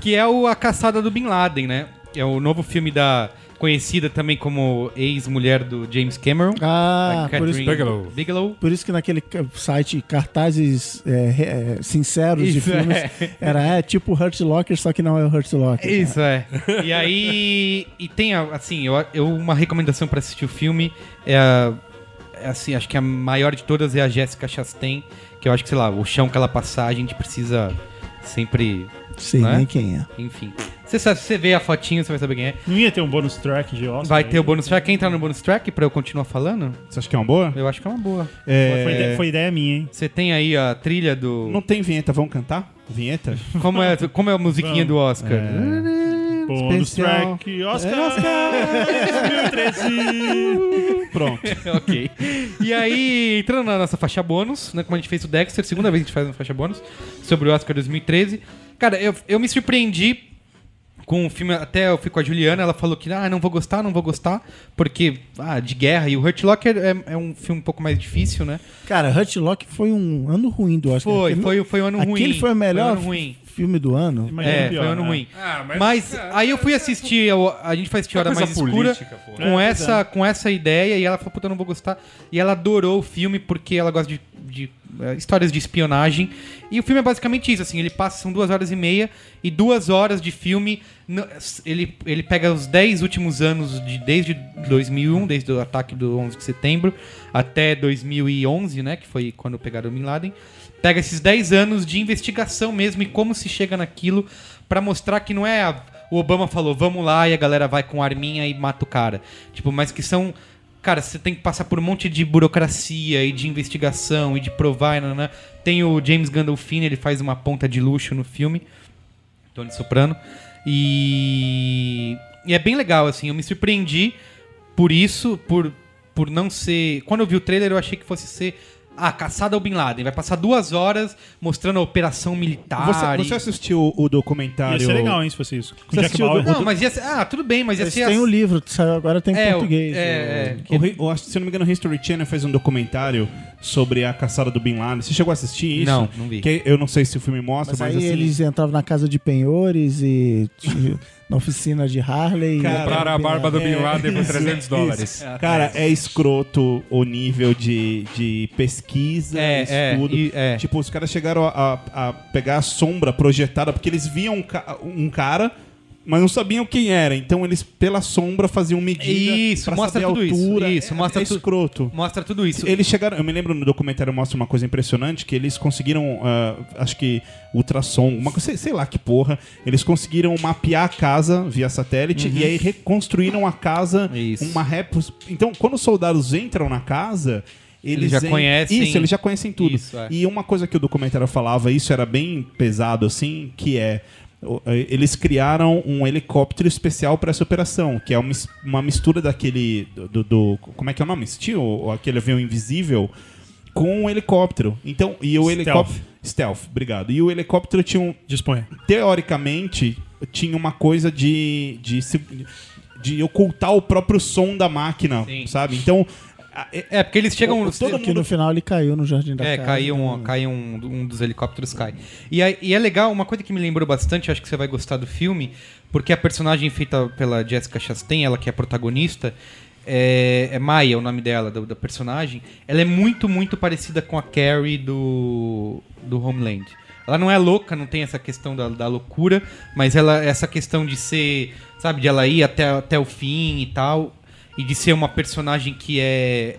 Speaker 1: que é o A Caçada do Bin Laden, né? É o novo filme da. conhecida também como ex-mulher do James Cameron.
Speaker 3: Ah,
Speaker 1: da
Speaker 3: por isso,
Speaker 1: Catherine
Speaker 4: Bigelow.
Speaker 1: Bigelow.
Speaker 3: por isso que naquele ca- site cartazes é, re- é, sinceros de
Speaker 1: Isso,
Speaker 3: filmes
Speaker 1: é.
Speaker 3: era é, tipo Hurt Locker, só que não é o Hurt Locker.
Speaker 1: Isso é. E aí. E tem, a- assim, eu, eu- uma recomendação pra assistir o filme é a. é assim, acho que a maior de todas é a Jessica Chastain, que eu acho que, sei lá, o chão que ela passar, a gente precisa sempre.
Speaker 3: Sei
Speaker 1: Né?
Speaker 3: nem quem é.
Speaker 1: Enfim. Você, sabe- você vê a fotinha, você vai saber quem é.
Speaker 2: Não ia ter um bônus track de Oscar. né?
Speaker 1: Vai ter o
Speaker 2: aí?
Speaker 1: bônus track. Quer entrar no bônus track pra eu continuar falando?
Speaker 5: Você acha que é uma boa?
Speaker 1: Eu acho que é uma boa.
Speaker 5: É,
Speaker 2: Foi, ide- foi ideia minha, hein?
Speaker 1: Você tem aí a trilha do.
Speaker 5: Não tem vinheta, vamos cantar? Vinheta?
Speaker 1: Como é, como é a musiquinha do Oscar?
Speaker 2: Bônus
Speaker 5: Especial.
Speaker 2: track Hum, É, Oscar, 2013.
Speaker 5: Pronto.
Speaker 1: ok. E aí, entrando na nossa faixa bônus, né? Como a gente fez o Dexter, segunda vez que a gente faz uma faixa bônus, sobre o Oscar 2013. Cara, eu, eu me surpreendi com o filme, até eu fui com a Juliana, ela falou que, ah, não vou gostar, não vou gostar, porque, ah, de guerra, e o Hurt Locker é, é um filme um pouco mais difícil, né?
Speaker 3: Cara, Hurt Locker foi um ano ruim do Oscar.
Speaker 1: Foi,
Speaker 3: Aquele-
Speaker 1: foi, foi um ano ruim.
Speaker 3: Aquele foi o melhor
Speaker 1: Foi um ano ruim.
Speaker 3: fi- filme do ano.
Speaker 2: Imagina
Speaker 1: É,
Speaker 2: pior,
Speaker 1: foi um ano
Speaker 2: né?
Speaker 1: ruim.
Speaker 4: Ah,
Speaker 1: mas
Speaker 4: mas-
Speaker 1: aí eu fui assistir, ao- a gente foi assistir Hora
Speaker 4: coisa
Speaker 1: Mais Escura
Speaker 4: política, pô. É,
Speaker 1: com, essa, com essa ideia e ela falou, puta, eu não vou gostar. E ela adorou o filme porque ela gosta de, de, eh, histórias de espionagem. E o filme é basicamente isso, assim, ele passa, são duas horas e meia e duas horas de filme. n- Ele, ele pega os dez últimos anos, de, desde 2001, desde o ataque do 11 de setembro, até 2011, né, que foi quando pegaram o Bin Laden pega esses 10 anos de investigação mesmo e como se chega naquilo pra mostrar que não é a- o Obama falou, vamos lá e a galera vai com arminha e mata o cara. Tipo, mas que são cara, você tem que passar por um monte de burocracia e de investigação e de provar, e nananã. Tem o James Gandolfini, ele faz uma ponta de luxo no filme. Tony Soprano. E... e é bem legal, assim. Eu me surpreendi por isso, por, por não ser. Quando eu vi o trailer, eu achei que fosse ser. Ah, caçada ao Bin Laden. Vai passar duas horas mostrando a operação militar.
Speaker 5: Você,
Speaker 1: e-
Speaker 5: você assistiu o
Speaker 2: Ia
Speaker 5: documentário...
Speaker 2: ser legal, hein, se fosse isso. Com
Speaker 5: Você
Speaker 2: Jack
Speaker 5: assistiu
Speaker 2: Bauer.
Speaker 1: Não, mas ia ser. Ah, tudo bem, mas ia
Speaker 3: Eles
Speaker 1: ser.
Speaker 3: têm
Speaker 1: as-
Speaker 3: o livro, que saiu agora tem em
Speaker 1: É, o-
Speaker 3: português.
Speaker 1: é,
Speaker 3: O-
Speaker 1: é.
Speaker 5: O Ri- eu acho- se eu não me engano, o History Channel fez um documentário sobre a caçada do Bin Laden. Você chegou a assistir isso?
Speaker 1: Não, não vi.
Speaker 5: Que eu não sei se o filme mostra,
Speaker 3: Mas
Speaker 5: mas,
Speaker 3: aí
Speaker 5: assim...
Speaker 3: eles entravam na casa de penhores e t- na oficina de Harley. e-
Speaker 5: Cara,
Speaker 4: Compraram a barba
Speaker 5: É.
Speaker 4: do Bin Laden por
Speaker 5: Isso,
Speaker 4: 300
Speaker 5: isso.
Speaker 4: dólares.
Speaker 5: Cara, é escroto o nível de, de pesquisa,
Speaker 1: É, é,
Speaker 5: estudo.
Speaker 1: e- é.
Speaker 5: Tipo, os caras chegaram a, a- a pegar a sombra projetada, porque eles viam um, ca- um cara, mas não sabiam quem era. Então eles, pela sombra, faziam medida
Speaker 1: Isso,
Speaker 5: pra
Speaker 1: mostra
Speaker 5: saber a
Speaker 1: tudo isso,
Speaker 5: altura.
Speaker 1: isso,
Speaker 5: é,
Speaker 1: mostra
Speaker 5: é
Speaker 1: tudo.
Speaker 5: escroto.
Speaker 1: Mostra tudo isso.
Speaker 5: Eles chegaram, eu me lembro no documentário mostra uma coisa impressionante que eles conseguiram, ah, acho que ultrassom, uma coisa, sei, sei lá que porra, eles conseguiram mapear a casa via satélite e aí reconstruíram a casa,
Speaker 1: Uhum. Isso.
Speaker 5: uma réplica. Então, quando os soldados entram na casa, eles,
Speaker 1: Eles já
Speaker 5: en-
Speaker 1: conhecem-
Speaker 5: Isso, eles já conhecem tudo.
Speaker 1: Isso, é.
Speaker 5: E uma coisa que o documentário falava, isso era bem pesado assim, que é o- eh, eles criaram um helicóptero especial para essa operação, que é uma, mis- uma mistura daquele do, do- do- como é que é o nome, Steel, ou aquele avião invisível com um helicóptero. Então, e o
Speaker 2: Stealth.
Speaker 5: helicóptero stealth, obrigado. E o helicóptero tinha um,
Speaker 2: Disponha.
Speaker 5: teoricamente tinha uma coisa de de, se- de ocultar o próprio som da máquina,
Speaker 1: Sim.
Speaker 5: sabe? Então, a- é-
Speaker 1: É, porque eles chegam.
Speaker 5: O- todo
Speaker 3: Que no final ele caiu no jardim da
Speaker 1: É,
Speaker 3: casa.
Speaker 1: cai, um, cai um, um dos helicópteros cai. E, aí- e é legal, uma coisa que me lembrou bastante, acho que você vai gostar do filme, porque a personagem feita pela Jessica Chastain, ela que é a protagonista, é, é Maya o nome dela, da, da personagem, ela é muito, muito parecida com a Carrie do, do Homeland. Ela não é louca, não tem essa questão da, da loucura, mas ela essa questão de ser, sabe, de ela ir até, até o fim e tal, e de ser uma personagem que é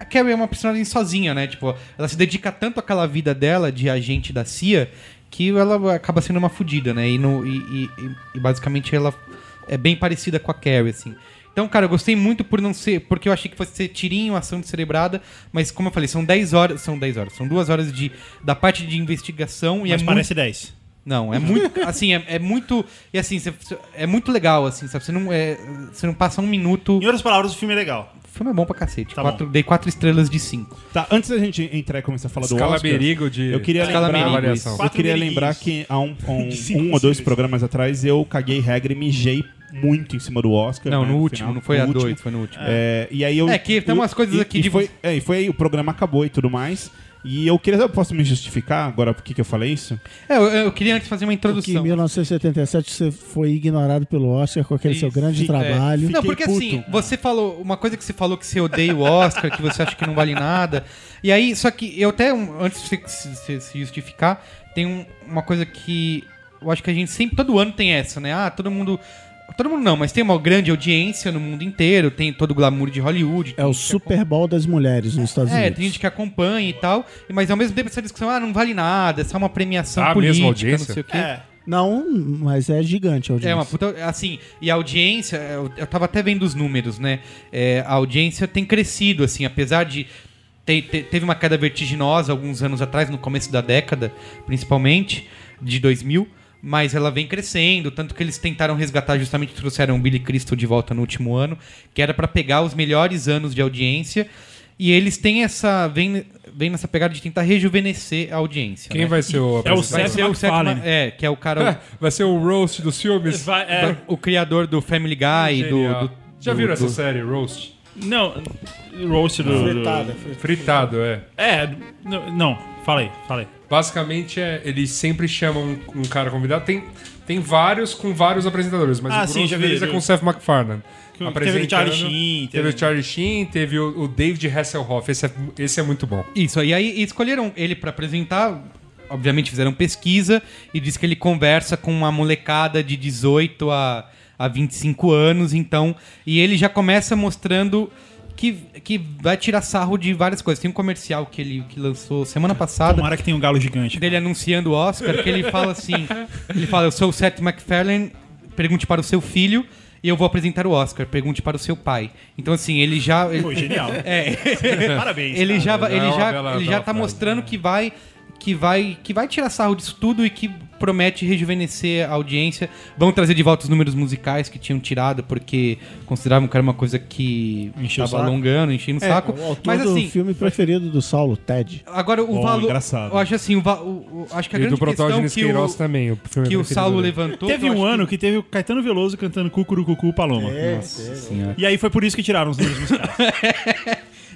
Speaker 1: a Carrie é uma personagem sozinha, né? Tipo, ela se dedica tanto àquela vida dela de agente da CIA que ela acaba sendo uma fodida, né? E, no- e- e- e- e basicamente ela é bem parecida com a Carrie, assim. Então, cara, eu gostei muito por não ser. Porque eu achei que fosse ser tirinho, ação descerebrada, mas como eu falei, são 10 horas. São 10 horas, são duas horas de, da parte de investigação e
Speaker 2: Mas
Speaker 1: é muito-
Speaker 2: parece 10.
Speaker 1: não, é muito. assim, é, é muito. E assim, cê- cê- é muito legal, assim, sabe? Você não, é, você não passa um minuto.
Speaker 2: Em outras palavras, o filme é legal.
Speaker 1: O filme é bom pra cacete.
Speaker 2: Tá
Speaker 1: Quatro- dei quatro estrelas de cinco.
Speaker 5: Tá, antes da gente entrar e começar a falar do Oscar,
Speaker 4: Escalaberigo de...
Speaker 5: eu queria
Speaker 1: Escalaberigo,
Speaker 5: lembrar...
Speaker 1: isso.
Speaker 5: Eu
Speaker 2: Quatro
Speaker 5: queria
Speaker 2: meriguinhos.
Speaker 5: lembrar que há um, um-
Speaker 2: De cinco
Speaker 5: um ou dois
Speaker 2: possíveis.
Speaker 5: programas atrás eu caguei regra e mijei muito em cima do Oscar.
Speaker 1: Não,
Speaker 5: né,
Speaker 1: no último,
Speaker 5: final,
Speaker 1: não foi
Speaker 5: no
Speaker 1: a
Speaker 5: último.
Speaker 1: dois, foi no último.
Speaker 5: É, e aí eu,
Speaker 1: É que tem umas
Speaker 5: eu-
Speaker 1: coisas
Speaker 5: e-
Speaker 1: aqui
Speaker 5: e
Speaker 1: de
Speaker 5: foi,
Speaker 1: você-
Speaker 5: é, e foi aí, o programa acabou e tudo mais. E eu queria, eu posso me justificar agora por que que eu falei isso?
Speaker 1: É, eu, eu queria antes fazer uma
Speaker 3: Porque em
Speaker 1: introdução.
Speaker 3: 1977 você foi ignorado pelo Oscar com aquele seu
Speaker 1: Isso,
Speaker 3: grande
Speaker 1: fica- é,
Speaker 3: trabalho.
Speaker 1: Não, porque
Speaker 5: puto.
Speaker 1: assim, você falou uma coisa que você falou que você odeia o Oscar, que você acha que não vale nada. E aí, só que eu até, um- antes de você se, se- se justificar, tem um- uma coisa que eu acho que a gente sempre, todo ano tem essa, né? Ah, todo mundo. Todo mundo não, mas tem uma grande audiência no mundo inteiro, tem todo o glamour de Hollywood.
Speaker 3: É o Super Bowl das mulheres nos Estados
Speaker 1: É,
Speaker 3: Unidos.
Speaker 1: tem gente que acompanha e tal, mas ao mesmo tempo essa discussão, ah, não vale nada, é só uma premiação
Speaker 4: Ah,
Speaker 1: política,
Speaker 4: mesmo
Speaker 1: não
Speaker 4: audiência?
Speaker 1: sei o quê.
Speaker 2: É.
Speaker 3: Não, mas é gigante a audiência.
Speaker 1: É uma puta. Assim, e a audiência, eu, eu tava até vendo os números, né? É, a audiência tem crescido, assim, apesar de. ter- ter- teve uma queda vertiginosa alguns anos atrás, no começo da década, principalmente, de 2000. Mas ela vem crescendo, tanto que eles tentaram resgatar, justamente trouxeram o Billy Crystal de volta no último ano, que era pra pegar os melhores anos de audiência. E eles têm essa. Vem, vem nessa pegada de tentar rejuvenescer a audiência.
Speaker 4: Quem
Speaker 1: né?
Speaker 4: vai ser
Speaker 2: É
Speaker 4: o...
Speaker 2: o
Speaker 1: Vai
Speaker 4: apresentador?
Speaker 1: ser o
Speaker 2: Seth MacFarlane.
Speaker 1: sétimo. É, que é o cara.
Speaker 4: Vai ser o roast dos filmes?
Speaker 9: Vai- é,
Speaker 1: o criador do Family Guy, do,
Speaker 4: Genial.
Speaker 1: do-
Speaker 4: Já
Speaker 1: do-
Speaker 4: viram
Speaker 1: do-
Speaker 4: essa série, roast?
Speaker 2: Não, roast do... do-
Speaker 4: Fritado, é.
Speaker 2: É, não, não, fala aí, fala aí.
Speaker 4: Basicamente, é, eles sempre chamam um, um cara convidado. Tem, tem vários com vários apresentadores, mas
Speaker 2: Ah,
Speaker 4: o
Speaker 2: sim,
Speaker 4: grosso
Speaker 2: já vi,
Speaker 4: deles
Speaker 2: já
Speaker 4: é
Speaker 2: vi.
Speaker 4: com o Seth MacFarlane.
Speaker 2: Teve o
Speaker 4: apresentando.
Speaker 2: Charlie Sheen,
Speaker 4: Teve
Speaker 2: teve-
Speaker 4: o Charlie Sheen, teve o, o David Hasselhoff. Esse é, esse é muito bom.
Speaker 1: Isso, e aí escolheram ele pra apresentar. Obviamente fizeram pesquisa e diz que ele conversa com uma molecada de 18 a, a 25 anos, então. E ele já começa mostrando que, que vai tirar sarro de várias coisas. Tem um comercial que ele que lançou semana passada.
Speaker 2: Tomara que tenha um galo gigante.
Speaker 1: dele anunciando o Oscar, que ele fala assim: ele fala, eu sou o Seth MacFarlane, pergunte para o seu filho e eu vou apresentar o Oscar, pergunte para o seu pai. Então, assim, ele já. Ele,
Speaker 2: Pô, genial.
Speaker 1: é,
Speaker 2: Parabéns,
Speaker 1: Ele
Speaker 2: cara.
Speaker 1: já, vai- ele
Speaker 4: É uma
Speaker 1: já,
Speaker 4: bela-
Speaker 1: ele já
Speaker 4: bela
Speaker 1: tá
Speaker 4: frase, né?
Speaker 1: mostrando que vai. Que vai, que vai tirar sarro disso tudo e que promete rejuvenescer a audiência. Vão trazer de volta os números musicais que tinham tirado, porque consideravam que era uma coisa que
Speaker 2: Encheu o
Speaker 1: estava
Speaker 2: saco. É,
Speaker 1: alongando, enchendo o saco.
Speaker 3: O autor
Speaker 1: Mas
Speaker 3: do
Speaker 1: assim,
Speaker 3: filme preferido do Saulo, Ted.
Speaker 1: agora o
Speaker 5: Bom,
Speaker 1: valor.
Speaker 5: engraçado.
Speaker 1: Eu acho assim, o, va- o- o- acho que a
Speaker 4: E
Speaker 1: grande
Speaker 4: do
Speaker 1: questão
Speaker 4: Protógenes
Speaker 1: que o,
Speaker 4: Queiroz também. né, O filme é
Speaker 1: que o
Speaker 4: preferido
Speaker 1: Saulo
Speaker 4: dele.
Speaker 1: levantou.
Speaker 2: Teve
Speaker 1: eu
Speaker 2: um
Speaker 1: acho
Speaker 2: ano que... teve o Caetano Veloso cantando Cucurucucu Paloma. E aí foi por isso que tiraram os números musicais.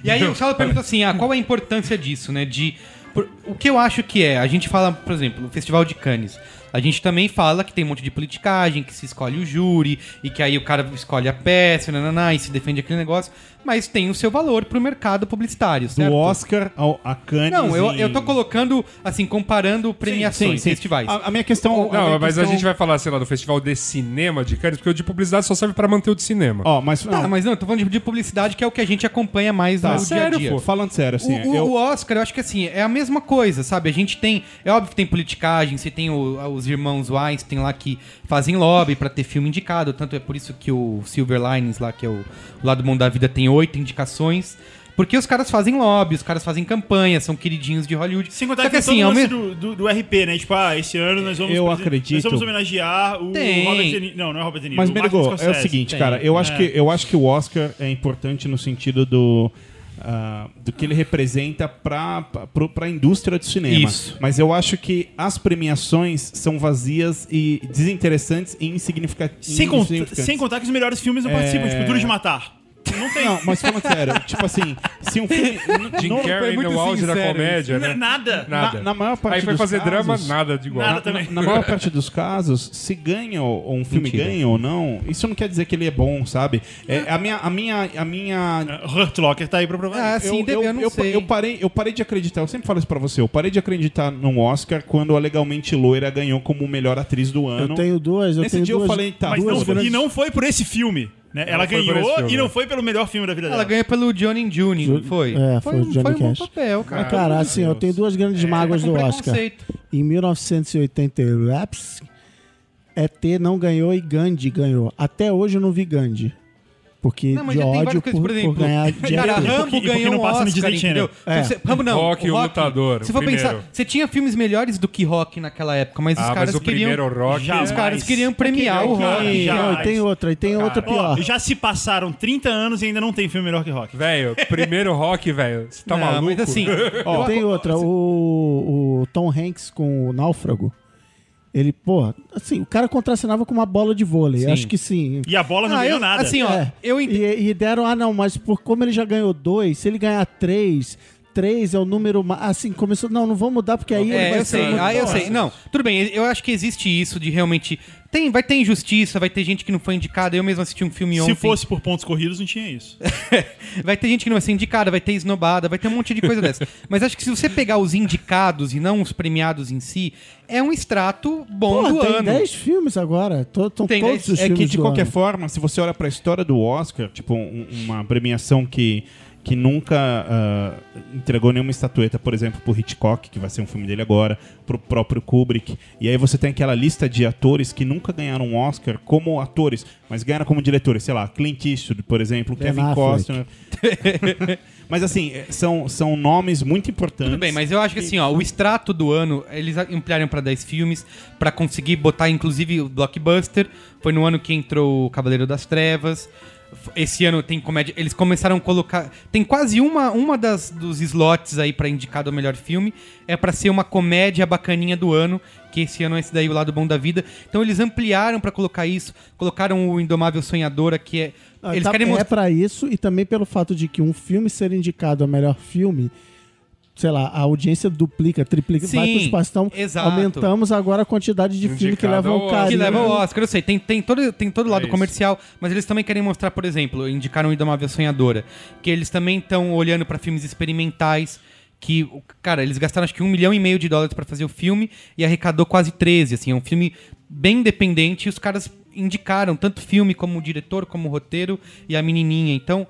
Speaker 1: E aí o Saulo pergunta assim, ah, qual a importância disso, né? De por- o que eu acho que é, a gente fala, por exemplo, o Festival de Cannes, a gente também fala que tem um monte de politicagem, que se escolhe o júri e que aí o cara escolhe a peça, nananá, e se defende aquele negócio, mas tem o seu valor pro mercado publicitário, certo?
Speaker 5: Do Oscar ao a Cannes
Speaker 1: Não, eu,
Speaker 5: e-
Speaker 1: eu tô colocando, assim, comparando premiações,
Speaker 5: Sim, sim. Ah,
Speaker 1: festivais.
Speaker 5: A, a minha questão...
Speaker 4: Não,
Speaker 5: minha
Speaker 4: mas a
Speaker 5: é questão-
Speaker 4: gente vai falar, sei lá, do Festival de Cinema de Cannes, porque o de publicidade só serve pra manter o de cinema.
Speaker 5: Ó, mas...
Speaker 1: Tá,
Speaker 5: não,
Speaker 1: mas não, eu tô falando de, de publicidade, que é o que a gente acompanha mais
Speaker 5: tá,
Speaker 1: no dia a dia.
Speaker 5: pô, Falando sério, assim,
Speaker 1: o, o-
Speaker 5: eu...
Speaker 1: o Oscar, eu acho que assim, é a mesma coisa, sabe? A gente tem. É óbvio que tem politicagem, você tem o- os irmãos Weinstein lá que fazem lobby pra ter filme indicado. Tanto é por isso que o Silver Linings lá, que é o, o lado bom da vida, tem oito indicações. Porque os caras fazem lobby, os caras fazem campanha, são queridinhos de Hollywood.
Speaker 2: Sem contar
Speaker 1: Só assim,
Speaker 2: que, tem todo
Speaker 1: ao
Speaker 2: o lance
Speaker 1: mesmo-
Speaker 2: do, do, do RP, né? Tipo, ah, esse ano nós vamos...
Speaker 5: Eu
Speaker 2: presen-
Speaker 5: acredito.
Speaker 2: Nós vamos homenagear o
Speaker 1: Tem.
Speaker 2: Robert De Niro. Não, não é Robert De Niro.
Speaker 5: Mas,
Speaker 2: o Martin
Speaker 5: Berigo, é o
Speaker 2: Scorsese.
Speaker 5: seguinte,
Speaker 1: tem.
Speaker 5: cara, eu acho,
Speaker 2: É.
Speaker 5: que, eu acho que o Oscar é importante no sentido do. ah, do que ele representa para a indústria do cinema.
Speaker 1: Isso.
Speaker 5: Mas eu acho que as premiações são vazias e desinteressantes e insignifica-
Speaker 2: Sem, cont-
Speaker 5: insignificantes.
Speaker 2: sem contar que os melhores filmes não participam, tipo Duro de Matar. não tem
Speaker 5: Não, mas falando sério, tipo assim, se um filme.
Speaker 4: Jim
Speaker 5: não,
Speaker 4: Carrey
Speaker 5: muito
Speaker 4: no auge da
Speaker 5: sincero
Speaker 4: comédia,
Speaker 2: n-
Speaker 4: né?
Speaker 2: é nada.
Speaker 4: Nada.
Speaker 5: Na- na maior parte
Speaker 4: Aí foi
Speaker 5: dos
Speaker 4: fazer drama,
Speaker 5: casos-
Speaker 4: nada de igual.
Speaker 2: Nada também.
Speaker 5: Na maior parte dos casos, se ganha ou ou um filme
Speaker 1: Mentira.
Speaker 5: ganha ou não, isso não quer dizer que ele é bom, sabe? É, a minha, a minha, a minha.
Speaker 2: Hurt Locker tá aí pra provar.
Speaker 1: Ah, sim, deve- eu, não sei.
Speaker 5: eu parei, eu parei de acreditar, eu sempre falo isso pra você, eu parei de acreditar num Oscar quando a Legalmente Loira ganhou como melhor atriz do ano.
Speaker 3: Eu tenho duas, eu
Speaker 5: Nesse
Speaker 3: tenho
Speaker 5: dia eu
Speaker 3: duas.
Speaker 5: falei, tá,
Speaker 2: Mas
Speaker 5: duas
Speaker 2: não,
Speaker 5: grandes-
Speaker 2: e não foi por esse filme. Né? Ela
Speaker 4: foi por esse
Speaker 2: ganhou
Speaker 4: filme,
Speaker 2: e não
Speaker 4: né?
Speaker 2: foi pelo melhor filme da vida dela.
Speaker 1: Ela ganha pelo Johnny and June, não foi?
Speaker 3: É, foi
Speaker 1: um-
Speaker 3: o Johnny
Speaker 1: foi um bom
Speaker 3: Cash.
Speaker 1: papel, cara.
Speaker 3: Mas, cara, assim, eu tenho duas grandes mágoas
Speaker 1: tá
Speaker 3: do
Speaker 1: com
Speaker 3: Oscar.
Speaker 1: preconceito.
Speaker 3: Em 1980, e Laps, ET não ganhou e Gandhi ganhou. Até hoje eu não vi Gandhi. Porque
Speaker 1: Não, mas
Speaker 3: de
Speaker 1: já tem
Speaker 3: ódio
Speaker 1: várias
Speaker 3: por,
Speaker 1: coisas, por exemplo.
Speaker 3: por ganhar É. de
Speaker 1: cara,
Speaker 3: ET.
Speaker 1: Rambo
Speaker 2: E porque- e porque
Speaker 1: ganhou
Speaker 2: não
Speaker 1: um
Speaker 2: passa no
Speaker 1: Oscar,
Speaker 2: Disney Channel.
Speaker 1: entendeu? Se você- Rambo não.
Speaker 4: Rock, o Lutador,
Speaker 1: Se
Speaker 4: o
Speaker 1: for
Speaker 4: primeiro.
Speaker 1: pensar, você tinha filmes melhores do que Rock naquela época, mas os
Speaker 4: Ah,
Speaker 1: caras
Speaker 4: mas o
Speaker 1: queriam...
Speaker 4: primeiro rock.
Speaker 2: Já-
Speaker 1: Os caras queriam premiar o
Speaker 4: Aquele
Speaker 1: Rock.
Speaker 2: rock,
Speaker 3: E,
Speaker 2: já-
Speaker 3: não, e tem outra, e tem outra
Speaker 2: Ó,
Speaker 3: pior.
Speaker 2: já se passaram 30 anos e ainda não tem filme melhor que Rock.
Speaker 4: Velho, primeiro rock, velho. Você tá
Speaker 1: Não,
Speaker 4: maluco?
Speaker 1: Mas assim,
Speaker 3: E tem outra, o, o Tom Hanks com o Náufrago. Ele, porra, assim, o cara contracenava com uma bola de vôlei. Acho que sim.
Speaker 2: E a bola não
Speaker 1: Ah,
Speaker 2: ganhou
Speaker 1: eu-
Speaker 2: nada.
Speaker 1: assim, ó,
Speaker 3: É.
Speaker 1: eu entendo.
Speaker 3: E, e deram, ah não, mas por como ele já ganhou dois, se ele ganhar três, três é o número. ma- Assim, começou. Não, não vamos mudar, porque aí ele
Speaker 1: É,
Speaker 3: vai
Speaker 1: eu
Speaker 3: ser
Speaker 1: sei,
Speaker 3: um muito
Speaker 1: ah, eu
Speaker 3: bom.
Speaker 1: sei. Não, tudo bem, eu acho que existe isso de realmente. Tem, vai ter injustiça, vai ter gente que não foi indicada. Eu mesmo assisti um filme
Speaker 2: se
Speaker 1: ontem.
Speaker 2: fosse por pontos corridos, não tinha isso.
Speaker 1: vai ter gente que não vai ser indicada, vai ter esnobada, vai ter um monte de coisa dessa. Mas acho que se você pegar os indicados e não os premiados em si, é um extrato bom
Speaker 3: Porra,
Speaker 1: do
Speaker 3: tem
Speaker 1: ano.
Speaker 3: 10 filmes agora. Tô, tão
Speaker 1: Tem
Speaker 3: todos
Speaker 1: 10.
Speaker 3: os
Speaker 5: É
Speaker 3: filmes
Speaker 5: que de
Speaker 3: do
Speaker 5: qualquer
Speaker 3: ano.
Speaker 5: forma, se você olha pra história do Oscar, tipo um- uma premiação que que nunca ah, entregou nenhuma estatueta, por exemplo, pro Hitchcock, que vai ser um filme dele agora, pro próprio Kubrick. E aí você tem aquela lista de atores que nunca ganharam um Oscar como atores, mas ganharam como diretores, sei lá, Clint Eastwood, por exemplo,
Speaker 3: Ben
Speaker 5: Kevin
Speaker 3: Affleck.
Speaker 5: Costner. mas assim, eh, são, são nomes muito importantes.
Speaker 1: Tudo bem, mas eu acho que assim, ó, o extrato do ano, eles ampliaram pra 10 filmes, pra conseguir botar inclusive o blockbuster. Foi no ano que entrou o Cavaleiro das Trevas. F- Esse ano tem comédia, eles começaram a colocar, tem quase uma uma das dos slots aí pra indicar do melhor filme, é pra ser uma comédia bacaninha do ano, que esse ano é esse daí o lado bom da vida. Então eles ampliaram pra colocar isso, colocaram o Indomável Sonhadora que é
Speaker 3: Ah,
Speaker 1: eles
Speaker 3: tá-
Speaker 1: querem
Speaker 3: É
Speaker 1: mostrar
Speaker 3: pra isso e também pelo fato de que um filme ser indicado a melhor filme. Sei lá, a audiência duplica, triplica,
Speaker 1: Sim,
Speaker 3: vai pro espaço. Então,
Speaker 1: exato.
Speaker 3: aumentamos agora a quantidade de filme que
Speaker 4: Indicado
Speaker 3: levam
Speaker 4: ao
Speaker 3: o cara.
Speaker 4: Oscar.
Speaker 1: Que leva o Oscar, eu sei, tem, tem todo, tem todo lado
Speaker 4: isso.
Speaker 1: comercial, mas eles também querem mostrar, por exemplo, indicaram o Indomável Sonhadora, que eles também estão olhando pra filmes experimentais, que, o- cara, eles gastaram acho que um milhão e meio de dólares pra fazer o filme e arrecadou quase 13, assim, é um filme bem independente e os caras indicaram tanto filme como o diretor, como o roteiro e a menininha, então...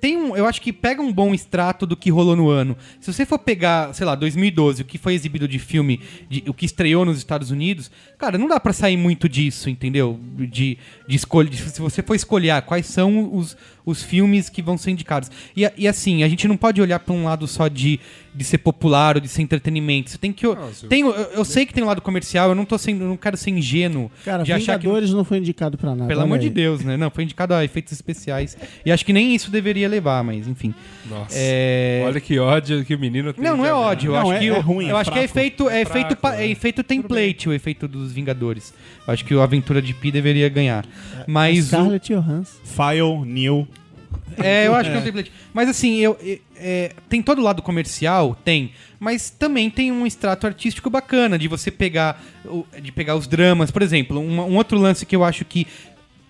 Speaker 1: Tem um, eu acho que pega um bom extrato do que rolou no ano. Se você for pegar, sei lá, 2012, o que foi exibido de filme, de- o que estreou nos Estados Unidos, cara, não dá pra sair muito disso, entendeu? De, de escolha. de- se você for escolher ah, quais são os, os filmes que vão ser indicados. E, a- e assim, a gente não pode olhar pra um lado só de, de ser popular ou de ser entretenimento. Você tem que. o- tem, o- eu, eu sei que tem um lado comercial, eu não tô sendo, eu não quero ser ingênuo
Speaker 3: Cara,
Speaker 1: de achar que.
Speaker 3: Vingadores não foi indicado pra nada.
Speaker 1: Pelo
Speaker 3: olha
Speaker 1: amor
Speaker 3: aí.
Speaker 1: de Deus, né? Não, foi indicado a efeitos especiais. E acho que nem isso deveria levar, mas enfim.
Speaker 4: Nossa.
Speaker 1: É...
Speaker 4: Olha que ódio que o menino tem.
Speaker 1: Não, não
Speaker 4: de
Speaker 1: é
Speaker 4: haver.
Speaker 1: ódio. Eu
Speaker 5: Não,
Speaker 1: acho
Speaker 5: é-
Speaker 1: que
Speaker 5: é
Speaker 1: o-
Speaker 5: ruim, é
Speaker 1: Eu acho que é
Speaker 5: fraco.
Speaker 1: efeito, é,
Speaker 4: Fraco,
Speaker 1: efeito, pa- é
Speaker 4: é.
Speaker 1: efeito template, o efeito dos Vingadores. Eu acho que o Aventura de Pi deveria ganhar. Mas o-
Speaker 3: Scarlett Johansson.
Speaker 5: File, New,
Speaker 1: é, eu acho que é um template. Mas assim, eu, é, é, tem todo o lado comercial, tem, mas também tem um extrato artístico bacana de você pegar, o- de pegar os dramas, por exemplo. Um, um outro lance que eu acho que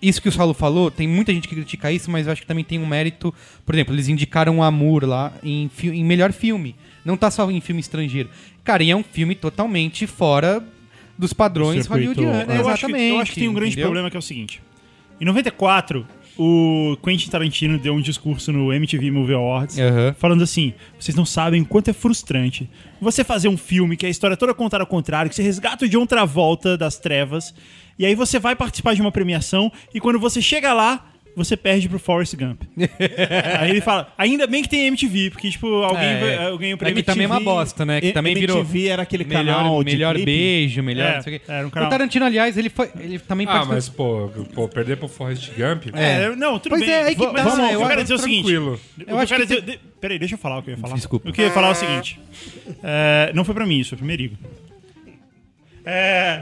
Speaker 1: isso que o Saulo falou, tem muita gente que critica isso, mas eu acho que também tem um mérito. Por exemplo, eles indicaram o Amor lá em, fi- em melhor filme. Não tá só em filme estrangeiro. Cara, e é um filme totalmente fora dos padrões
Speaker 5: circuito,
Speaker 1: hollywoodianos.
Speaker 5: é.
Speaker 2: eu, acho que,
Speaker 1: Exatamente.
Speaker 2: eu acho que tem um grande
Speaker 1: entendeu?
Speaker 2: problema que é o seguinte. Em 94, o Quentin Tarantino deu um discurso no MTV Movie Awards
Speaker 1: Aham.
Speaker 2: falando assim: vocês não sabem o quanto é frustrante você fazer um filme que a história toda contada ao contrário, que você resgata o John Travolta das trevas, e aí você vai participar de uma premiação, e quando você chega lá. Você perde pro Forrest Gump. aí ele fala, ainda bem que tem MTV, porque, tipo, alguém,
Speaker 1: É,
Speaker 2: vai-
Speaker 1: é.
Speaker 2: alguém o
Speaker 1: É
Speaker 2: prêmio
Speaker 1: que também é uma
Speaker 2: MTV
Speaker 1: bosta, né? Que
Speaker 5: M-
Speaker 1: também virou.
Speaker 5: MTV era aquele
Speaker 1: melhor,
Speaker 5: canal de
Speaker 1: melhor
Speaker 5: clipe.
Speaker 1: beijo, melhor
Speaker 2: É,
Speaker 1: não sei o quê.
Speaker 2: era um canal-
Speaker 1: o Tarantino, aliás, ele foi. Ele também
Speaker 4: Ah,
Speaker 1: participou-
Speaker 4: mas pô, pô, perder pro Forrest Gump.
Speaker 2: É, não, tudo
Speaker 1: Pois
Speaker 2: bem.
Speaker 1: é, aí que
Speaker 2: Mas,
Speaker 1: tá,
Speaker 2: assim,
Speaker 1: eu
Speaker 2: eu
Speaker 1: acho
Speaker 2: quero dizer o seguinte.
Speaker 4: tranquilo.
Speaker 1: Eu
Speaker 2: Eu
Speaker 1: acho
Speaker 2: acho
Speaker 1: que
Speaker 2: dizer, de- Peraí, deixa eu falar o que eu ia falar.
Speaker 1: Desculpa.
Speaker 2: Eu queria falar o seguinte. É, não foi pra mim, isso foi pro Merigo. É,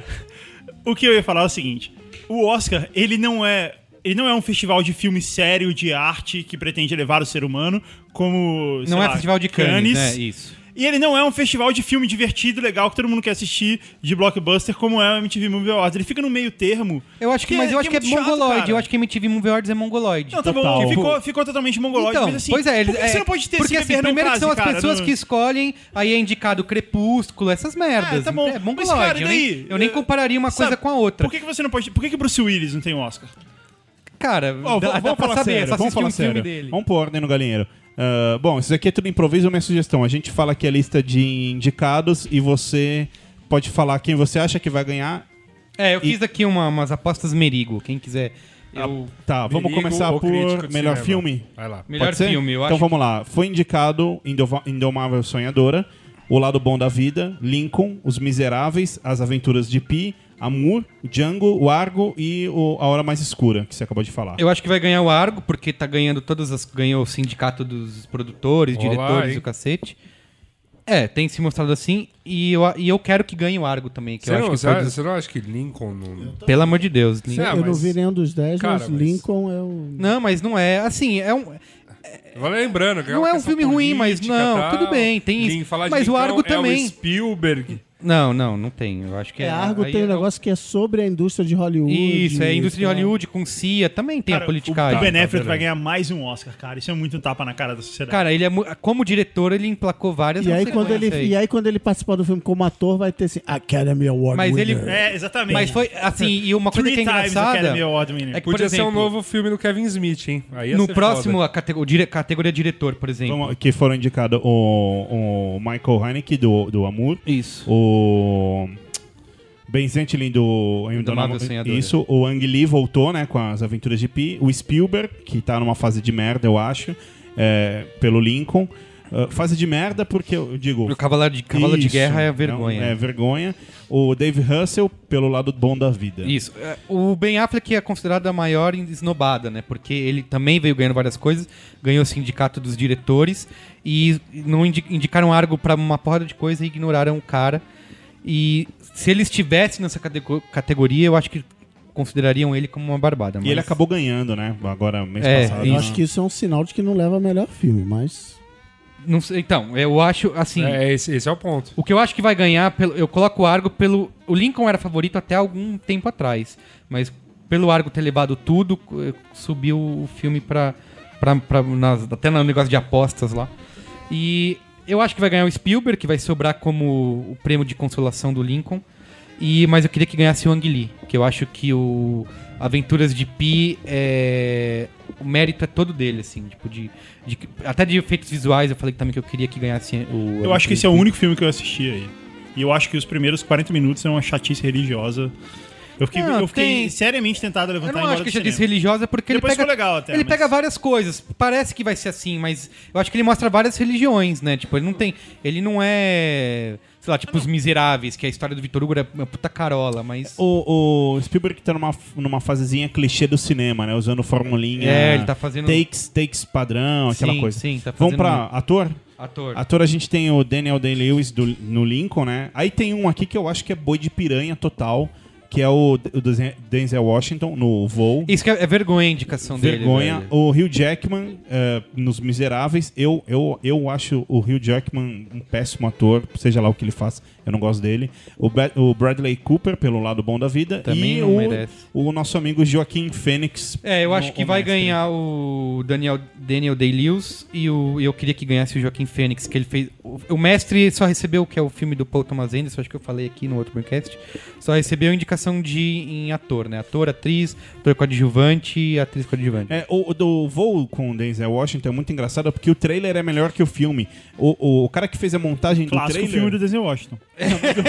Speaker 2: o que eu ia falar é o seguinte. O Oscar, ele não é Ele não é um festival de filme sério, de arte, que pretende elevar o ser humano, como. sei
Speaker 1: Não é
Speaker 2: lá,
Speaker 1: festival de Cannes, né? Isso.
Speaker 2: E ele não é um festival de filme divertido, legal, que todo mundo quer assistir, de blockbuster, como é o MTV Movie Awards. Ele fica no meio termo.
Speaker 1: Eu acho que, mas eu acho que é,
Speaker 2: muito chato,
Speaker 1: mongoloide.
Speaker 2: cara.
Speaker 1: eu acho que MTV Movie Awards é mongoloide.
Speaker 2: Não, tá bom,
Speaker 5: Total.
Speaker 2: ficou, ficou totalmente mongoloide,
Speaker 1: Então,
Speaker 2: mas assim,
Speaker 1: pois é,
Speaker 2: por
Speaker 1: eles-
Speaker 2: que
Speaker 1: é,
Speaker 2: você não pode ter
Speaker 1: Porque
Speaker 2: esse
Speaker 1: assim,
Speaker 2: beber não
Speaker 1: primeiro que são as
Speaker 2: case, cara,
Speaker 1: pessoas
Speaker 2: no-
Speaker 1: que escolhem, aí é indicado Crepúsculo, essas merdas.
Speaker 2: tá bom.
Speaker 1: É
Speaker 2: Mas,
Speaker 1: mongoloide.
Speaker 2: cara, e
Speaker 1: eu,
Speaker 2: daí?
Speaker 1: nem, eu nem
Speaker 2: Eh,
Speaker 1: compararia uma coisa
Speaker 2: Sabe,
Speaker 1: com a outra.
Speaker 2: Por que, que você não pode. Por que, que Bruce Willis não tem um Oscar?
Speaker 1: Cara,
Speaker 5: Ó,
Speaker 1: dá,
Speaker 5: vamos
Speaker 1: dá pra
Speaker 5: falar
Speaker 1: saber,
Speaker 5: sério,
Speaker 1: é só
Speaker 5: vamos
Speaker 1: assistir
Speaker 5: falar
Speaker 1: um filme
Speaker 5: sério.
Speaker 1: dele.
Speaker 5: Vamos pôr ordem no galinheiro. Ah, bom, isso aqui é tudo improviso, minha sugestão. A gente fala aqui a lista de indicados e você pode falar quem você acha que vai ganhar.
Speaker 1: É, eu fiz aqui uma- umas apostas merigo, quem quiser.
Speaker 2: Ah,
Speaker 1: Eu-
Speaker 5: Tá, vamos
Speaker 4: Perigo
Speaker 5: começar
Speaker 4: ou
Speaker 5: por
Speaker 4: crítico de
Speaker 5: melhor
Speaker 4: cinema.
Speaker 5: filme.
Speaker 4: Vai lá.
Speaker 1: melhor
Speaker 5: Pode ser?
Speaker 1: filme, eu
Speaker 5: Então
Speaker 1: acho.
Speaker 5: vamos lá. Foi indicado Indova- Indomável Sonhadora, O Lado Bom da Vida, Lincoln, Os Miseráveis, As Aventuras de Pi, Amor, Django, O Argo e o A Hora Mais Escura, que você acabou de falar.
Speaker 1: Eu acho que vai ganhar o Argo, porque tá ganhando todas as. ganhou o sindicato dos produtores,
Speaker 4: Olá,
Speaker 1: diretores,
Speaker 4: hein?
Speaker 1: do cacete. É, tem se mostrado assim, e eu, e eu quero que ganhe o Argo também, que
Speaker 4: Você
Speaker 1: eu acho
Speaker 4: não,
Speaker 1: que
Speaker 4: você-
Speaker 1: foi dos-
Speaker 4: você não acha que Lincoln não.
Speaker 1: Pelo amor de Deus, né?
Speaker 4: Você-
Speaker 2: é.
Speaker 4: ah,
Speaker 3: eu não
Speaker 4: mas-
Speaker 3: vi nenhum dos 10,
Speaker 4: Cara,
Speaker 3: mas
Speaker 4: mas-
Speaker 3: Lincoln é o.
Speaker 1: Não, mas não é. Assim, é um,
Speaker 4: Vai lembrando que
Speaker 1: Não é um
Speaker 4: questão
Speaker 1: filme ruim, mas
Speaker 4: política,
Speaker 1: não,
Speaker 4: tal.
Speaker 1: tudo bem, tem isso.
Speaker 4: Lin- falar de
Speaker 1: Mas o
Speaker 4: Lincoln
Speaker 1: Argo
Speaker 4: é
Speaker 1: também.
Speaker 4: Spielberg.
Speaker 1: Não, não, não tem. Eu acho que
Speaker 3: É,
Speaker 1: é.
Speaker 3: Argo
Speaker 1: aí
Speaker 3: tem
Speaker 1: é-
Speaker 3: um negócio que é sobre a indústria de Hollywood. né?
Speaker 1: Isso, é a indústria de
Speaker 3: tal.
Speaker 1: Hollywood com CIA, também tem a
Speaker 2: Cara, O,
Speaker 1: politicagem.
Speaker 2: o Ben Affleck
Speaker 4: tá
Speaker 2: vai ganhar mais um Oscar, cara. Isso é muito um tapa na cara da sociedade.
Speaker 1: Cara, ele é mu- como diretor, ele emplacou várias
Speaker 3: E aí, quando ele,
Speaker 1: consequências é aí.
Speaker 3: e aí, quando ele participar do filme como ator, vai ter assim, Academy Award.
Speaker 1: Mas ele-
Speaker 3: winner.
Speaker 2: é, exatamente.
Speaker 1: Mas foi assim, e uma coisa
Speaker 2: Three
Speaker 1: que é
Speaker 2: times
Speaker 1: engraçada.
Speaker 2: Academy Award winner.
Speaker 1: É que, por
Speaker 4: Podia ser
Speaker 1: exemplo,
Speaker 4: um novo filme do Kevin Smith, hein? Aí ia
Speaker 2: é
Speaker 1: No
Speaker 4: ser
Speaker 1: próximo,
Speaker 4: foda.
Speaker 1: a catego- dire- categoria diretor, por exemplo.
Speaker 5: Então, que foram indicados o, o Michael Haneke do, do Amor,
Speaker 1: Isso.
Speaker 5: o Ben Zentling do
Speaker 1: Indomável
Speaker 5: Indomável-
Speaker 1: Sonhadora.
Speaker 5: Isso, o Ang Lee voltou, né, com as Aventuras de Pi, o Spielberg, que tá numa fase de merda, eu acho, é, pelo Lincoln. Ah, fase de merda porque eu digo,
Speaker 1: O Cavaleiro de, Cavalo de
Speaker 5: Isso,
Speaker 1: Guerra é a
Speaker 5: não,
Speaker 1: vergonha.
Speaker 5: é vergonha. O Dave Russell, pelo lado bom da vida.
Speaker 1: Isso. É, O Ben Affleck é considerado a maior esnobada, né? Porque ele também veio ganhando várias coisas, ganhou o sindicato dos diretores e não indi- indicaram algo pra uma porrada de coisa e ignoraram o cara. E se ele estivesse nessa catego- categoria, eu acho que considerariam ele como uma barbada.
Speaker 5: E
Speaker 1: mas-
Speaker 5: ele acabou ganhando, né? Agora, mês
Speaker 1: É,
Speaker 5: passado.
Speaker 1: isso.
Speaker 3: Eu acho que isso é um sinal de que não leva a melhor filme, mas.
Speaker 1: Não sei, então, eu acho assim.
Speaker 4: É, esse, esse é o ponto.
Speaker 1: O que eu acho que vai ganhar, pelo- eu coloco o Argo pelo. O Lincoln era favorito até algum tempo atrás, mas pelo Argo ter levado tudo, eh, subiu o filme pra. pra, pra nas- até no negócio de apostas lá. E eu acho que vai ganhar o Spielberg, que vai sobrar como o prêmio de consolação do Lincoln. E, mas eu queria que ganhasse o Ang Lee, que eu acho que o Aventuras de Pi é. O mérito é todo dele, assim, tipo, de, de- Até de efeitos visuais, eu falei também que eu queria que ganhasse o.
Speaker 2: Eu acho que
Speaker 1: Aventuras
Speaker 2: esse é o
Speaker 1: de Pi.
Speaker 2: único filme que eu assisti aí. E eu acho que os primeiros 40 minutos é uma chatice religiosa. Eu fiquei,
Speaker 1: Não,
Speaker 2: eu fiquei
Speaker 1: tem-
Speaker 2: seriamente tentado a levantar
Speaker 1: Eu
Speaker 2: e ir
Speaker 1: não
Speaker 2: tá embora
Speaker 1: acho que
Speaker 2: do
Speaker 1: já disse
Speaker 2: cinema.
Speaker 1: religiosa porque
Speaker 2: Depois
Speaker 1: ele pega
Speaker 2: ficou legal até,
Speaker 1: ele
Speaker 2: mas-
Speaker 1: pega várias coisas. Parece que vai ser assim, mas eu acho que ele mostra várias religiões, né? Tipo, ele não tem, ele não é, sei lá, tipo os miseráveis, que a história do Vitor Hugo é uma puta carola, mas
Speaker 5: O, o Spielberg tá numa, numa fasezinha clichê do cinema, né? Usando formulinha.
Speaker 1: É, ele tá fazendo-
Speaker 5: Takes, takes padrão, aquela
Speaker 1: Sim,
Speaker 5: coisa.
Speaker 1: sim, tá
Speaker 5: Vamos
Speaker 1: fazendo
Speaker 5: pra ator?
Speaker 1: ator.
Speaker 5: Ator a gente tem o Daniel Day-Lewis do- no Lincoln, né? Aí tem um aqui que eu acho que é boi de piranha total, que é o, o Denzel- Denzel Washington no Voo.
Speaker 1: Isso que é, é vergonha a indicação
Speaker 5: Vergonha.
Speaker 1: dele. velho.
Speaker 5: o Hugh Jackman eh, nos Miseráveis. Eu, eu, eu acho o Hugh Jackman um péssimo ator, seja lá o que ele faça, eu não gosto dele. O, Ba- o Bradley Cooper, pelo lado bom da vida.
Speaker 1: Também
Speaker 5: e
Speaker 1: não
Speaker 5: o,
Speaker 1: merece.
Speaker 5: o nosso amigo Joaquim Fênix.
Speaker 1: É, eu
Speaker 5: no-
Speaker 1: acho que
Speaker 5: o
Speaker 1: vai
Speaker 5: mestre.
Speaker 1: ganhar o Daniel, Daniel Day-Lewis e o, e eu queria que ganhasse o Joaquim Fênix, que ele fez... O, o Mestre só recebeu, que é o filme do Paul Thomas Anderson, acho que eu falei aqui no outro podcast, só recebeu indicação de em ator, né? Ator, atriz, ator coadjuvante e atriz coadjuvante.
Speaker 5: É, o, o do voo com o Denzel Washington é muito engraçado porque o trailer é melhor que o filme. O, o cara que fez a montagem do
Speaker 2: Clássico
Speaker 5: trailer.
Speaker 2: filme do Denzel Washington.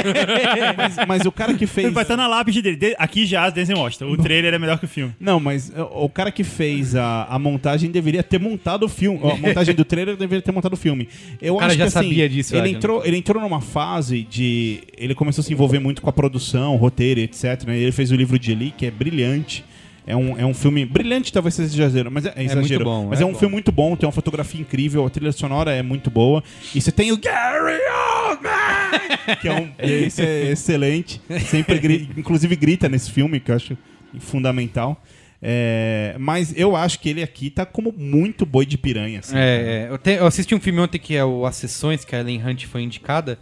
Speaker 5: mas, mas o cara que fez.
Speaker 2: Ele vai estar na lápide dele. De- Aqui já as Denzel Washington. O trailer é melhor que o filme.
Speaker 5: Não, mas uh, o cara que fez a, a montagem deveria ter montado o filme. A montagem do trailer deveria ter montado o filme. Eu
Speaker 1: O cara
Speaker 5: acho
Speaker 1: já
Speaker 5: que, assim,
Speaker 1: sabia disso, né?
Speaker 5: Ele
Speaker 1: Adam.
Speaker 5: entrou, ele entrou numa fase de. Ele começou a se envolver muito com a produção, roteiro, etc. né? Ele fez o livro de Eli, que é brilhante. É um, é um filme brilhante, talvez seja exagero, mas é, é
Speaker 1: muito
Speaker 5: exagero.
Speaker 1: bom,
Speaker 5: mas
Speaker 1: é
Speaker 5: é, um
Speaker 1: bom.
Speaker 5: filme muito bom, tem uma fotografia incrível, a trilha sonora é muito boa. E você tem o Gary Oldman, que é um. e Esse é excelente. Sempre gri- inclusive grita nesse filme, que eu acho fundamental. É, mas eu acho que ele aqui tá como muito boi de piranha, assim.
Speaker 1: É, é. Eu, te- eu assisti um filme ontem que é o As Sessões, que a Ellen Hunt foi indicada.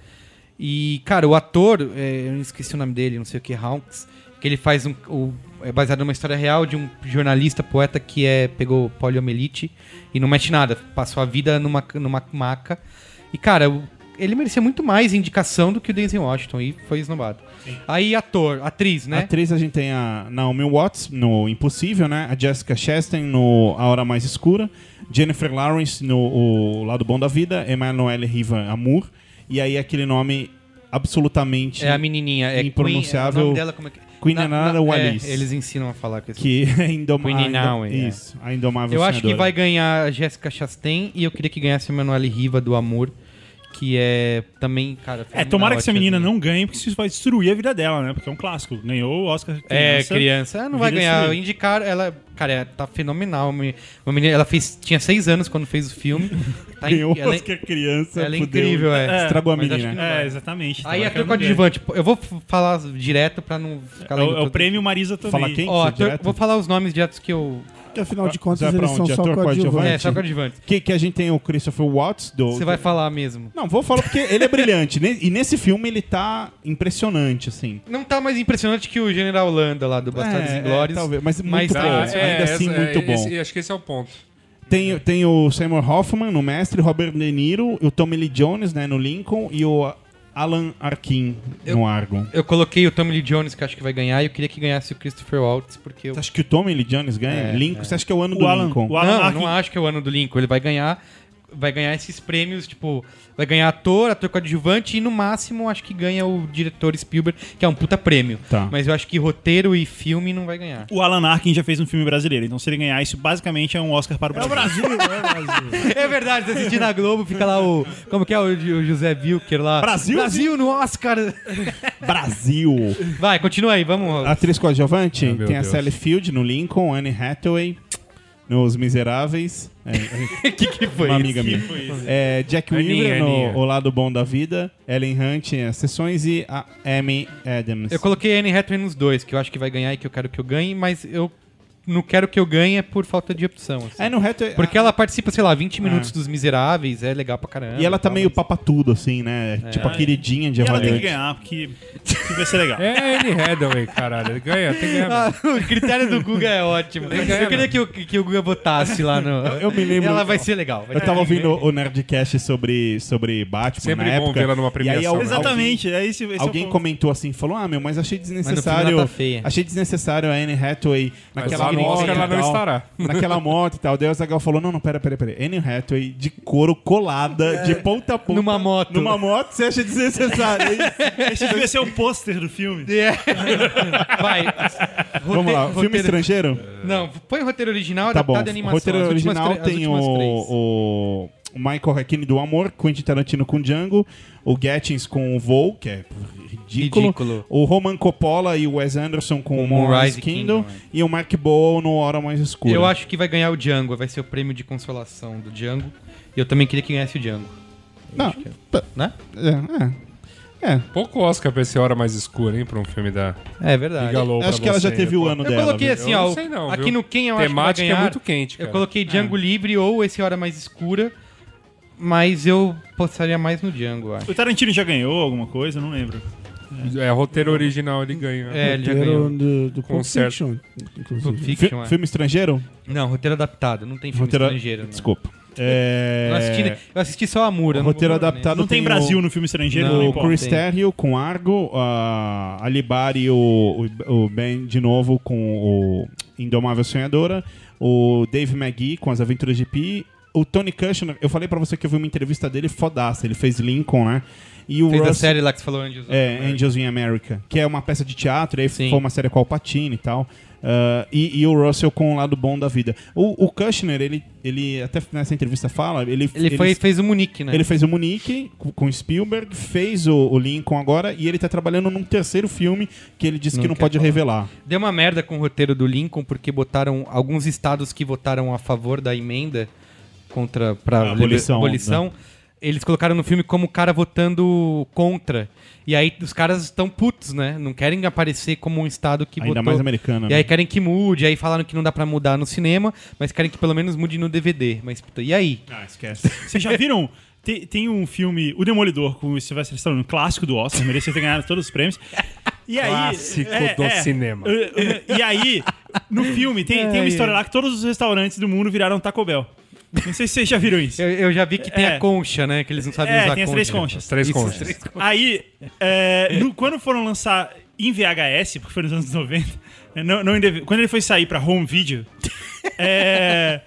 Speaker 1: E, cara, o ator, é, eu esqueci o nome dele, não sei o que, Hawks, que ele faz um. o- é baseado numa história real de um jornalista, poeta, que é, pegou poliomielite e não mexe nada. Passou a vida numa, numa maca. E, cara, o- ele merecia muito mais indicação do que o Denzel Washington e foi esnobado. Aí, ator, atriz, né?
Speaker 5: Atriz a gente tem a Naomi Watts no Impossível, né? A Jessica Chastain no A Hora Mais Escura, Jennifer Lawrence no O Lado Bom da Vida, Emanuele Riva Amor e aí aquele nome absolutamente
Speaker 1: É a menininha. É Queen-
Speaker 5: Impronunciável.
Speaker 1: é o nome dela, como é que...
Speaker 5: Queen
Speaker 1: Na- na-
Speaker 5: Anara
Speaker 1: é,
Speaker 5: Wallis.
Speaker 1: eles ensinam a falar com esse
Speaker 5: que é indomável.
Speaker 1: Queen Inaue, é.
Speaker 5: Isso, a indomável
Speaker 1: Eu acho que
Speaker 5: sonhadora.
Speaker 1: vai ganhar a Jéssica Chastain e eu queria que ganhasse a Manuele Riva do Amor, que é também, cara. foi
Speaker 2: É,
Speaker 1: uma
Speaker 2: tomara que essa
Speaker 1: ótima
Speaker 2: menina
Speaker 1: menina.
Speaker 2: não ganhe, porque isso vai destruir a vida dela, né? Porque é um clássico. Ganhou o Oscar.
Speaker 1: É, criança. Ela não vai
Speaker 2: Vira
Speaker 1: ganhar.
Speaker 2: isso aí.
Speaker 1: Indicar, ela. Cara, ela tá fenomenal. Uma uma menina, ela fez, tinha seis anos quando fez o filme. Tá in-
Speaker 5: Ganhou
Speaker 1: ela,
Speaker 5: Oscar criança,
Speaker 1: ela é
Speaker 5: fudeu.
Speaker 1: incrível, é.
Speaker 5: Estragou a
Speaker 1: Mas acho
Speaker 5: menina.
Speaker 1: que não
Speaker 2: É,
Speaker 1: vai.
Speaker 2: exatamente.
Speaker 1: Aí
Speaker 2: Então,
Speaker 1: ator
Speaker 2: vai ganhar.
Speaker 1: coadjuvante. pô, Eu vou f- falar direto pra não ficar
Speaker 2: É
Speaker 1: lendo
Speaker 2: o, é o
Speaker 1: tudo.
Speaker 2: prêmio Marisa também.
Speaker 5: Fala quem?
Speaker 1: Ó,
Speaker 5: Isso,
Speaker 1: ator-
Speaker 5: direto?
Speaker 1: vou falar os nomes diretos que eu.
Speaker 3: Porque afinal de
Speaker 5: Já
Speaker 3: contas
Speaker 5: pra
Speaker 3: eles
Speaker 5: onde?
Speaker 3: são só
Speaker 5: Ator coadjuvante?
Speaker 3: coadjuvantes.
Speaker 1: É, só coadjuvante.
Speaker 5: Que, que a gente tem o Christopher Watts do.
Speaker 1: Você vai falar mesmo.
Speaker 5: Não, vou falar porque ele é brilhante. Ne- e nesse filme ele tá impressionante, assim.
Speaker 1: Não tá mais impressionante que o General Landa lá do Bastardos
Speaker 5: É,
Speaker 1: e Glórias.
Speaker 5: é, talvez, mas muito
Speaker 1: tá-
Speaker 5: bom. ainda assim, muito bom.
Speaker 4: esse- acho que esse Ah, é o ponto.
Speaker 5: Tem, tem o Seymour Hoffman no Mestre, Robert De Niro, o Tommy Lee Jones né, no Lincoln e o Alan Arkin no Argon.
Speaker 1: Eu coloquei o Tommy Lee Jones, que eu acho que vai ganhar, e eu queria que ganhasse o Christopher Waltz, porque eu.
Speaker 5: Você acha que o Tommy Lee Jones ganha?
Speaker 1: É,
Speaker 5: Lincoln, você acha que é o ano
Speaker 2: O
Speaker 5: do
Speaker 2: Alan-
Speaker 5: Lincoln?
Speaker 2: o Alan
Speaker 1: não,
Speaker 2: Arkin-
Speaker 1: não acho que é o ano do Lincoln. Ele vai ganhar. Vai ganhar esses prêmios, tipo, vai ganhar ator, ator coadjuvante e no máximo acho que ganha o diretor Spielberg, que é um puta prêmio.
Speaker 5: Tá.
Speaker 1: Mas eu acho que roteiro e filme não vai ganhar.
Speaker 2: O Alan Arkin já fez um filme brasileiro, então se ele ganhar isso, basicamente é um Oscar para o Brasil.
Speaker 1: É verdade, você assistir na Globo, fica lá o. Como que é o, Ju- o José Wilker lá?
Speaker 5: Brasil?
Speaker 1: Brasil no Oscar!
Speaker 5: Brasil!
Speaker 1: Vai, continua aí, vamos.
Speaker 5: Atriz coadjuvante,
Speaker 4: meu
Speaker 5: tem a
Speaker 4: Deus.
Speaker 5: Sally Field no Lincoln, Anne Hathaway nos Miseráveis. É,
Speaker 1: O que, que foi
Speaker 5: uma
Speaker 1: isso?
Speaker 5: amiga minha. É, Jack
Speaker 4: Aninha,
Speaker 5: Weaver
Speaker 4: Aninha.
Speaker 5: no O Lado Bom da Vida, Ellen Hunt em As Sessões e a Amy Adams.
Speaker 1: Eu coloquei Anne Hathaway nos dois, que eu acho que vai ganhar e que eu quero que eu ganhe, mas eu não quero que eu ganhe é por falta de opção. assim.
Speaker 5: É, no reto... é-
Speaker 1: Porque ela participa, sei lá, 20 minutos dos Miseráveis, é legal pra caramba.
Speaker 5: E ela tá
Speaker 1: tal,
Speaker 5: meio
Speaker 1: mas-
Speaker 5: papatudo, assim, né? Tipo a queridinha de
Speaker 2: E ela tem que
Speaker 5: Hollywood.
Speaker 2: ganhar, porque que vai ser legal.
Speaker 4: É a Anne Hathaway, caralho. Ele ganha, tem que ganhar. mesmo.
Speaker 1: Ah, o critério do Guga é ótimo. Eu queria que o, que o Guga votasse lá no.
Speaker 5: Eu me lembro-
Speaker 1: Ela vai ser legal. vai
Speaker 5: Eu
Speaker 1: ser
Speaker 5: tava
Speaker 1: legal.
Speaker 5: ouvindo o Nerdcast sobre, sobre Batman
Speaker 4: Sempre
Speaker 5: na
Speaker 4: bom
Speaker 5: época.
Speaker 4: vê-la numa
Speaker 5: E aí,
Speaker 4: premiação,
Speaker 5: al-
Speaker 4: né?
Speaker 2: Exatamente, é esse, esse é o
Speaker 5: Alguém, alguém
Speaker 2: ponto.
Speaker 5: comentou assim, falou, ah, meu, mas achei desnecessário...
Speaker 1: ela tá feia."
Speaker 5: Achei desnecessário a Anne Hathaway naquela
Speaker 4: lá no
Speaker 5: moto
Speaker 4: Oscar
Speaker 5: e
Speaker 4: ela não
Speaker 5: tal.
Speaker 4: estará.
Speaker 5: Naquela moto e tal. Daí o Zagal falou, não, não, pera, pera, pera. Anne Hathaway de couro colada, de ponta a ponta.
Speaker 1: É. Numa moto.
Speaker 5: Numa moto, você acha desnecessário. isso?
Speaker 2: Esse devia ser o pôster do filme.
Speaker 1: É. Vai.
Speaker 5: Vamos lá, filme
Speaker 1: roteiro-
Speaker 5: estrangeiro?
Speaker 1: Não, põe o roteiro original,
Speaker 5: Tá bom.
Speaker 1: adaptado e
Speaker 5: O
Speaker 1: animação.
Speaker 5: roteiro
Speaker 1: as últimas
Speaker 5: original
Speaker 1: tre- as
Speaker 5: tem o,
Speaker 1: últimas três.
Speaker 5: o Michael Hackney do Amor, Quentin Tarantino com Django, o Gettins com o Voo, que é ridículo,
Speaker 1: Ridículo.
Speaker 5: o Roman Coppola e o Wes Anderson com o Moonrise Kingdom,
Speaker 1: é.
Speaker 5: e o Mark Bowl no Hora Mais Escura.
Speaker 1: Eu acho que vai ganhar o Django, vai ser o prêmio de consolação do Django. E eu também queria que ganhasse o Django,
Speaker 5: Não,
Speaker 1: né?
Speaker 5: é, é. É.
Speaker 4: Pouco Oscar pra esse Hora Mais Escura, hein? Pra um filme da
Speaker 1: É verdade.
Speaker 4: Liga Low
Speaker 5: Acho
Speaker 4: pra
Speaker 5: que ela
Speaker 4: você,
Speaker 5: já teve o
Speaker 4: pô.
Speaker 5: ano
Speaker 1: Eu
Speaker 5: dela. né?
Speaker 1: coloquei
Speaker 5: viu?
Speaker 1: assim,
Speaker 4: Eu
Speaker 1: ó.
Speaker 4: não sei não,
Speaker 1: aqui
Speaker 4: viu?
Speaker 1: no quem eu acho que
Speaker 4: Temática
Speaker 1: vai
Speaker 4: é
Speaker 1: ganhar.
Speaker 4: muito quente,
Speaker 1: Eu
Speaker 4: cara.
Speaker 1: coloquei Django
Speaker 5: É.
Speaker 1: Livre ou esse Hora Mais Escura, mas eu postaria mais no Django, eu acho.
Speaker 2: O Tarantino já ganhou alguma coisa, eu não lembro.
Speaker 4: É, roteiro original ele ganha.
Speaker 1: É, ele já ganhou.
Speaker 3: Roteiro do, do Pulp
Speaker 4: Concerto.
Speaker 3: Fiction,
Speaker 1: Pulp
Speaker 3: inclusive.
Speaker 5: Fi-
Speaker 1: Fiction, é.
Speaker 5: Filme estrangeiro?
Speaker 1: Não, roteiro adaptado, não tem filme
Speaker 5: Roteiro-
Speaker 1: estrangeiro. Não.
Speaker 5: Desculpa.
Speaker 1: Eu assisti, né?
Speaker 5: É...
Speaker 1: eu assisti só a Mura.
Speaker 5: Roteiro adaptado
Speaker 2: Não tem,
Speaker 5: o-
Speaker 2: Brasil no filme estrangeiro,
Speaker 1: Não,
Speaker 2: não,
Speaker 5: O
Speaker 1: Bom,
Speaker 2: importa.
Speaker 5: Chris
Speaker 1: tem.
Speaker 5: Terrio com Argo, a Alibari e o, o, o Ben de novo com o Indomável Sonhadora, o Dave McGee com As Aventuras de Pi, o Tony Kushner, eu falei pra você que eu vi uma entrevista dele fodaça, ele fez Lincoln, né? E o
Speaker 1: Fez a
Speaker 5: Russ-
Speaker 1: série lá que você falou, Angels.
Speaker 5: é, Angels in America, que é uma peça de teatro, e aí
Speaker 1: Sim.
Speaker 5: foi uma série com o Patine e tal. Ah, e, e o Russell com o lado bom da vida. O, o Kushner, ele, ele até nessa entrevista fala, ele,
Speaker 1: Ele, foi, fez o Munique, né?
Speaker 5: ele fez o Munique com- com o Spielberg, fez o, o Lincoln agora e ele tá trabalhando num terceiro filme que ele disse
Speaker 1: Não
Speaker 5: que não
Speaker 1: quer
Speaker 5: pode
Speaker 1: falar.
Speaker 5: revelar.
Speaker 1: Deu uma merda com o roteiro do Lincoln, porque botaram alguns estados que votaram a favor da emenda contra pra
Speaker 5: A abolição,
Speaker 1: abolição, eles colocaram no filme como o cara votando contra. E aí os caras estão putos, né? Não querem aparecer como um estado que
Speaker 5: Ainda
Speaker 1: votou.
Speaker 5: mais americano,
Speaker 1: E aí
Speaker 5: né?
Speaker 1: querem que mude, aí falaram que não dá pra mudar no cinema, mas querem que pelo menos mude no DVD. Mas puta, e aí?
Speaker 2: Ah, esquece. Vocês já viram? Tem, tem um filme, O Demolidor, com o Sylvester Stallone, um clássico do Oscar, merecia ter ganhado todos os prêmios. E aí, é,
Speaker 4: Clássico do cinema.
Speaker 2: Eh, eh, E aí, no filme, tem, tem uma história lá que todos os restaurantes do mundo viraram Taco Bell. Não sei se vocês já viram isso.
Speaker 1: Eu, eu já vi que tem
Speaker 2: É.
Speaker 1: a concha, né? Que eles não sabem
Speaker 2: É,
Speaker 1: usar
Speaker 2: tem
Speaker 1: a
Speaker 2: as
Speaker 1: concha.
Speaker 2: três conchas.
Speaker 4: As três
Speaker 1: Isso,
Speaker 4: conchas.
Speaker 1: três
Speaker 2: Aí, é, no- quando foram lançar em VHS, porque foi nos anos 90, né, não, não em DVD, quando ele foi sair pra home video, é,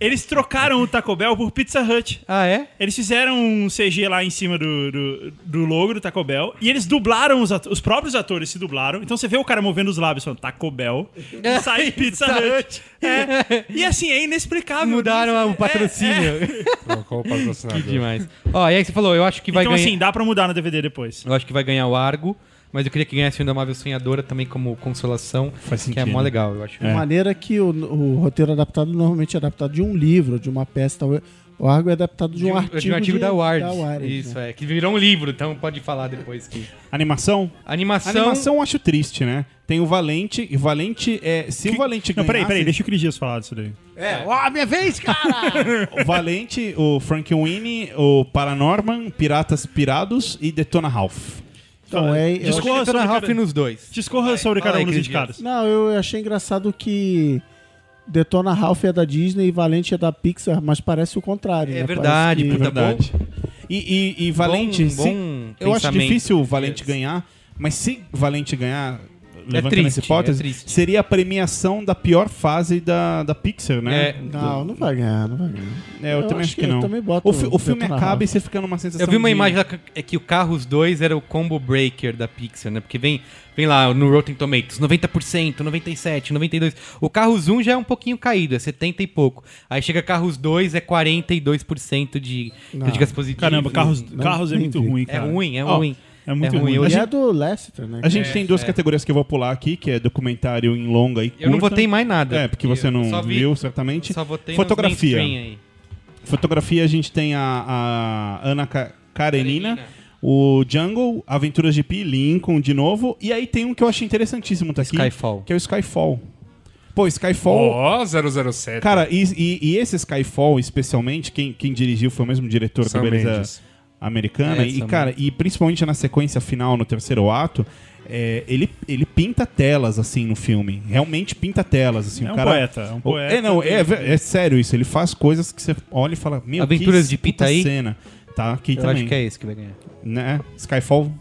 Speaker 2: eles trocaram o Taco Bell por Pizza Hut.
Speaker 1: Ah, é?
Speaker 2: Eles fizeram um CG lá em cima do, do, do logo do Taco Bell e eles dublaram, os, ato- os próprios atores se dublaram. Então você vê o cara movendo os lábios falando Taco Bell e sai Pizza Hut. É. E assim, é inexplicável.
Speaker 1: Mudaram
Speaker 2: Não-
Speaker 1: o patrocínio.
Speaker 4: Trocou o patrocinador.
Speaker 1: Que demais. Ó, e aí você falou, eu acho que vai
Speaker 2: Então
Speaker 1: ganhar.
Speaker 2: assim, dá pra mudar no DVD depois.
Speaker 1: Eu acho que vai ganhar o Argo, mas eu queria que ganhasse o Indomável Sonhadora também como consolação, que é
Speaker 5: sentido.
Speaker 1: mó legal, eu acho.
Speaker 3: De maneira que o, o roteiro adaptado normalmente é adaptado de um livro, de uma peça. tal. O Argo é adaptado de um artigo.
Speaker 1: de um artigo
Speaker 3: de-
Speaker 1: da Ward.
Speaker 3: Wired,
Speaker 1: Isso,
Speaker 3: né?
Speaker 1: é. Que virou um livro, então pode falar depois que.
Speaker 5: Animação?
Speaker 1: Animação.
Speaker 5: Animação eu acho triste, né? Tem o Valente, e o Valente é. Se o Valente
Speaker 2: Não,
Speaker 5: ganhasse...
Speaker 2: peraí, peraí, deixa o Cris Dias falar disso daí.
Speaker 5: O Valente, o Frank Winnie, o Paranorman, Piratas Pirados e Detona Ralph.
Speaker 3: Então, é,
Speaker 1: Eu
Speaker 3: eu
Speaker 1: acho que
Speaker 2: Discorra
Speaker 1: entrou na
Speaker 2: sobre
Speaker 1: Ralph
Speaker 2: cada-
Speaker 1: nos dois.
Speaker 2: Discorra sobre
Speaker 1: fala
Speaker 2: cada
Speaker 1: aí,
Speaker 2: um dos
Speaker 1: Cris
Speaker 2: indicados.
Speaker 3: Não, eu achei engraçado que Detona Ralph é da Disney e Valente é da Pixar, mas parece o contrário.
Speaker 1: É
Speaker 3: né?
Speaker 1: verdade,
Speaker 3: Parece que-
Speaker 1: puta
Speaker 5: verdade. E, e- e Valente,
Speaker 1: Bom-
Speaker 5: se-
Speaker 1: bom
Speaker 5: eu acho
Speaker 1: pensamento.
Speaker 5: difícil o Valente ganhar, mas se Valente ganhar, levantando
Speaker 1: triste,
Speaker 5: essa hipótese,
Speaker 1: é triste.
Speaker 5: seria a premiação da pior fase da, da Pixar, né?
Speaker 1: É,
Speaker 3: Não, não vai ganhar, não vai ganhar.
Speaker 5: É, eu, também acho que, não.
Speaker 3: Eu também boto
Speaker 5: o, fi- o filme
Speaker 3: Detona
Speaker 5: acaba
Speaker 3: Ralph.
Speaker 5: e você fica numa sensação.
Speaker 1: Eu vi uma
Speaker 5: de-
Speaker 1: imagem lá que- é que o Carros 2 era o combo breaker da Pixar, né? Porque vem, vem lá no Rotten Tomatoes, 90%, 97%, 92%. O Carros 1 já é um pouquinho caído, é 70 e pouco. Aí chega Carros 2, é 42% de né? críticas positivas.
Speaker 2: Caramba, carros,
Speaker 3: Não,
Speaker 2: carros é
Speaker 3: nem
Speaker 2: muito
Speaker 3: vi.
Speaker 2: ruim,
Speaker 1: É
Speaker 2: cara.
Speaker 1: ruim, é
Speaker 5: Ó,
Speaker 1: ruim.
Speaker 2: é muito ruim.
Speaker 1: Eu,
Speaker 3: E
Speaker 1: já-
Speaker 3: é do Lester, né?
Speaker 5: A
Speaker 1: É,
Speaker 5: gente tem duas categorias que eu vou pular aqui, que é documentário em longa e curta.
Speaker 1: eu não votei em mais nada.
Speaker 5: É, porque você
Speaker 1: Eu
Speaker 5: não
Speaker 1: só vi-
Speaker 5: viu, certamente.
Speaker 1: Só votei nos
Speaker 5: Fotografia.
Speaker 1: mainstream aí.
Speaker 5: Fotografia, a gente tem a, a Ana Ca- Karenina, o Jungle, Aventuras de Pi, Lincoln de novo. E aí tem um que eu achei interessantíssimo tá aqui.
Speaker 1: Skyfall.
Speaker 5: Que é o Skyfall. Pô, Skyfall.
Speaker 4: Ó, 007.
Speaker 5: Cara, e, e- e esse Skyfall, especialmente, quem, quem dirigiu foi o mesmo diretor
Speaker 4: Sam
Speaker 5: da Beleza
Speaker 4: Mendes.
Speaker 5: Americana.
Speaker 1: É,
Speaker 5: e,
Speaker 1: Sam
Speaker 5: cara, e principalmente na sequência final, no terceiro ato. é, ele, ele pinta telas assim no filme. Realmente pinta telas. Assim,
Speaker 2: É
Speaker 5: o
Speaker 2: um
Speaker 5: cara,
Speaker 2: poeta, é um poeta.
Speaker 5: é, não, é, ve- é sério isso. Ele faz coisas que você olha e fala, meu,
Speaker 1: né? Aventuras
Speaker 5: que
Speaker 1: de Pita
Speaker 5: puta
Speaker 1: aí?
Speaker 5: cena. Tá, aqui
Speaker 1: Eu
Speaker 5: também.
Speaker 1: acho que é esse que vai ganhar.
Speaker 5: né? Skyfall,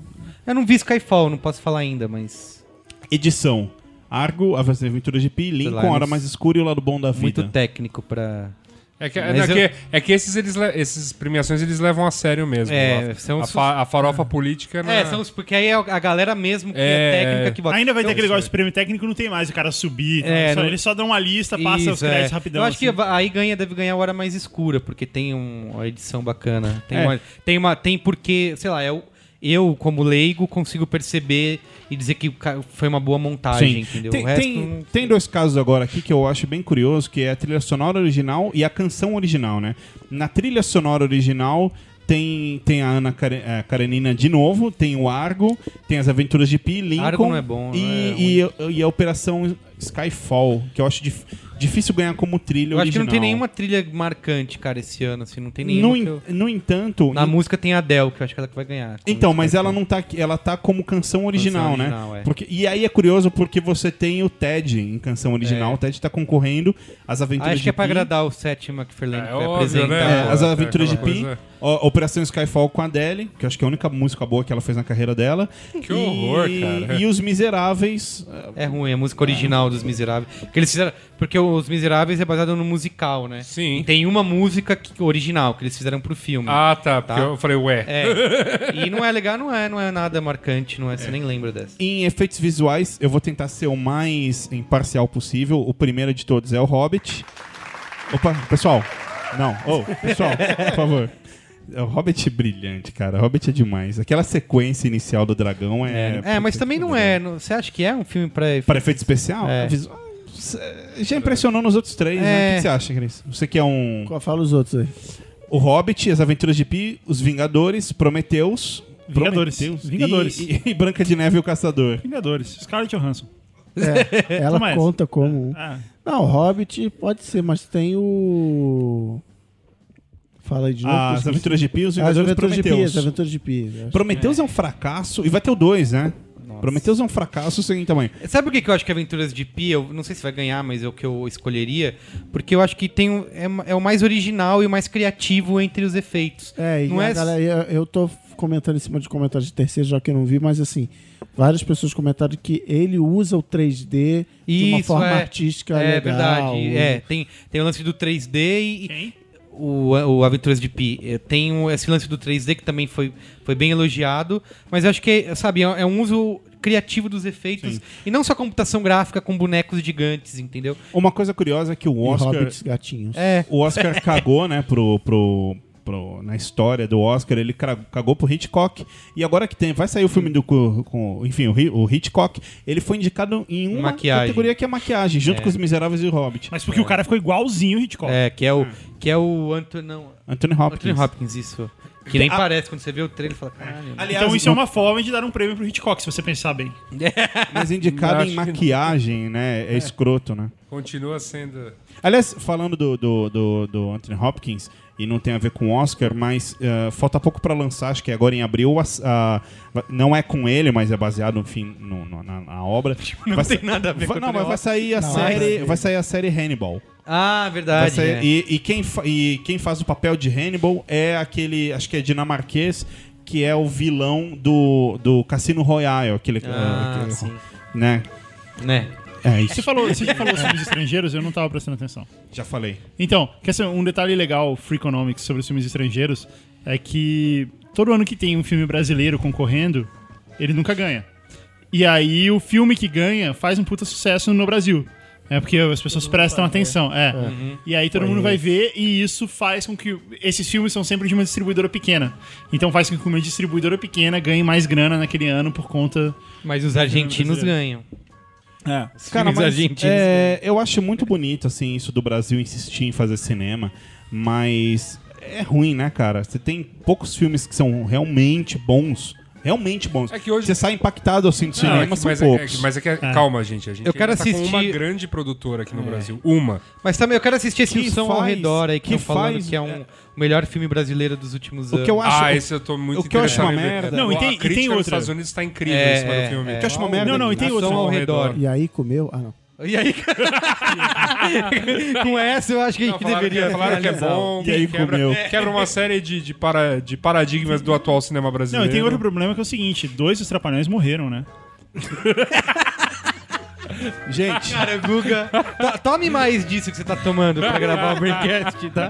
Speaker 1: Eu não vi Skyfall, não posso falar ainda, mas.
Speaker 5: edição. Argo, As Aventuras de Pi, Lincoln,
Speaker 1: lá,
Speaker 5: Hora
Speaker 1: mas-
Speaker 5: Mais Escura e O Lado Bom da Vida.
Speaker 1: Muito técnico pra.
Speaker 4: É que,
Speaker 1: Mas
Speaker 4: é
Speaker 1: eu-
Speaker 4: que, é que esses, eles, le- esses premiações eles levam a sério mesmo.
Speaker 1: É,
Speaker 4: a,
Speaker 1: são
Speaker 4: a,
Speaker 1: os-
Speaker 4: fa- a farofa política. na-
Speaker 1: É, são os, porque aí é a galera mesmo que é,
Speaker 4: É,
Speaker 1: técnica
Speaker 4: é.
Speaker 1: que vota. Então,
Speaker 2: Ainda vai ter
Speaker 1: Eu-
Speaker 2: aquele negócio de prêmio técnico, não tem mais o cara subir. tá,
Speaker 1: É,
Speaker 2: só-
Speaker 1: não-
Speaker 2: Ele só dá uma lista, passa os
Speaker 1: Isso, é.
Speaker 2: créditos rapidão.
Speaker 1: Eu acho que
Speaker 2: assim.
Speaker 1: va- aí ganha, deve ganhar a hora mais escura, porque tem um- uma edição bacana. Tem,
Speaker 5: É.
Speaker 1: uma, tem uma. Tem porque, sei lá, eu, eu, como leigo, consigo perceber e dizer que o ca- foi uma boa montagem, entendeu?
Speaker 5: Tem,
Speaker 1: o resto.
Speaker 5: tem-
Speaker 1: não-
Speaker 5: tem dois casos agora aqui que eu acho bem curioso, que é a trilha sonora original e a canção original, né? Na trilha sonora original tem, tem a Ana Kare- eh, Karenina de novo, tem o Argo, tem as Aventuras de Pi, Lincoln...
Speaker 1: Argo não é bom,
Speaker 5: E,
Speaker 1: é
Speaker 5: e, e a Operação Skyfall, que eu acho dif- difícil ganhar como trilha
Speaker 1: Eu
Speaker 5: original.
Speaker 1: acho que não tem nenhuma trilha marcante, cara, esse ano, assim, não tem nenhuma.
Speaker 5: No,
Speaker 1: que
Speaker 5: en-
Speaker 1: eu-
Speaker 5: no entanto...
Speaker 1: Na
Speaker 5: em-
Speaker 1: música tem a Adele, que eu acho que ela que vai ganhar.
Speaker 5: Então, mas
Speaker 1: Como-
Speaker 5: ela não tá aqui, ela tá como canção original,
Speaker 1: original,
Speaker 5: né?
Speaker 1: é.
Speaker 5: Porque, e aí é curioso porque você tem o Ted em canção original, o Ted tá concorrendo às aventuras
Speaker 1: É. Acho
Speaker 5: de
Speaker 1: que é pra
Speaker 5: Pi,
Speaker 1: agradar o sétimo McFarlane que
Speaker 4: É
Speaker 1: vai
Speaker 4: óbvio, né?
Speaker 1: apresentar.
Speaker 5: é, as
Speaker 4: É,
Speaker 5: aventuras de
Speaker 4: aquela
Speaker 5: Pi,
Speaker 4: coisa-
Speaker 5: ó, Operação Skyfall com a Adele, que eu acho que é a única música boa que ela fez na carreira dela.
Speaker 4: Que horror,
Speaker 5: e,
Speaker 4: cara.
Speaker 5: E os Miseráveis, eh,
Speaker 1: É ruim, a música original dos Miseráveis. Porque eles fizeram. Porque os Miseráveis é baseado no musical, né?
Speaker 4: Sim.
Speaker 1: E tem uma música que- original que eles fizeram pro filme.
Speaker 4: Ah, tá. Porque
Speaker 1: Tá.
Speaker 4: eu falei, ué.
Speaker 1: É. E não é legal, não é, não é nada marcante, não é, você nem lembra dessa.
Speaker 5: Em efeitos visuais, eu vou tentar ser o mais imparcial possível. O primeiro de todos é o Hobbit. Opa, pessoal. Não. Ô, pessoal, por favor. É O Hobbit é brilhante, cara. O Hobbit é demais. Aquela sequência inicial do dragão é.
Speaker 1: É, mas
Speaker 5: puta
Speaker 1: também
Speaker 5: que
Speaker 1: não
Speaker 5: pariu.
Speaker 1: é. não- Você acha que é um filme pra.
Speaker 5: Para efeito especial?
Speaker 1: É.
Speaker 5: É. visual- É, Já impressionou nos outros três, né?
Speaker 1: É.
Speaker 5: O que você acha, Cris? Você que é um.
Speaker 3: Qual- Fala os outros aí.
Speaker 5: O Hobbit, As Aventuras de Pi, Os Vingadores, Prometeus.
Speaker 2: Vingadores.
Speaker 5: Prometeus e-
Speaker 2: Vingadores.
Speaker 5: E, e Branca de Neve e o Caçador.
Speaker 2: Vingadores. Scarlett Johansson.
Speaker 3: É, ela
Speaker 2: Toma essa.
Speaker 3: conta como. um.
Speaker 2: Ah,
Speaker 3: Não, Hobbit pode ser, mas tem o. Fala aí de novo.
Speaker 5: Ah, As Aventuras de Pi, Os
Speaker 3: As Aventuras
Speaker 5: Vingadores,
Speaker 3: de Pia.
Speaker 5: Prometeus.
Speaker 3: As Aventuras de Pia.
Speaker 5: Prometeus é. um fracasso. E vai ter o 2, né? Prometeus é um fracasso sem tamanho.
Speaker 1: Sabe o que que eu acho que Aventuras de Pi, eu não sei se vai ganhar, mas é o que eu escolheria? Porque eu acho que tem um- é, ma- é o mais original e o mais criativo entre os efeitos.
Speaker 3: É, e
Speaker 1: não
Speaker 3: a
Speaker 1: é
Speaker 3: galera, eu, eu tô comentando em cima de comentários de terceiro, já que eu não vi, mas assim, várias pessoas comentaram que ele usa o 3D de uma
Speaker 1: Isso,
Speaker 3: forma
Speaker 1: é.
Speaker 3: artística
Speaker 1: É
Speaker 3: legal.
Speaker 1: verdade. É, tem, tem o lance do 3D e.
Speaker 2: Quem?
Speaker 1: O, o Aventuras de Pi. É, Tem o- esse lance do 3D que também foi, foi bem elogiado. Mas eu acho que, sabe, é é um uso criativo dos efeitos. E não só computação gráfica com bonecos gigantes, entendeu?
Speaker 5: Uma coisa curiosa é que o
Speaker 3: E
Speaker 5: Oscar,
Speaker 3: Hobbits gatinhos.
Speaker 1: É.
Speaker 5: o Oscar cagou, né, pro, pro, pro- na história do Oscar, ele cra- cagou pro Hitchcock. E agora que tem, vai sair o filme do co- com, enfim, o, Hi- o Hitchcock, ele foi indicado em uma
Speaker 1: Maquiagem.
Speaker 5: categoria que é maquiagem, junto com os Miseráveis e o Hobbit.
Speaker 2: Mas porque o cara ficou igualzinho o Hitchcock.
Speaker 1: É, que é o. Que é o Anthony. Não,
Speaker 5: Anthony Hopkins.
Speaker 1: Anthony Hopkins, Ah. isso. Que nem
Speaker 5: A-
Speaker 1: parece, quando você vê o trailer, fala, caralho.
Speaker 5: Aliás,
Speaker 2: Então isso é uma forma de dar um prêmio pro Hitchcock, se você pensar bem.
Speaker 5: mas indicado
Speaker 4: Acho
Speaker 5: em
Speaker 4: que não.
Speaker 5: maquiagem, né, é escroto, né?
Speaker 4: Continua sendo.
Speaker 5: Aliás, falando do, do, do, do Anthony Hopkins, e não tem a ver com o Oscar, mas eh, falta pouco pra lançar, acho que é agora em abril. as- a- va- não é com ele, mas é baseado enfim, no, no- na, na obra. Não
Speaker 1: Tipo, tem nada a ver
Speaker 5: vai,
Speaker 1: com
Speaker 5: Não,
Speaker 1: Anthony
Speaker 5: mas vai
Speaker 1: Hopkins.
Speaker 5: sair a
Speaker 3: Não,
Speaker 5: série.
Speaker 3: mas- é-
Speaker 5: Vai sair a série Hannibal.
Speaker 1: Ah,
Speaker 5: Vai
Speaker 1: verdade.
Speaker 5: sair-
Speaker 1: é.
Speaker 5: e, e quem fa- e quem faz o papel de Hannibal é aquele. Acho que é dinamarquês, que é o vilão do, do Cassino Royale, aquele. eh,
Speaker 1: Ah,
Speaker 5: aquele-
Speaker 1: sim.
Speaker 5: Né?
Speaker 1: Né?
Speaker 5: É isso.
Speaker 2: Você falou, você já falou os filmes estrangeiros, eu não tava prestando atenção.
Speaker 5: Já falei.
Speaker 2: Então, quer saber um detalhe legal, Freakonomics, sobre os filmes estrangeiros, é que todo ano que tem um filme brasileiro concorrendo, ele nunca ganha. E aí o filme que ganha faz um puta sucesso no Brasil. É porque as pessoas prestam atenção, é. E aí todo mundo vai ver e isso faz com que esses filmes são sempre de uma distribuidora pequena. Então faz com que uma distribuidora pequena ganhe mais grana naquele ano por conta
Speaker 1: Mas os argentinos ganham. Os
Speaker 5: Cara,
Speaker 1: filmes
Speaker 5: mas,
Speaker 1: argentinos. né?
Speaker 5: é, eu acho muito bonito, assim, isso do Brasil insistir em fazer cinema, mas é ruim, né, cara? Você tem poucos filmes que são realmente bons. Realmente bons.
Speaker 4: É que hoje-
Speaker 5: Você sai impactado, assim, do cinema,
Speaker 4: é que-
Speaker 5: são
Speaker 4: mas, é,
Speaker 5: poucos.
Speaker 4: é que- mas é que, calma, gente. A gente
Speaker 1: Eu quero
Speaker 4: ainda tá com uma
Speaker 1: assistir-
Speaker 4: grande produtora aqui no Brasil. Uma.
Speaker 1: Mas também eu quero assistir esse
Speaker 5: Que
Speaker 1: que som ao
Speaker 5: faz-
Speaker 1: redor aí, que,
Speaker 5: que
Speaker 1: estão falando
Speaker 5: faz-
Speaker 1: que é um, o melhor filme brasileiro dos últimos
Speaker 5: O
Speaker 1: anos.
Speaker 5: que eu acho,
Speaker 4: ah,
Speaker 5: o-
Speaker 4: esse eu tô muito
Speaker 5: o que eu acho
Speaker 4: interessado
Speaker 5: uma
Speaker 4: em ver.
Speaker 5: merda-
Speaker 2: Não, e tem- e
Speaker 4: a
Speaker 2: tem
Speaker 4: crítica nos
Speaker 2: outra.
Speaker 4: Estados Unidos tá incrível
Speaker 1: É,
Speaker 4: em cima
Speaker 1: é,
Speaker 4: do filme.
Speaker 1: é.
Speaker 5: o que eu acho uma merda.
Speaker 2: Não, não, e tem
Speaker 1: Ação
Speaker 2: outro.
Speaker 1: ao redor.
Speaker 3: E aí comeu. Ah, não.
Speaker 1: E aí, cara, com essa eu acho que a
Speaker 4: Não,
Speaker 1: gente
Speaker 4: falaram
Speaker 1: deveria
Speaker 4: que, falaram que é
Speaker 1: finalizar.
Speaker 4: bom,
Speaker 5: E aí
Speaker 4: quebra,
Speaker 5: comeu.
Speaker 4: quebra uma série de, de, para, de paradigmas do atual cinema
Speaker 2: Não, e
Speaker 4: brasileiro.
Speaker 2: tem outro problema que é o seguinte: dois dos trapalhões morreram, né?
Speaker 5: Gente,
Speaker 1: Cara, Guga, to- tome mais disso que você tá tomando pra gravar o Braincast, tá?